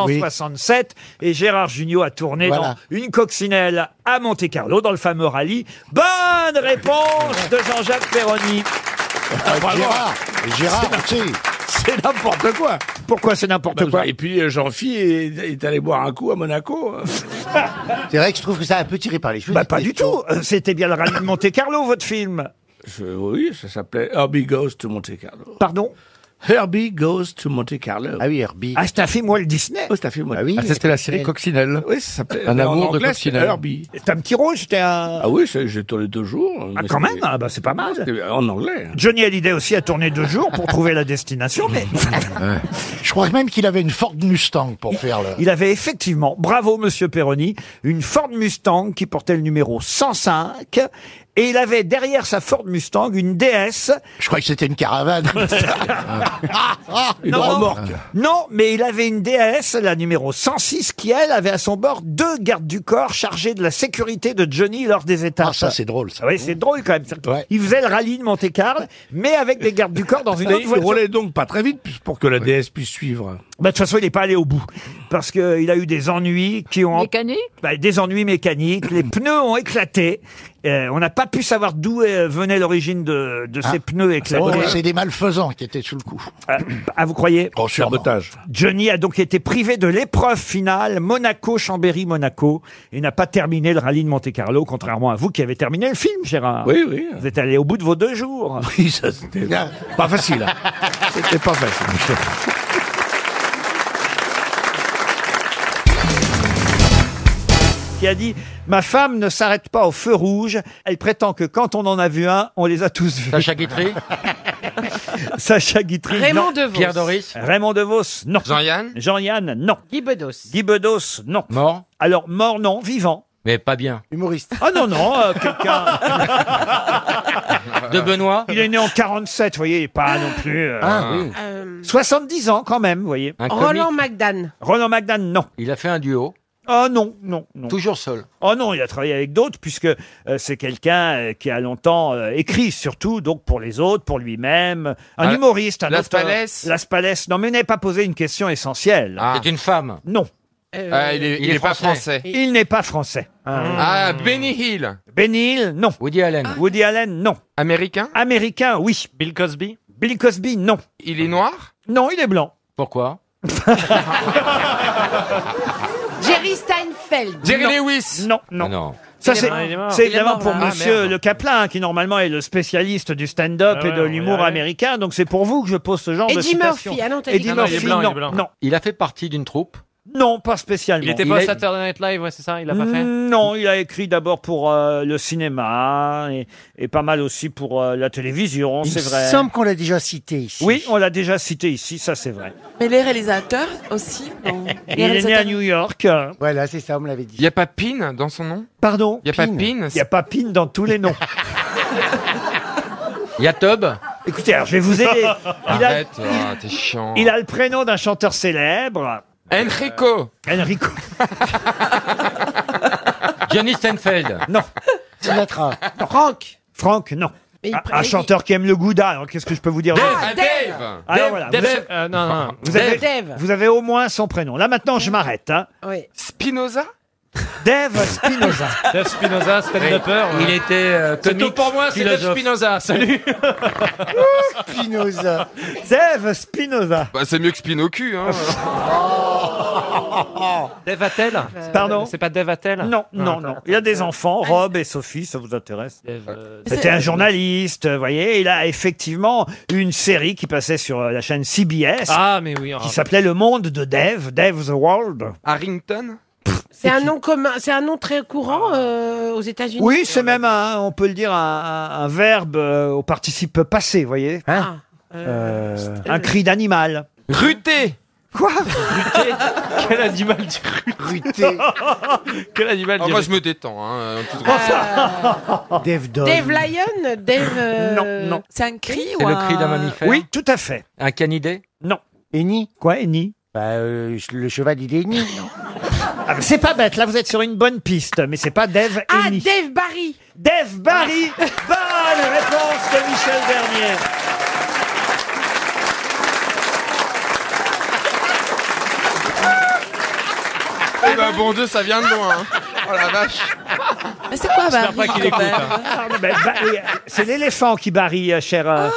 1967 et Gérard Jugnot a tourné
Voilà.
dans une coccinelle à Monte Carlo dans le fameux rallye. Bonne réponse de Jean-Jacques Perroni.
Gérard, Gérard
c'est c'est n'importe quoi. Pourquoi c'est n'importe
Ben, Et puis euh, Jean-Phi est, est allé boire un coup à Monaco. hein.
C'est vrai que je trouve que ça a un peu tiré par les cheveux.
Bah, pas du tout. Euh, C'était bien le rallye de Monte Carlo, votre film.
Je- oui, ça s'appelait Herbie Goes to Monte Carlo.
Pardon
Herbie Goes to Monte Carlo.
Ah oui, Herbie.
Ah, c'est un film Walt Disney.
Oh, c'est un film Walt
Ah, c'était la série Coccinelle.
Oui, ça
Euh,
s'appelait.
Un
mais en
amour de
anglais,
Coccinelle.
c'est Herbie.
C'était un petit rôle, c'était un.
Ah oui, c'est- j'ai tourné deux jours.
Ah,
mais
quand
c'était-
même, ah, bah, c'est pas mal.
c'était En anglais.
Johnny Hallyday aussi a tourné deux jours pour trouver la destination, mais
Je crois même qu'il avait une Ford Mustang pour faire le.
il avait effectivement, bravo Monsieur Perroni, une Ford Mustang qui portait le numéro 105 et il avait derrière sa Ford Mustang une DS.
Je crois que c'était une caravane.
Une remorque. Non, mais il avait une DS, la numéro 106, qui elle avait à son bord deux gardes du corps chargés de la sécurité de Johnny lors des étapes. Ah,
ça, c'est drôle, ça.
Oui, c'est drôle quand même. Il faisait le rallye de Monte Carlo, mais avec des gardes du corps dans une
Mais
autre
il
voiture.
roulait donc pas très vite puis- pour que la DS puisse suivre.
Bah, de toute façon, il n'est pas allé au bout. Parce qu'il a eu des ennuis qui ont.
Mécaniques
Bah, Des ennuis mécaniques. Les pneus ont éclaté. Euh, on n'a pas pu savoir d'où euh, venait l'origine de, de ces pneus
Ah. C'est drôle,
éclatés.
c'est des malfaisants qui étaient sous le coup.
Ah, ah, vous croyez
Sabotage.
Johnny a donc été privé de l'épreuve finale Monaco-Chambéry-Monaco et n'a pas terminé le rallye de Monte-Carlo, contrairement à vous qui avez terminé le film, Gérard.
Oui, oui.
Vous êtes allé au bout de vos deux jours.
Oui, ça c'était pas facile. hein. C'était pas facile.
Question qui a dit Ma femme ne s'arrête pas au feu rouge. Elle prétend que quand on en a vu un, on les a tous vus. Sacha Guitry Sacha Guitry.
Raymond
non.
Devos. Pierre Doris
Raymond Devos, non. Jean-Yann Jean-Yann, non. Guy Bedos. Guy Bedos, non. Mort Alors, mort, non. Vivant.
Mais pas bien.
Humoriste. Ah non, non, euh, quelqu'un.
De Benoît
Il est né en 47, vous voyez, il est pas non plus. euh,
Ah, oui.
70 ans quand même, vous voyez.
Roland
McDan. Roland McDan, non.
Il a fait un duo.
Oh non, non, non.
Toujours seul.
Oh non, il a travaillé avec d'autres puisque euh, c'est quelqu'un euh, qui a longtemps euh, écrit surtout donc pour les autres, pour lui-même, un
Ah,
humoriste, un
Las
auteur.
Palais
Las Palais. Non mais il n'avez pas posé une question essentielle.
C'est une femme.
Non.
Eh
Euh,
Ah, il est- il est pas français.
Il n'est pas français.
Ah, Benny Hill.
Benny Hill, non. Ah.
Woody Allen.
Woody Allen, non.
Américain
Américain, oui.
Bill Cosby
Bill Cosby, non.
Il est noir
Non, il est blanc.
Pourquoi
Jerry Steinfeld.
Non. Non,
Non.
non. Ça,
Il est
c'est
mort. Il est mort.
c'est
Il est
évidemment
mort,
pour
là. Ah,
monsieur
merde.
Le Caplin, qui normalement est le spécialiste du stand-up
Ah
et
ouais,
de
on va y
l'humour
arriver.
américain. Donc c'est pour vous que je pose ce genre de
Eddie
citation.
Murphy. Ah non, t'as dit
Eddie
non, non, il est
Murphy,
blanc, il est
non,
blanc.
non.
Il a fait partie d'une troupe
Non, pas spécialement.
Il était pas Il a- à
Saturday
Night Live, ouais, c'est ça, il
Euh,
Non, il a écrit d'abord pour euh, le cinéma et, et pas mal aussi pour euh, la télévision,
Il
c'est vrai.
me semble qu'on l'a déjà cité ici.
Oui, on l'a déjà cité ici, ça c'est vrai.
Mais les réalisateurs aussi. non.
Il est né à New York.
Voilà, c'est ça, on me l'avait dit.
Il n'y a pas Pin dans son nom
Pardon
Il n'y a pas Pin
Il n'y a pas Pin dans tous les noms.
Il y a Tub
Écoutez, alors je vais vous aider. Il a-
Arrête, ah, t'es chiant.
Il a le prénom d'un chanteur célèbre. Euh,
Enrico
Enrico.
Johnny Steinfeld
Non.
Sinatra.
Franck. Franck, non.
Mais il
Un-
pr-
un
il-
chanteur qui aime le gouda. Alors qu'est-ce que je peux vous dire d'autre
Ah, Dave
Alors voilà, vous euh, avez-
non, non.
Vous avez, vous avez au moins son prénom. Là maintenant, je m'arrête. hein.
Spinoza
Dave Spinoza.
Dave Spinoza,
stand-upper,
Il
ouais.
était euh,
C'est
comique,
tout pour moi, c'est Dave
philosophe.
Spinoza, salut.
Spinoza.
Dave Spinoza.
Bah, c'est mieux que Spino cul, hein.
Dave Attell
Pardon
Euh, C'est pas Dave Attell
Non, non, non. Il y a des enfants,
Ah,
Rob et Sophie, ça vous intéresse
euh,
C'était un journaliste, vous voyez. Il a effectivement eu une série qui passait sur euh, la chaîne CBS.
Ah, mais oui,
Qui s'appelait Le Monde de Dave, Dave the World.
Harrington
C'est un nom commun, c'est un nom très courant
Ah.
euh, aux États-Unis.
Oui, c'est même un, on peut le dire, un, un- un verbe euh, au participe passé, vous voyez
Hein
Hein
Ah, euh,
Euh, Un cri d'animal.
Ruté
Quoi
Quel animal du
Ruté
Quel animal
Ah, moi, je me détends, hein. un petit truc.
Dave
Dave Lyon, Dave.
Non, non.
euh, C'est un cri
C'est
ou
le
un-
cri d'un mammifère
Oui, tout à fait.
Un canidé
Non.
Eni
Quoi, Eni
bah, euh, ch- Le cheval, il est Eni.
Ah, mais c'est pas bête, là vous êtes sur une bonne piste, mais c'est pas Dave
Ah,
Eni.
Dave Barry.
Dave Barry Bonne réponse de Michel Bernier
Eh ben, bon Dieu, ça vient de loin. hein. Oh la vache.
Mais c'est quoi, Ben,
J'espère
Barry
pas qu'il
quand
écoute, hein.
même
Ah, mais bah, euh, C'est l'éléphant qui barille, euh, cher. euh.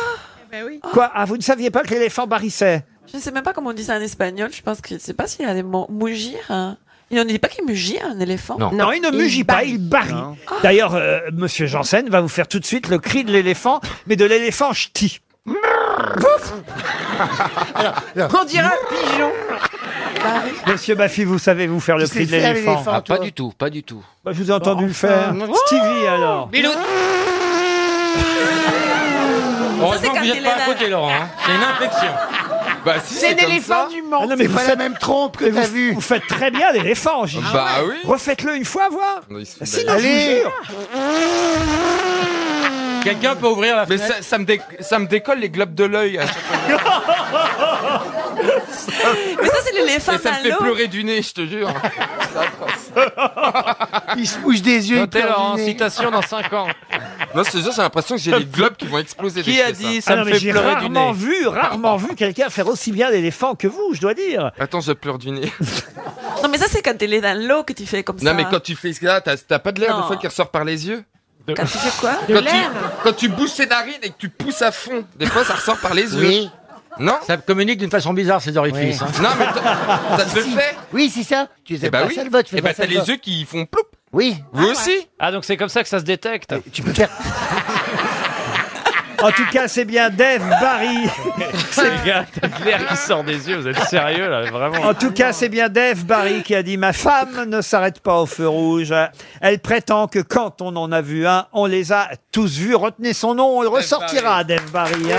Quoi Ah, vous ne saviez pas que l'éléphant barrissait
Je sais même pas comment on dit ça en espagnol. Je pense que je sais pas s'il y a des mots mougir. hein. Il ne dit pas qu'il mugit un éléphant.
Non, il ne mugit pas, il barille. D'ailleurs, euh, Monsieur Janssen va vous faire tout de suite le cri de l'éléphant, mais de l'éléphant ch'ti.
Qu'on dirait un pigeon. Barry.
Monsieur Baffy, vous savez vous faire le
Tu
cri de
sais faire
l'éléphant
l'éléphant, Ah, pas toi. du tout, pas du tout.
Bah, je vous ai entendu le faire. Stevie, alors.
Heureusement
c'est
que
quand
vous
il
n'êtes pas
est
à
là.
côté, Laurent. hein. C'est une infection.
Bah,
C'est un éléphant du monde.
Ah non, mais
C'est
vous
pas la
faites-
même trompe que
mais vous-
t'as vue.
Vous faites très bien l'éléphant, Gigi.
Bah Ah ouais. oui.
Refaites-le une fois, voir. Ah,
Non, il se fait
Sinon,
Allez.
je vous jure.
Quelqu'un peut ouvrir la
Mais
fenêtre
ça, ça me dé- ça me décolle les globes de l'œil à chaque
Mais ça, c'est l'éléphant
Et ça me fait
malo.
pleurer du nez, je te jure.
Il se bouge des yeux. il pleure du nez.
dans 5 ans.
Non, je te jure, j'ai l'impression que j'ai les globes qui vont exploser.
Qui
dès que
a
je fais
dit
Ah,
ça
Ah non,
non,
mais
mais
j'ai
pleurer du
rarement
nez.
vu, rarement vu quelqu'un faire aussi bien l'éléphant que vous, je dois dire.
Attends, je pleure du nez.
Non, mais ça, c'est quand il est dans l'eau que tu fais comme ça.
Non, mais quand tu fais ça, t'as t'as pas de l'air
Non.
des fois qui ressort par les yeux
Quand tu fais quoi
quand, tu, quand tu bouges tes narines et que tu pousses à fond, des fois ça ressort par les yeux.
Oui.
Non
Ça communique d'une façon bizarre, ces orifices.
Oui.
hein.
Non, mais t'as- ça te le fait
Oui, c'est ça. Tu les
Eh
as
bah
pas
oui.
Salvat, tu fais
Eh bah
pas
t'as
Salvat.
les yeux qui font ploup.
Oui.
Vous aussi
Ah,
Eh,
Ah, donc c'est comme ça que ça se détecte.
Tu peux faire.
En tout cas, c'est bien Dave Barry.
Les gars, t'as de l'air qui sort des yeux, vous êtes sérieux là, vraiment.
Ah,
En tout cas, c'est bien Dave Barry qui a dit Ma femme ne s'arrête pas au feu rouge. Elle prétend que quand on en a vu un, on les a tous vus. Retenez son nom, on le ressortira, Dave Barry. hein.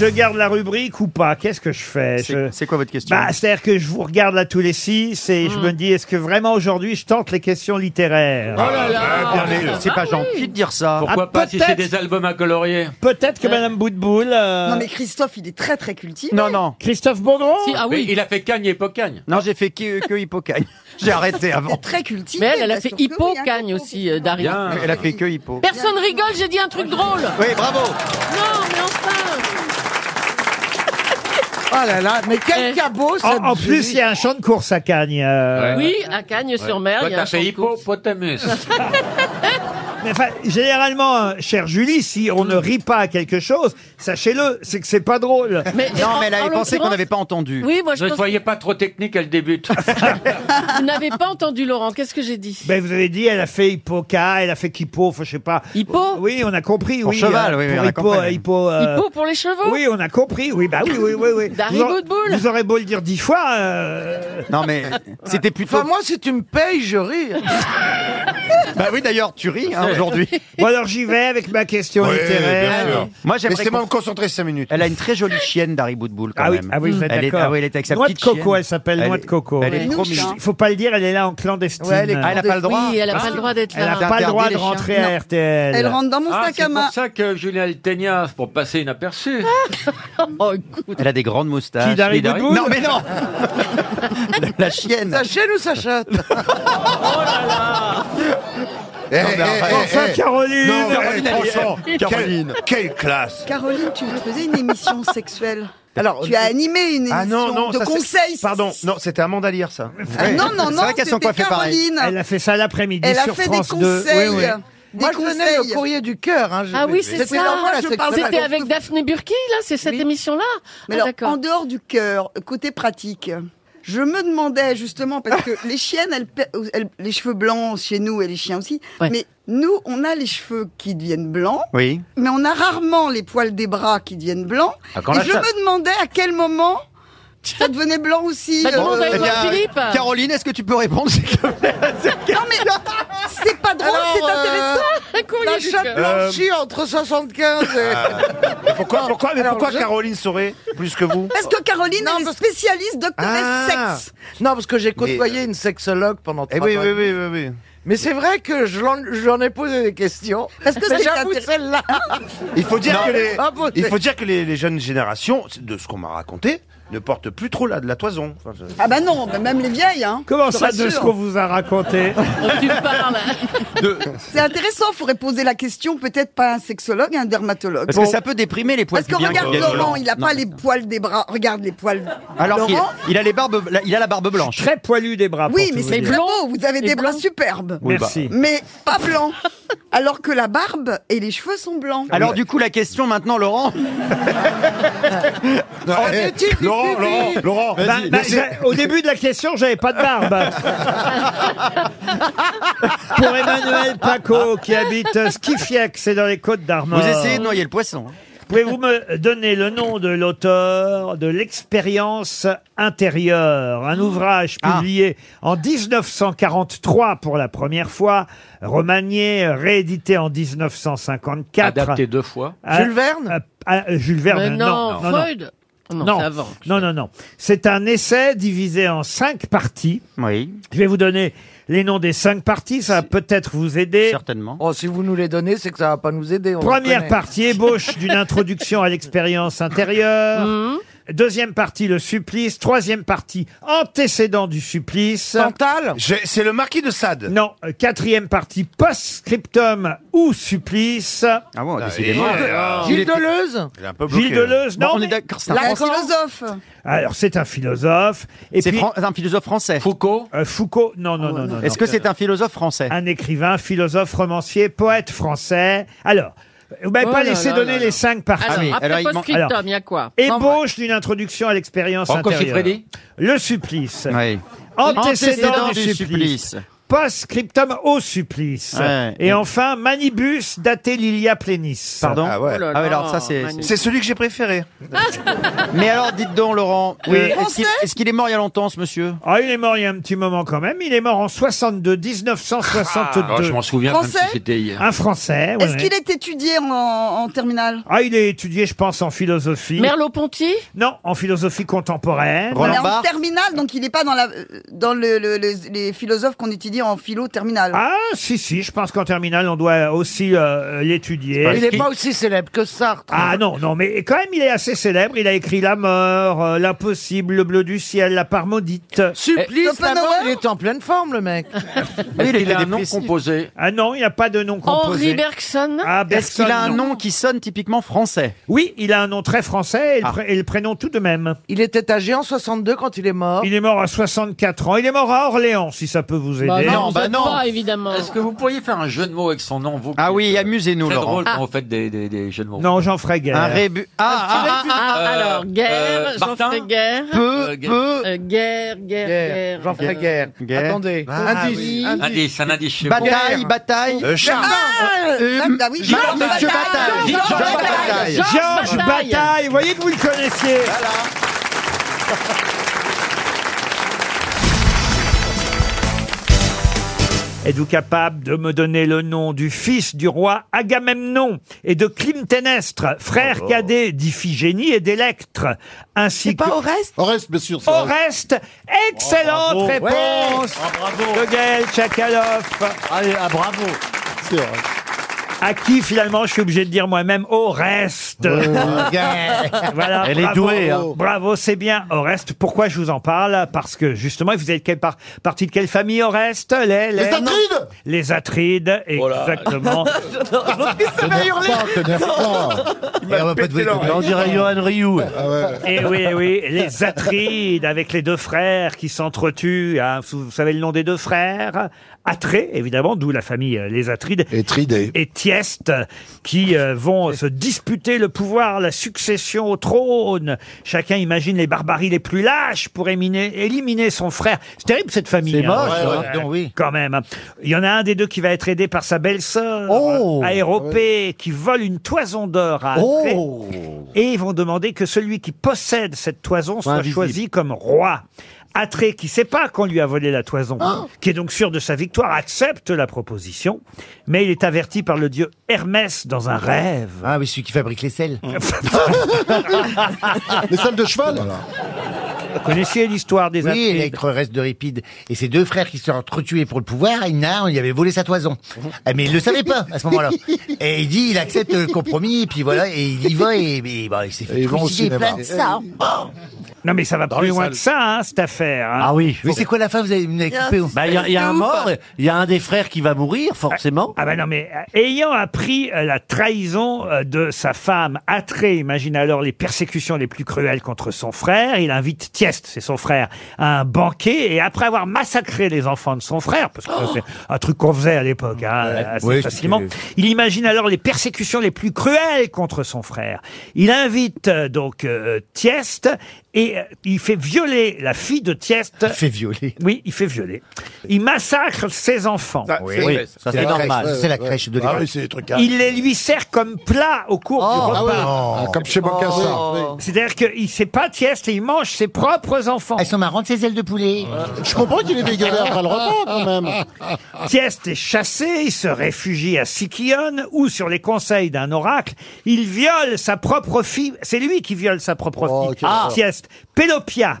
Je garde la rubrique ou pas Qu'est-ce que je fais C'est quoi votre question C'est-à-dire que je vous regarde là tous les six et je me dis est-ce que vraiment aujourd'hui je tente les questions littéraires
Ah, C'est pas gentil de dire ça. Pourquoi
Ah,
pas si c'est
peut-être-
des albums à colorier
Peut-être que Madame Boutboul. euh,
Non mais Christophe, il est très très cultivé.
Non, non.
Christophe Beaugrand
Si, ah oui.
Mais Il a fait Cagne et Hippocagne.
Non, j'ai
fait que, Hippocagne. J'ai arrêté avant.
Très cultivé.
Mais elle, elle a
bien
fait
sûr que oui, hein.
hippo-cagne aussi, euh, Dari.
Elle a fait que Hippo.
Personne rigole, j'ai dit un truc drôle.
Oui, bravo.
Non, mais enfin.
Oh là là, mais quel cabot ça
En, en plus, il y a un champ de course à Cagnes. euh.
Oui, à Cagnes-sur-Mer, il y a un champ de course.
Hippopotamus.
Mais enfin, généralement, hein, chère Julie, si on ne rit pas à quelque chose, sachez-le, c'est que c'est pas drôle.
Mais- Non, en- mais elle avait en pensé l'occurrence- qu'on n'avait pas
entendu.
Oui, moi, je
ne
pense-
soyez pas trop technique, elle débute.
Vous n'avez pas entendu Laurent, qu'est-ce que j'ai dit
Ben, vous avez dit, elle a fait Hippoca, elle a fait Hippo, enfin, je sais pas.
Hippo
Oui, on a compris,
Pour
oui. euh,
cheval, oui, oui,
pour
on a
hippo,
compris.
hippo, euh,
Hippo pour les chevaux
Oui, on a compris, oui, bah oui, oui, oui. oui.
Dari
Vous aurez-
Boudboul.
Vous aurez beau le dire dix fois. euh,
Non mais c'était plutôt.
Enfin, moi, si tu me payes, je ris.
Bah oui d'ailleurs tu ris hein, aujourd'hui.
Bon, alors j'y vais avec ma question
Oui,
littéraire.
bien sûr. Moi, j'aimerais
Laissez-moi
qu'on-
me concentrer 5 minutes.
Elle a une très jolie chienne Dari Boudboul quand
Ah oui,
même.
ah oui, vous êtes
elle est,
d'accord.
ah oui, elle est avec sa
Noix
petite
de coco,
chienne.
elle s'appelle Noix
est-
de coco.
Elle est trop
Il
mignonne.
faut pas le dire, elle est là en clandestine. Euh, Ah,
Ouais, elle est Ah, elle a pas le droit.
Oui, elle n'a pas le droit d'être
Elle
là.
n'a pas le droit de rentrer à RTL.
Elle rentre dans mon
Ah,
sac
c'est
à main.
pour ça que Julien Altenia, pour passer inaperçu.
oh, écoute.
Elle a des grandes moustaches.
Qui, Dari
Et
Boudboul
Non mais non. La chienne.
Sa chaîne ou sa chatte
Eh,
Non, mais
eh,
enfin-
eh,
enfin,
eh.
Caroline
Non,
Caroline,
eh,
elle est-
franchement, quelle-
Caroline.
Quelle classe
Caroline, tu faisais une émission sexuelle.
Alors,
tu as animé une émission
Ah non, non,
de
ça, c'est-
conseils.
Pardon, non, c'était Amanda Lear, ça.
Ah non, non, non, c'était Caroline.
Elle a fait ça l'après-midi
Elle a
sur
fait des
France 2.
conseils.
Oui, oui.
Ah.
Des
Moi, je donnais
conseils.
le courrier du cœur. hein, je-
Ah oui, c'est ça.
C'était normal, la sexuelle.
C'était avec Daphné Burki, là, c'est cette émission-là. Ah,
Mais alors,
d'accord.
en dehors du cœur, côté pratique, je me demandais justement, parce que les chiennes, elles, pe- elles- les cheveux blancs chez nous et les chiens aussi, mais nous, on a les cheveux qui deviennent blancs,
Oui.
mais on a rarement les poils des bras qui deviennent blancs.
Ah, quand
et
la
je
chatte-
me demandais à quel moment ça devenait blanc aussi.
Bah, demande à
Eh
Edouard
bien,
Philippe. Caroline, est-ce que tu peux répondre s'il te plaît
Non mais c'est pas drôle,
Alors,
c'est
euh,
intéressant.
La
Euh,
chatte blanchie entre 75
Euh,
et...
Ah. Mais Pourquoi, pourquoi, mais
Alors,
pourquoi
je-
Caroline saurait plus que vous
Parce que Caroline, elle est spécialiste de
Ah.
sexe.
Non, parce que j'ai côtoyé une sexologue pendant
euh, Eh
trois
oui,
ans.
oui, oui, oui, oui.
Mais c'est vrai que je l'en- je lui en ai posé des questions.
Parce que
Mais
c'est
j'avoue
intér-
celle-là.
Il faut dire
Non.
que les,
Ah, bon,
il
c'est-
faut dire que les, les jeunes générations, de ce qu'on m'a raconté, ne portent plus trop la, de la toison. Enfin, je-
Ah bah non, bah même les vieilles. Hein.
Comment
Je
ça,
rassure. Oh,
de ce qu'on vous a raconté
C'est intéressant, il faudrait poser la question peut-être pas à un sexologue, à un dermatologue.
Parce que ça peut déprimer les poils
Parce que
pubiens
regarde
qui viennent de
Laurent,
l'an.
il a pas
Non.
les poils des bras. Regarde les poils.
Alors qu'il
Laurent,
il a les barbes, la- il a la barbe blanche.
Très poilu des
Ah,
bras.
oui, mais c'est
bien.
très beau, vous avez
Et
des bras
blanc.
superbes.
Oui, bah.
Merci.
Mais pas blancs. Alors que la barbe et les cheveux sont
Ah
blancs.
Alors du coup la question maintenant Laurent.
Oh, mais tu-
eh, Laurent, Laurent, Laurent.
Bah,
vas-y,
bah,
laissez-
j'a- au début de la question, j'avais pas de barbe. Pour Emmanuel Paco, qui habite Skifiac, c'est dans les Côtes d'Armor.
Vous essayez de noyer le poisson.
Pouvez-vous me donner le nom de l'auteur de L'expérience intérieure, un ouvrage
Ah.
publié en 1943 pour la première fois, remanié, réédité en 1954.
Adapté deux fois.
Ah,
Jules Verne
ah, ah, Jules Verne,
Mais Euh, non,
non, non, non.
Freud. Oh, Non,
Non,
c'est avant.
non, non, non. C'est un essai divisé en cinq parties.
Oui,
Je vais vous donner les noms des cinq parties, ça va peut-être vous aider.
certainement.
Oh, si vous nous les donnez, c'est que ça va pas nous aider. on le
Première
connaît.
partie, ébauche d'une introduction à l'expérience intérieure.
Mhm.
Deuxième partie, le supplice. Troisième partie, antécédent du supplice.
Chantal
J'ai- C'est le marquis de Sade.
Non, euh, quatrième partie, post-scriptum ou supplice.
Ah bon, décidément.
euh, Gilles Deleuze
Il est un peu hein.
Gilles Deleuze, non,
Bon, on
mais-
est d'accord. c'est un
La
Eh
Français.
philosophe.
Alors, c'est un philosophe. Et
C'est
puis,
Fran- un philosophe français.
Foucault.
euh, Foucault, non, non,
Oh,
non, non.
Est-ce
non.
que c'est un philosophe français
Un écrivain, philosophe, romancier, poète français. Alors, vous m'avez
Oh
pas
là
laissé
là
donner
là
les
là.
cinq parties.
Alors,
Ah oui, alors
après
il manque-
alors-
post-scriptum, il y a quoi
Ébauche d'une introduction à l'expérience
Franco
intérieure.
Siffredi
Le supplice.
Oui.
Antécédent du supplice. Post-scriptum au supplice.
Ouais.
Et enfin, Manibus daté Lilia Plenis.
Pardon Ah ouais. Ah ouais, alors ça,
Oh
c'est- c'est celui que j'ai préféré. Mais alors, dites donc, Laurent,
Oui.
euh, est-ce qu'il est-ce qu'il est mort il y a longtemps, ce monsieur
Ah, il est mort il y a un petit moment quand même. Il est mort en 62, 1962.
Ah, je m'en souviens
comme si Français
c'était hier.
Un Français. ouais.
Est-ce qu'il est étudié en, en terminale
Ah, il est étudié, je pense, en philosophie.
Merleau-Ponty
Non, en philosophie contemporaine.
On est en terminale, donc il n'est pas dans, la, dans le- le- les, les philosophes qu'on étudie en philo terminale.
Ah, si, si, je pense qu'en terminale, on doit aussi euh, l'étudier.
Il n'est pas aussi célèbre que Sartre.
Ah non, non, mais quand même, il est assez célèbre. Il a écrit La mort, euh, L'impossible, Le bleu du ciel, La Parmodite.
Eh,
Eh,
Supplice, la mort, il est en pleine forme, le mec.
il
il a un nom
composé. Ah non, il n'y a pas de
Oh,
nom composé.
Bergson
Ah,
Est-ce qu'il a un
Bergson, non.
nom qui sonne typiquement français
Oui, il a un nom très français et
Ah.
le, pré- et le prénom tout de même.
Il était âgé en 62 quand il est mort.
Il est mort à 64 ans. Il est mort à Orléans, si ça peut Bah vous aider.
Bah
évidemment. Est-ce que vous pourriez faire un jeu de mots avec son nom vous
Ah oui, amusez-nous,
C'est
Laurent.
drôle
Ah.
quand vous faites des, des, des jeux de mots.
Non, j'en ferai guère.
Un rébu. Ah, ah, ah, ah, ah,
Euh,
alors, guerre,
euh,
j'en
Martin
ferai guerre.
Peu,
Euh,
peu.
euh, guerre, guerre,
Guerre,
guerre.
j'en ferai guerre. Attendez.
Ah,
indice,
oui.
indice.
Indice, un indice chez
Bataille,
vous.
bataille.
Euh,
Ah,
Charles.
Euh,
Ah, bah oui,
Jean-
Jean
Monsieur Bataille.
Bataille. Jean
Jean
Bataille.
Bataille.
Georges
Georges
Bataille. Vous voyez que vous le connaissiez. Êtes-vous capable de me donner le nom du fils du roi Agamemnon et de Clytemnestre, frère
Oh.
cadet d'Iphigénie et d'Électre, ainsi que... pas Oreste Oreste, bien sûr. Oreste, excellente
Oh, bravo.
réponse
Ouais. Oh, bravo. ah,
de Gaël Tchakaloff. Allez, bravo à qui finalement je suis obligé de dire moi-même Oreste.
Ouais, Gaël.
voilà,
Elle est
bravo.
douée, hein.
Bravo, c'est bien Oreste. Pourquoi je vous en parle Parce que justement, vous êtes quelle par- partie de quelle famille Oreste les,
Les Atrides
Les Atrides, exactement.
Ça m'a hurlé. On dirait Johan Rioux.
Et oui, eh oui, les Atrides avec les deux frères qui s'entretuent. hein. Vous, vous savez le nom des deux frères Atrée, évidemment, d'où la famille euh, les Atrides. Et Et Thieste, qui euh, vont se disputer le pouvoir, la succession au trône. Chacun imagine les barbaries les plus lâches pour éminer- éliminer son frère. C'est terrible cette famille. hein.
C'est moche, ouais, dis donc,
oui. Quand même. hein. Il y en a un des deux qui va être aidé par sa belle-sœur,
Oh.
euh, aéropée, qui vole une toison d'or à Atrée. Et ils vont demander que celui qui possède cette toison soit
invisible.
choisi comme roi. Atrée, qui sait pas qu'on lui a volé la toison,
Ah.
qui est donc sûr de sa victoire, accepte la proposition, mais il est averti par le dieu Hermès dans un rêve.
Ah oui, celui qui fabrique les selles.
Les selles de cheval Vous connaissiez l'histoire des
Oui,
Atrides
Electre reste de Répide. Et ses deux frères qui se sont entretués pour le pouvoir, il n'a, on lui avait volé sa toison. Ah, Mais il le savait pas, à ce moment-là. Et il dit, il accepte le compromis, et puis voilà, et il y va, et, et bah, il s'est fait
ils vont au
trucider
cinéma.
plein
Eh
de ça.
Non, mais ça va
les
plus loin
salles.
que ça, hein, cette affaire. hein.
Ah oui.
Mais c'est quoi la fin Vous avez, vous avez coupé où
Bah, il y, a- il y a un
C'est ouf.
mort, il y a un des frères qui va mourir, forcément.
Ah ben non, mais euh, ayant appris euh, la trahison euh, de sa femme, Atrée imagine alors les persécutions les plus cruelles contre son frère. Il invite Thieste, c'est son frère, à un banquet. Et après avoir massacré les enfants de son frère, parce que
Oh
ça, c'est un truc qu'on faisait à l'époque, hein, assez
Ouais,
facilement,
c'était-
il imagine alors les persécutions les plus cruelles contre son frère. Il invite euh, donc euh, Thieste et euh, il fait violer la fille de Thieste. Il
fait violer.
Oui, il fait violer. Il massacre ses enfants.
Oui, oui, ça, c'est normal. C'est la crèche de
Ah
l'époque.
oui, c'est des trucs.
Il les lui sert comme plat au cours du
Oh,
ah
repas.
oui. Ah, comme chez Bocassa.
C'est-à-dire qu'il ne sait pas tieste et il mange ses propres enfants.
Elles sont marrantes, ces ailes de poulet.
Je comprends qu'il est dégueulasse après le repas, quand même.
Tieste est chassé, il se réfugie à Sicyone où, sur les conseils d'un oracle, il viole sa propre fille. C'est lui qui viole sa propre
Oh,
fille.
quelle horreur.
Tieste, Pélopia.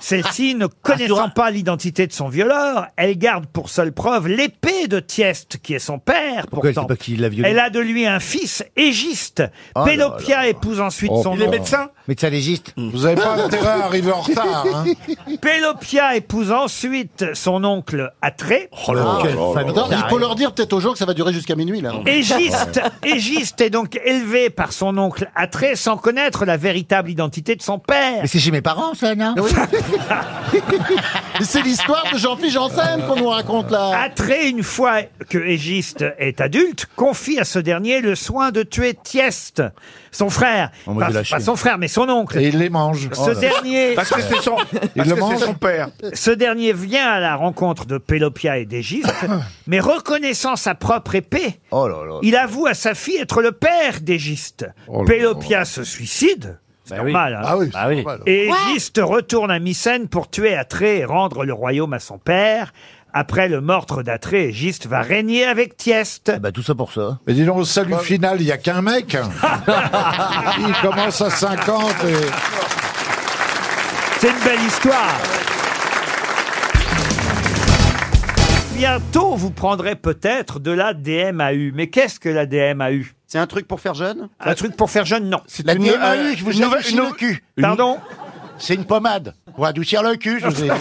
Celle-ci,
Ah.
ne connaissant pas l'identité de son violeur, elle garde pour seule preuve l'épée de Tieste, qui est son père.
Pourquoi elle
pourtant.
sait pas qui l'a violée
Elle a de lui un fils égiste.
Oh là
Pélopia épouse ensuite son
les Médecin légiste. Vous avez
pas intérêt à
arriver en retard. hein.
Pélopia épouse ensuite son oncle Atrée.
Oh là là, quelle famille. Attends, Il faut leur dire peut-être aux gens que ça va durer jusqu'à minuit là.
Égiste,
Ah,
Égiste est donc élevé par son oncle Atrée sans connaître la véritable identité de son père.
Mais c'est chez mes parents, ça, non
Oui.
C'est l'histoire de Jean-Pierre Janssen qu'on nous raconte là.
Atré, une fois que Égiste est adulte, confie à ce dernier le soin de tuer Tieste, son frère.
m'a
Pas,
dit la
pas
chienne.
son frère, mais son oncle.
Et il les mange.
Ce
Oh là là.
dernier.
Parce que c'est son- Il parce le que c'est mange. son père.
Ce dernier vient à la rencontre de Pélopia et d'Égiste, mais reconnaissant sa propre épée,
Oh là Oh là.
il avoue à sa fille être le père d'Égiste. Pélopia se suicide. C'est normal. hein.
Ah oui, c'est Bah oui. normal.
Et Égiste retourne à Mycène pour tuer Atrée et rendre le royaume à son père. Après le meurtre d'Atrée, Égiste va régner avec Tieste.
bah tout ça pour ça.
Mais dis donc, au salut final, il n'y a qu'un mec. il commence à 50 et...
C'est une belle histoire. Bientôt, vous prendrez peut-être de la DMAU. Mais qu'est-ce que la DMAU C'est un truc pour faire jeune Un truc pour faire jeune, non.
La
euh,
DMAU, je vous adoucis le cul.
Pardon
C'est une pommade pour adoucir le cul, je vous ai dit.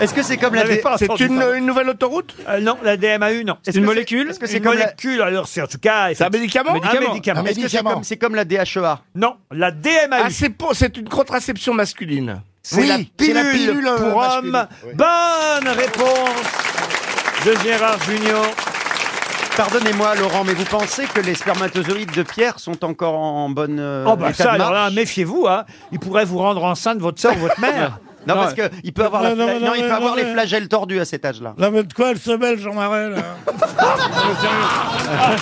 Est-ce que c'est comme
la D- c'est une-
nouvelle autoroute Euh, Non, la DMAU, non.
Est-ce que c'est- est-ce que c'est
Une
comme la-
molécule, alors c'est en tout cas...
C'est un médicament
Un médicament.
Est-ce que c'est comme, c'est comme la DHEA
Non, la DMAU.
Ah, c'est, pour- c'est une contraception masculine.
C'est la pilule pour
euh,
homme. Bonne réponse de Gérard Junior.
Pardonnez-moi, Laurent, mais vous pensez que les spermatozoïdes de Pierre sont encore en bonne euh,
Oh bah
état
ça,
de
alors là,
marche
méfiez-vous, hein. il pourrait vous rendre enceinte votre soeur ou votre mère.
Non, parce que Euh, il peut avoir, la
Non,
fla-
non,
non,
non,
il peut
non,
avoir
non,
les
non.
flagelles tordus à cet âge-là.
Là, mais de quoi elle se mêle, Jean Marais, là
hein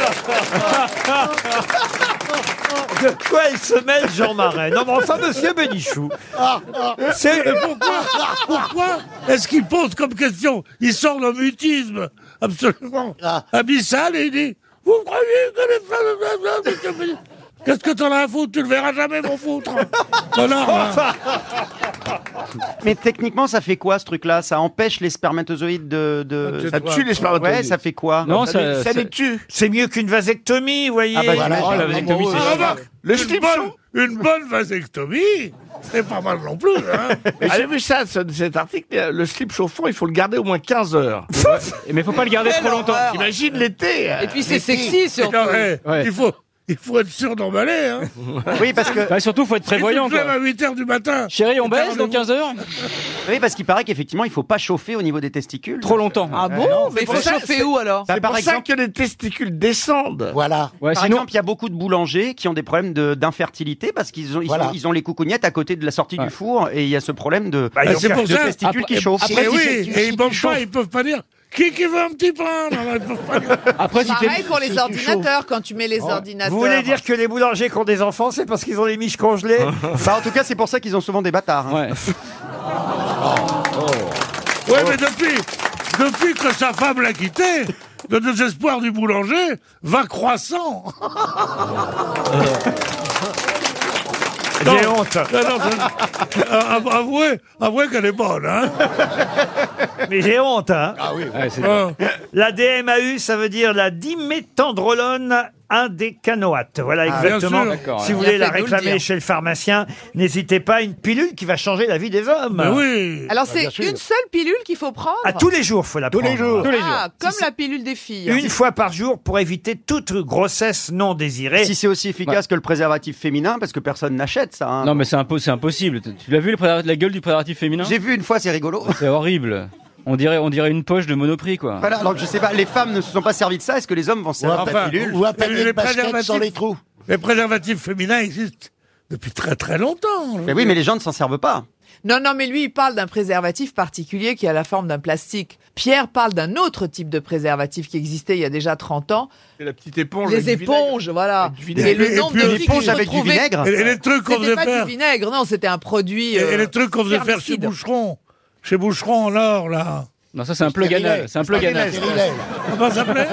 De quoi il se mêle, Jean Marais Non, mais enfin, monsieur Bénichou.
ah,
C'est-
Mais pourquoi, pourquoi est-ce qu'il pose comme question Il sort d'un mutisme absolument
Ah.
Ah, abyssal et il dit Vous croyez que les femmes. blablabla, Qu'est-ce que t'en as à foutre Tu le verras jamais, mon foutre Non, non hein.
Mais techniquement, ça fait quoi ce truc-là Ça empêche les spermatozoïdes de. de-
Ça tue les
Ouais,
spermatozoïdes.
ça fait quoi
Non, ça- ça-
tue.
C'est mieux qu'une vasectomie, vous voyez.
Ah, bah, voilà, Oh, la vasectomie, c'est
Ah,
génial.
remarque,
Le
une, bonne, une bonne vasectomie, c'est pas mal non plus. Hein.
J'ai vu ça, ce- cet article, euh, le slip chauffant, il faut le garder au moins 15 heures.
Mais faut pas le garder trop longtemps.
Imagine l'été. euh.
Non, eh,
Ouais.
hein. Il faut. Il faut être sûr d'emballer, hein
Oui, parce que.
Bah, surtout,
faut être
prévoyant, Si tu te lèves à 8h du matin
Chérie, on
baisse dans
15 heures Oui, parce qu'il paraît qu'effectivement, il faut pas chauffer au niveau des testicules. Trop longtemps. Ah
bon Mais faut chauffer où, alors C'est pour ça
que les testicules descendent. Voilà.
Ouais,
par
sinon-
exemple, il y a beaucoup de boulangers qui ont des problèmes de- d'infertilité parce qu'ils ont, ils
Voilà.
ont, ils ont les coucougnettes à côté de la sortie du four et il y a ce problème de,
Bah,
de,
c'est pour
de
ça.
testicules qui Ah, chauffent.
Après, Eh oui, et ils bombent pas, ils peuvent pas dire qui qui veut un petit pain. Non, non, ils peuvent pas dire.
Après,
Pareil pour les ordinateurs, quand tu mets les ordinateurs.
Vous voulez dire que les boulangers qui ont des enfants, c'est parce qu'ils ont les miches congelées
Bah, en tout cas, c'est pour ça qu'ils ont souvent des bâtards. hein.
Ouais, mais depuis, depuis que sa femme l'a quitté, le désespoir du boulanger va croissant. Non,
J'ai honte.
non, non, c'est- euh, av- avouez, avouez qu'elle est bonne, hein.
Mais j'ai honte, hein
Ah oui, oui. Ouais, c'est
Ah.
vrai.
La DMAU, ça veut dire la diméthandrolone indécanoate. Voilà
Ah,
exactement.
bien sûr. D'accord,
si
ouais.
vous
Bien
voulez la
fait de nous le
réclamer
dire.
chez le pharmacien, n'hésitez pas. Une pilule qui va changer la vie des hommes.
Mais oui.
Ah,
Alors c'est une seule pilule qu'il faut prendre
À Ah, tous les jours, faut la
Tous
prendre.
les jours. Ah, comme la pilule des filles.
Une fois par jour pour éviter toute grossesse non désirée.
Si c'est aussi efficace que le préservatif féminin, parce que personne n'achète ça. hein.
Non, mais c'est impo- c'est impossible. Tu- Tu l'as vu le préservatif- la gueule du préservatif féminin
J'ai vu une fois, c'est rigolo.
C'est horrible. On dirait, on dirait une poche de monoprix, quoi.
Voilà, alors que je sais pas, les femmes ne se sont pas servies de ça, est-ce que les hommes vont se servir de la
Enfin,
pilule
les préservatifs- Les préservatifs féminins existent depuis très très longtemps.
Mais oui, mais les gens ne s'en servent pas.
Non, non, mais lui, il parle d'un préservatif particulier qui a la forme d'un plastique. Pierre parle d'un autre type de préservatif qui existait il y a déjà 30 ans.
La petite éponge.
les
avec du vinaigre.
éponges, voilà.
vinaigre.
Et
Et
le
puis-
nombre de
et puis
filles
l'éponge
qui se
avec du
retrouvaient-
vinaigre. Et- et les
trucs qu'on
C'était
faisait
pas
faire.
du vinaigre, non, c'était un produit.
Et, et
euh,
les trucs qu'on faisait faire chez
herbicide.
Boucheron, chez Boucheron en or, là.
Non, ça, c'est un plug
Stérilet.
anal. C'est un plug
Stérilet,
anal.
stérilet.
Ah bah,
Comment ça s'appelait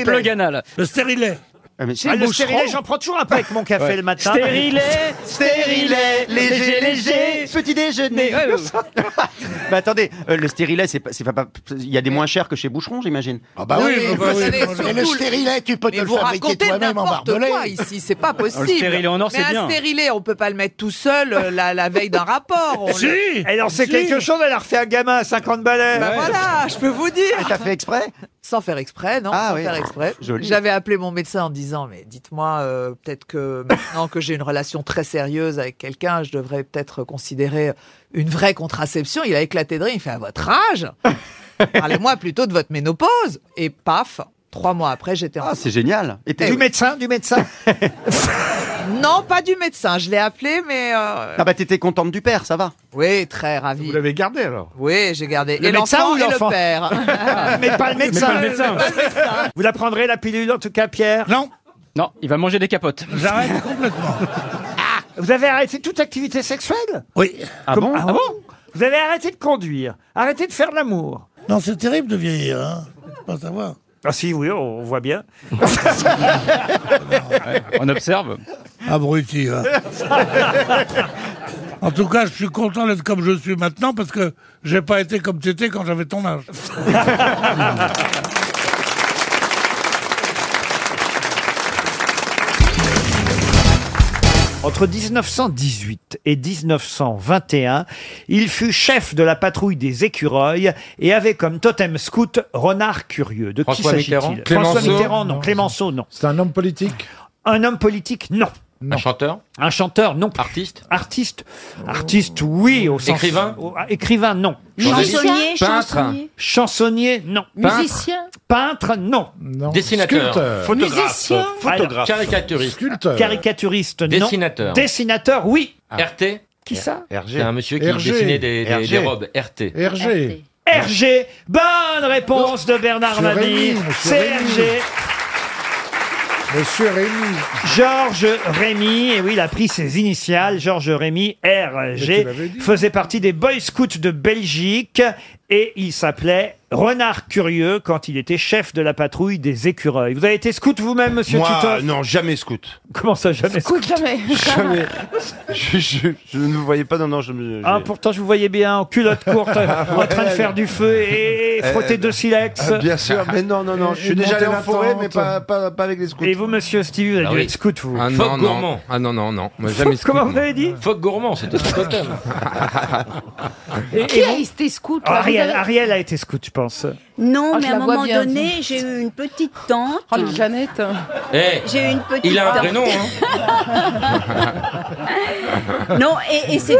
Un plug anal.
Le stérilet.
mais
Ah, le stérilet, j'en prends toujours un peu avec mon café
Ouais.
le matin.
Stérilet,
stérilet, léger, léger, petit
Eh
déjeuner. Mais attendez, euh, le stérilet, c'est pas, c'est pas, pas- il y a des moins chers que chez Boucheron, j'imagine. Ah
bah oui, mais vous savez,
Et le
surtout,
stérilet, tu peux te
mais
le
vous
fabriquer
racontez
toi-même en
n'importe
barbelé.
quoi ici, c'est pas possible.
Le stérilet en or,
Mais
c'est
un
bien.
stérilet, on peut pas le mettre tout seul euh, la, la veille d'un rapport. On le-
Elle en sait quelque chose, elle a refait un gamin à 50 balais.
Bah voilà, je peux vous dire.
T'as fait exprès
Sans faire exprès, non
Ah
Sans
oui.
faire exprès.
Joli.
J'avais appelé mon médecin en disant, mais dites-moi, euh, peut-être que maintenant que j'ai une relation très sérieuse avec quelqu'un, je devrais peut-être considérer une vraie contraception. Il a éclaté de rire, il fait, à votre âge Parlez-moi plutôt de votre ménopause. Et paf, trois mois après, j'étais enceinte.
C'est génial. Et t'es-
Eh oui.
médecin, du médecin.
Non, pas du médecin. Je l'ai appelé, mais. euh,
Ah bah t'étais contente du père, ça va.
Oui, très ravi. Vous
l'avez gardé alors
Oui, j'ai gardé.
Le
et
médecin
l'enfant
ou
et
l'enfant
le père.
Ah. Mais pas le médecin.
pas le médecin.
Vous la prendrez la pilule en tout cas, Pierre Non.
Non, il va manger des capotes.
J'arrête complètement. Ah, Vous avez arrêté toute activité sexuelle
Oui.
Ah bon Ah
bon Vous avez arrêté de conduire, arrêté de faire de l'amour.
Non, c'est terrible de vieillir, hein. Faut Pas savoir.
Ah si, oui, on voit bien.
On observe.
Abruti, là. En tout cas, je suis content d'être comme je suis maintenant parce que j'ai pas été comme t'étais quand j'avais ton âge.
Entre 1918 et 1921, il fut chef de la patrouille des écureuils et avait comme totem scout Renard Curieux. De
François
qui
Mitterrand
s'agit-il François
Clémenceau
Mitterrand, non.
Non.
Clémenceau, non.
C'est un homme politique
Un homme politique, non.
Un chanteur
Un chanteur, non. Artiste Artiste. Artiste, oui. Au sens-
Écrivain
au- ah, Écrivain, non.
Journaliste Chansonnier, Peintre chansonnier
Chansonnier, non.
Peintre
Musicien Peintre, non.
Dessinateur. Sculpteur. Photographe.
Musicien
Photographe.
Alors,
Caricaturiste. Sculpteur.
Caricaturiste, non.
Dessinateur. Ah.
Dessinateur, oui.
RT
Qui ça
Hergé.
C'est un
monsieur
qui dessinait
des,
des- des robes.
RT.
RG. Bonne réponse de Bernard
Monsieur
Mabille.
Rémy, monsieur
C'est
Rémy.
RG. Monsieur Rémy. Georges Rémy, et oui, il a pris ses initiales. Georges Rémy,
Mais tu
RG,
l'avais dit.
faisait partie des Boy Scouts de Belgique et il s'appelait Renard Curieux quand il était chef de la patrouille des écureuils. Vous avez été scout vous-même, monsieur
Moi,
Titoff
non, jamais scout.
Comment ça, jamais
scout Jamais. je, je- je ne vous voyais pas, non, non, je me.
Ah, pourtant, je vous voyais bien en culotte courte, en train de
Ouais.
faire du feu et, et frotter
Eh ben.
deux silex.
Ah, bien sûr, mais non, non, non, je suis déjà allé en forêt, mais pas, pas, pas avec les scouts.
Et vous, monsieur Stevie, vous avez
Ah
dû
oui.
être scout, vous
Ah,
Phoque
non, non.
gourmand.
Ah non, non, non.
Phoque, Comment vous avez dit
Phoque gourmand, c'était son totem.
Et-
Qui
et
a
vous-
été scout là, Bah, vous
Ah, Ariel,
avez-
Ariel a été scout, je pense.
Non, Ah, je mais à la un vois moment bien. donné, j'ai eu une petite tante. Oh, le Jeannette.
Eh.
J'ai eu une petite
il a un
tante.
prénom,
non, et, et c'était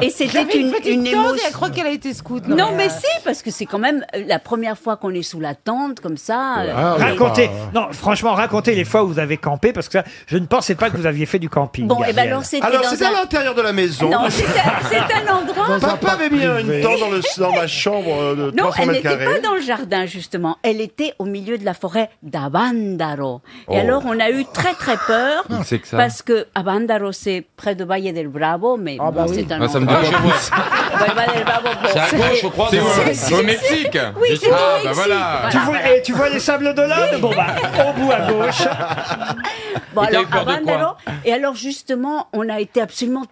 et c'était
J'avais une
une,
petite
une
tante et
émotion.
elle croit qu'elle a été scout.
Non,
mais,
mais
euh,
si, parce que c'est quand même la première fois qu'on est sous la tente comme ça.
Ah,
euh, et-
racontez, non, franchement, racontez les fois où vous avez campé, parce que ça, je ne pensais pas que vous aviez fait du camping.
Bon, et ben
Ariel.
alors c'était
Alors,
dans
c'était
un-
à l'intérieur de la maison.
Non, c'est un- c'est un endroit.
Papa avait mis une tente dans, le, dans ma chambre euh, de
Non,
300
elle
mètres
n'était
carrés.
pas dans le jardin, justement. Elle était au milieu de la forêt d'Abandaro.
Oh.
Et alors, on a eu très, très peur.
Il sait que ça.
Parce que Abandaro, c'est près de Valle del Bravo, mais
Ah,
bon,
bah
c'est un endroit- Valle del Bravo, bon,
C'est à gauche, je crois, dans-
c'est- c'est-
au
c'est-
Mexique.
Oui,
Je
c'est
suis-
au
Ah, bah
Mexique.
voilà.
Tu vois,
voilà.
et tu vois les sables d'Olonne Bon, bah, au bout à gauche.
Bon,
Et t'as
alors,
eu peur de quoi
Abandaro- Et alors, justement, on a été absolument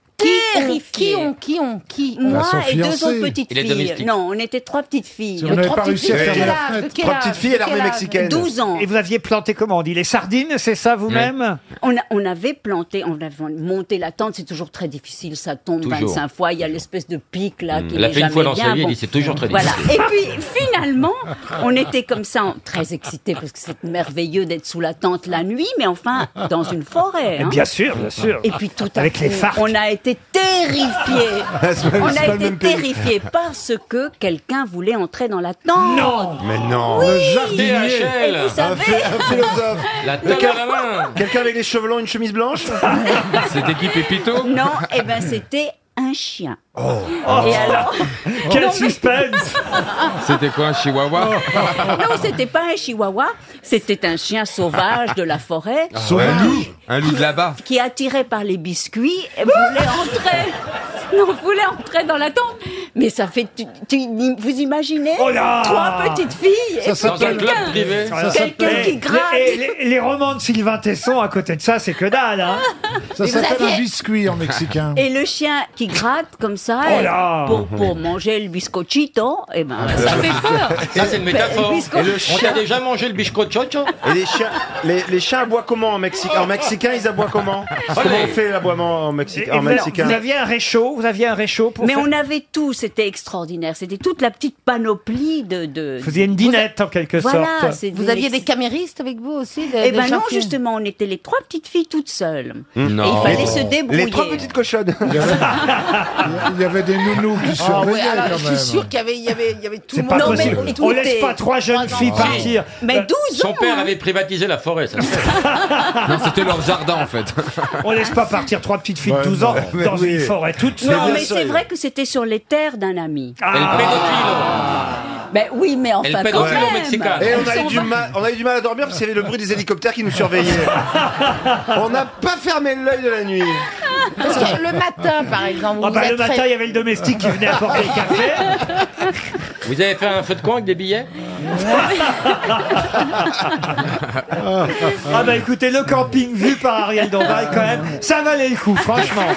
terrifiés. Qui ont, qui ont, qui ont Moi
Bah, son
et deux
fiancé.
autres petites
Il est
filles.
domestique.
Non, on était trois petites filles.
on n'avait pas réussi à faire de la
fête.
Trois petites filles et l'armée mexicaine.
12 ans.
Et vous aviez planté comment On dit les sardines, c'est ça vous-même
On, a- on avait planté, on avait monté la tente, c'est toujours très difficile, ça tombe
Toujours. Mm.
25 fois, il y a l'espèce de pic là qui
Elle l'a
n'est
fait une
jamais
fois dans sa
bien,
vie, elle dit, c'est toujours très
voilà.
difficile.
Et puis finalement, on était comme ça, en- très excités, parce que c'est merveilleux d'être sous la tente la nuit, mais enfin, dans une forêt.
Mais
hein.
bien sûr, bien sûr.
Et puis tout à
Avec
coup,
les phares.
on a été terrifiés.
C'est pas-
on
c'est
a
pas le
été
même pays.
terrifiés parce que quelqu'un voulait entrer dans la tente.
Non
Mais non,
Oui.
le jardinier,
DHL. Et vous
un,
savez-
phé- un philosophe,
La
Le
table
car-
à la main.
quelqu'un avec les cheveux longs, une chemise blanche.
C'était qui Pépito
Non, eh ben c'était un chien.
Oh.
Et alors
Oh.
Quel
suspense
C'était quoi un
Oh.
chihuahua
Non, c'était pas un chihuahua, c'était un chien sauvage de la forêt
Ah
Ah
Un loup Un loup de là-bas.
qui, attiré par les biscuits, voulait entrer. Non, voulait entrer dans la tente. Mais ça fait, tu- tu- vous imaginez
Oh là
Trois petites filles et
Ça
puis
s'appelle-
quelqu'un,
Ça
quelqu'un
s'appelle-
qui gratte.
Les, les- les romans de Sylvain Tesson, à côté de ça, c'est que dalle. Hein.
Ça Mais vous s'appelle aviez- un
biscuit en mexicain.
Et le chien qui gratte comme ça
Oh là
pour, pour manger le biscochito, et ben
Ah,
ça
le-
fait peur.
Ça, c'est une métaphore.
Le bisco-
Et le chien- On t'a déjà mangé le biscotchocho
Et les chiens, les, les chiens aboient comment en mexicain En mexicain, ils aboient comment Comment on fait l'aboiement en, Mexi-
Et
en
vous,
mexicain
vous aviez un réchaud, vous aviez un réchaud pour
Mais
faire-
on avait tous c'était extraordinaire. C'était toute la petite panoplie de. de...
Vous faisiez une dinette en quelque
Voilà,
sorte.
c'est
Vous aviez des caméristes avec vous aussi des-
Eh
des
ben
gens
non,
qui-
justement, on était les trois petites filles toutes seules.
Hmm.
Non.
Et il fallait se
Les
débrouiller.
trois
petites
cochonnes. Il y avait, il y avait des nounous qui
Ah
surveillaient
ouais, alors,
quand
je
même.
suis sûr qu'il y avait, il y avait, il y avait
C'est
tout le monde.
pas possible. On laisse pas trois jeunes filles partir.
Bah,
Mais 12
Son
hein.
père avait privatisé la forêt, ça. non, c'était leur jardin, en fait.
On laisse pas partir trois petites filles de 12 ans
mais
dans
oui.
une forêt toute seule.
Non, mais c'est vrai que c'était sur les terres d'un ami.
Ah.
Ben oui, mais enfin,
Elle
quand
pédophile
même.
Et on a,
Elles
eu
sont
du mal, on a eu du mal à dormir parce qu'il y avait le bruit des hélicoptères qui nous surveillaient. on n'a pas fermé l'œil de la nuit.
Parce que le matin, par exemple,
Ah
vous
bah,
êtes
le matin, il y avait le domestique qui venait apporter le café.
Vous avez fait un feu de camp avec des billets
Ah bah écoutez, le camping vu par Ariel Dombal, quand même, ça valait le coup, franchement.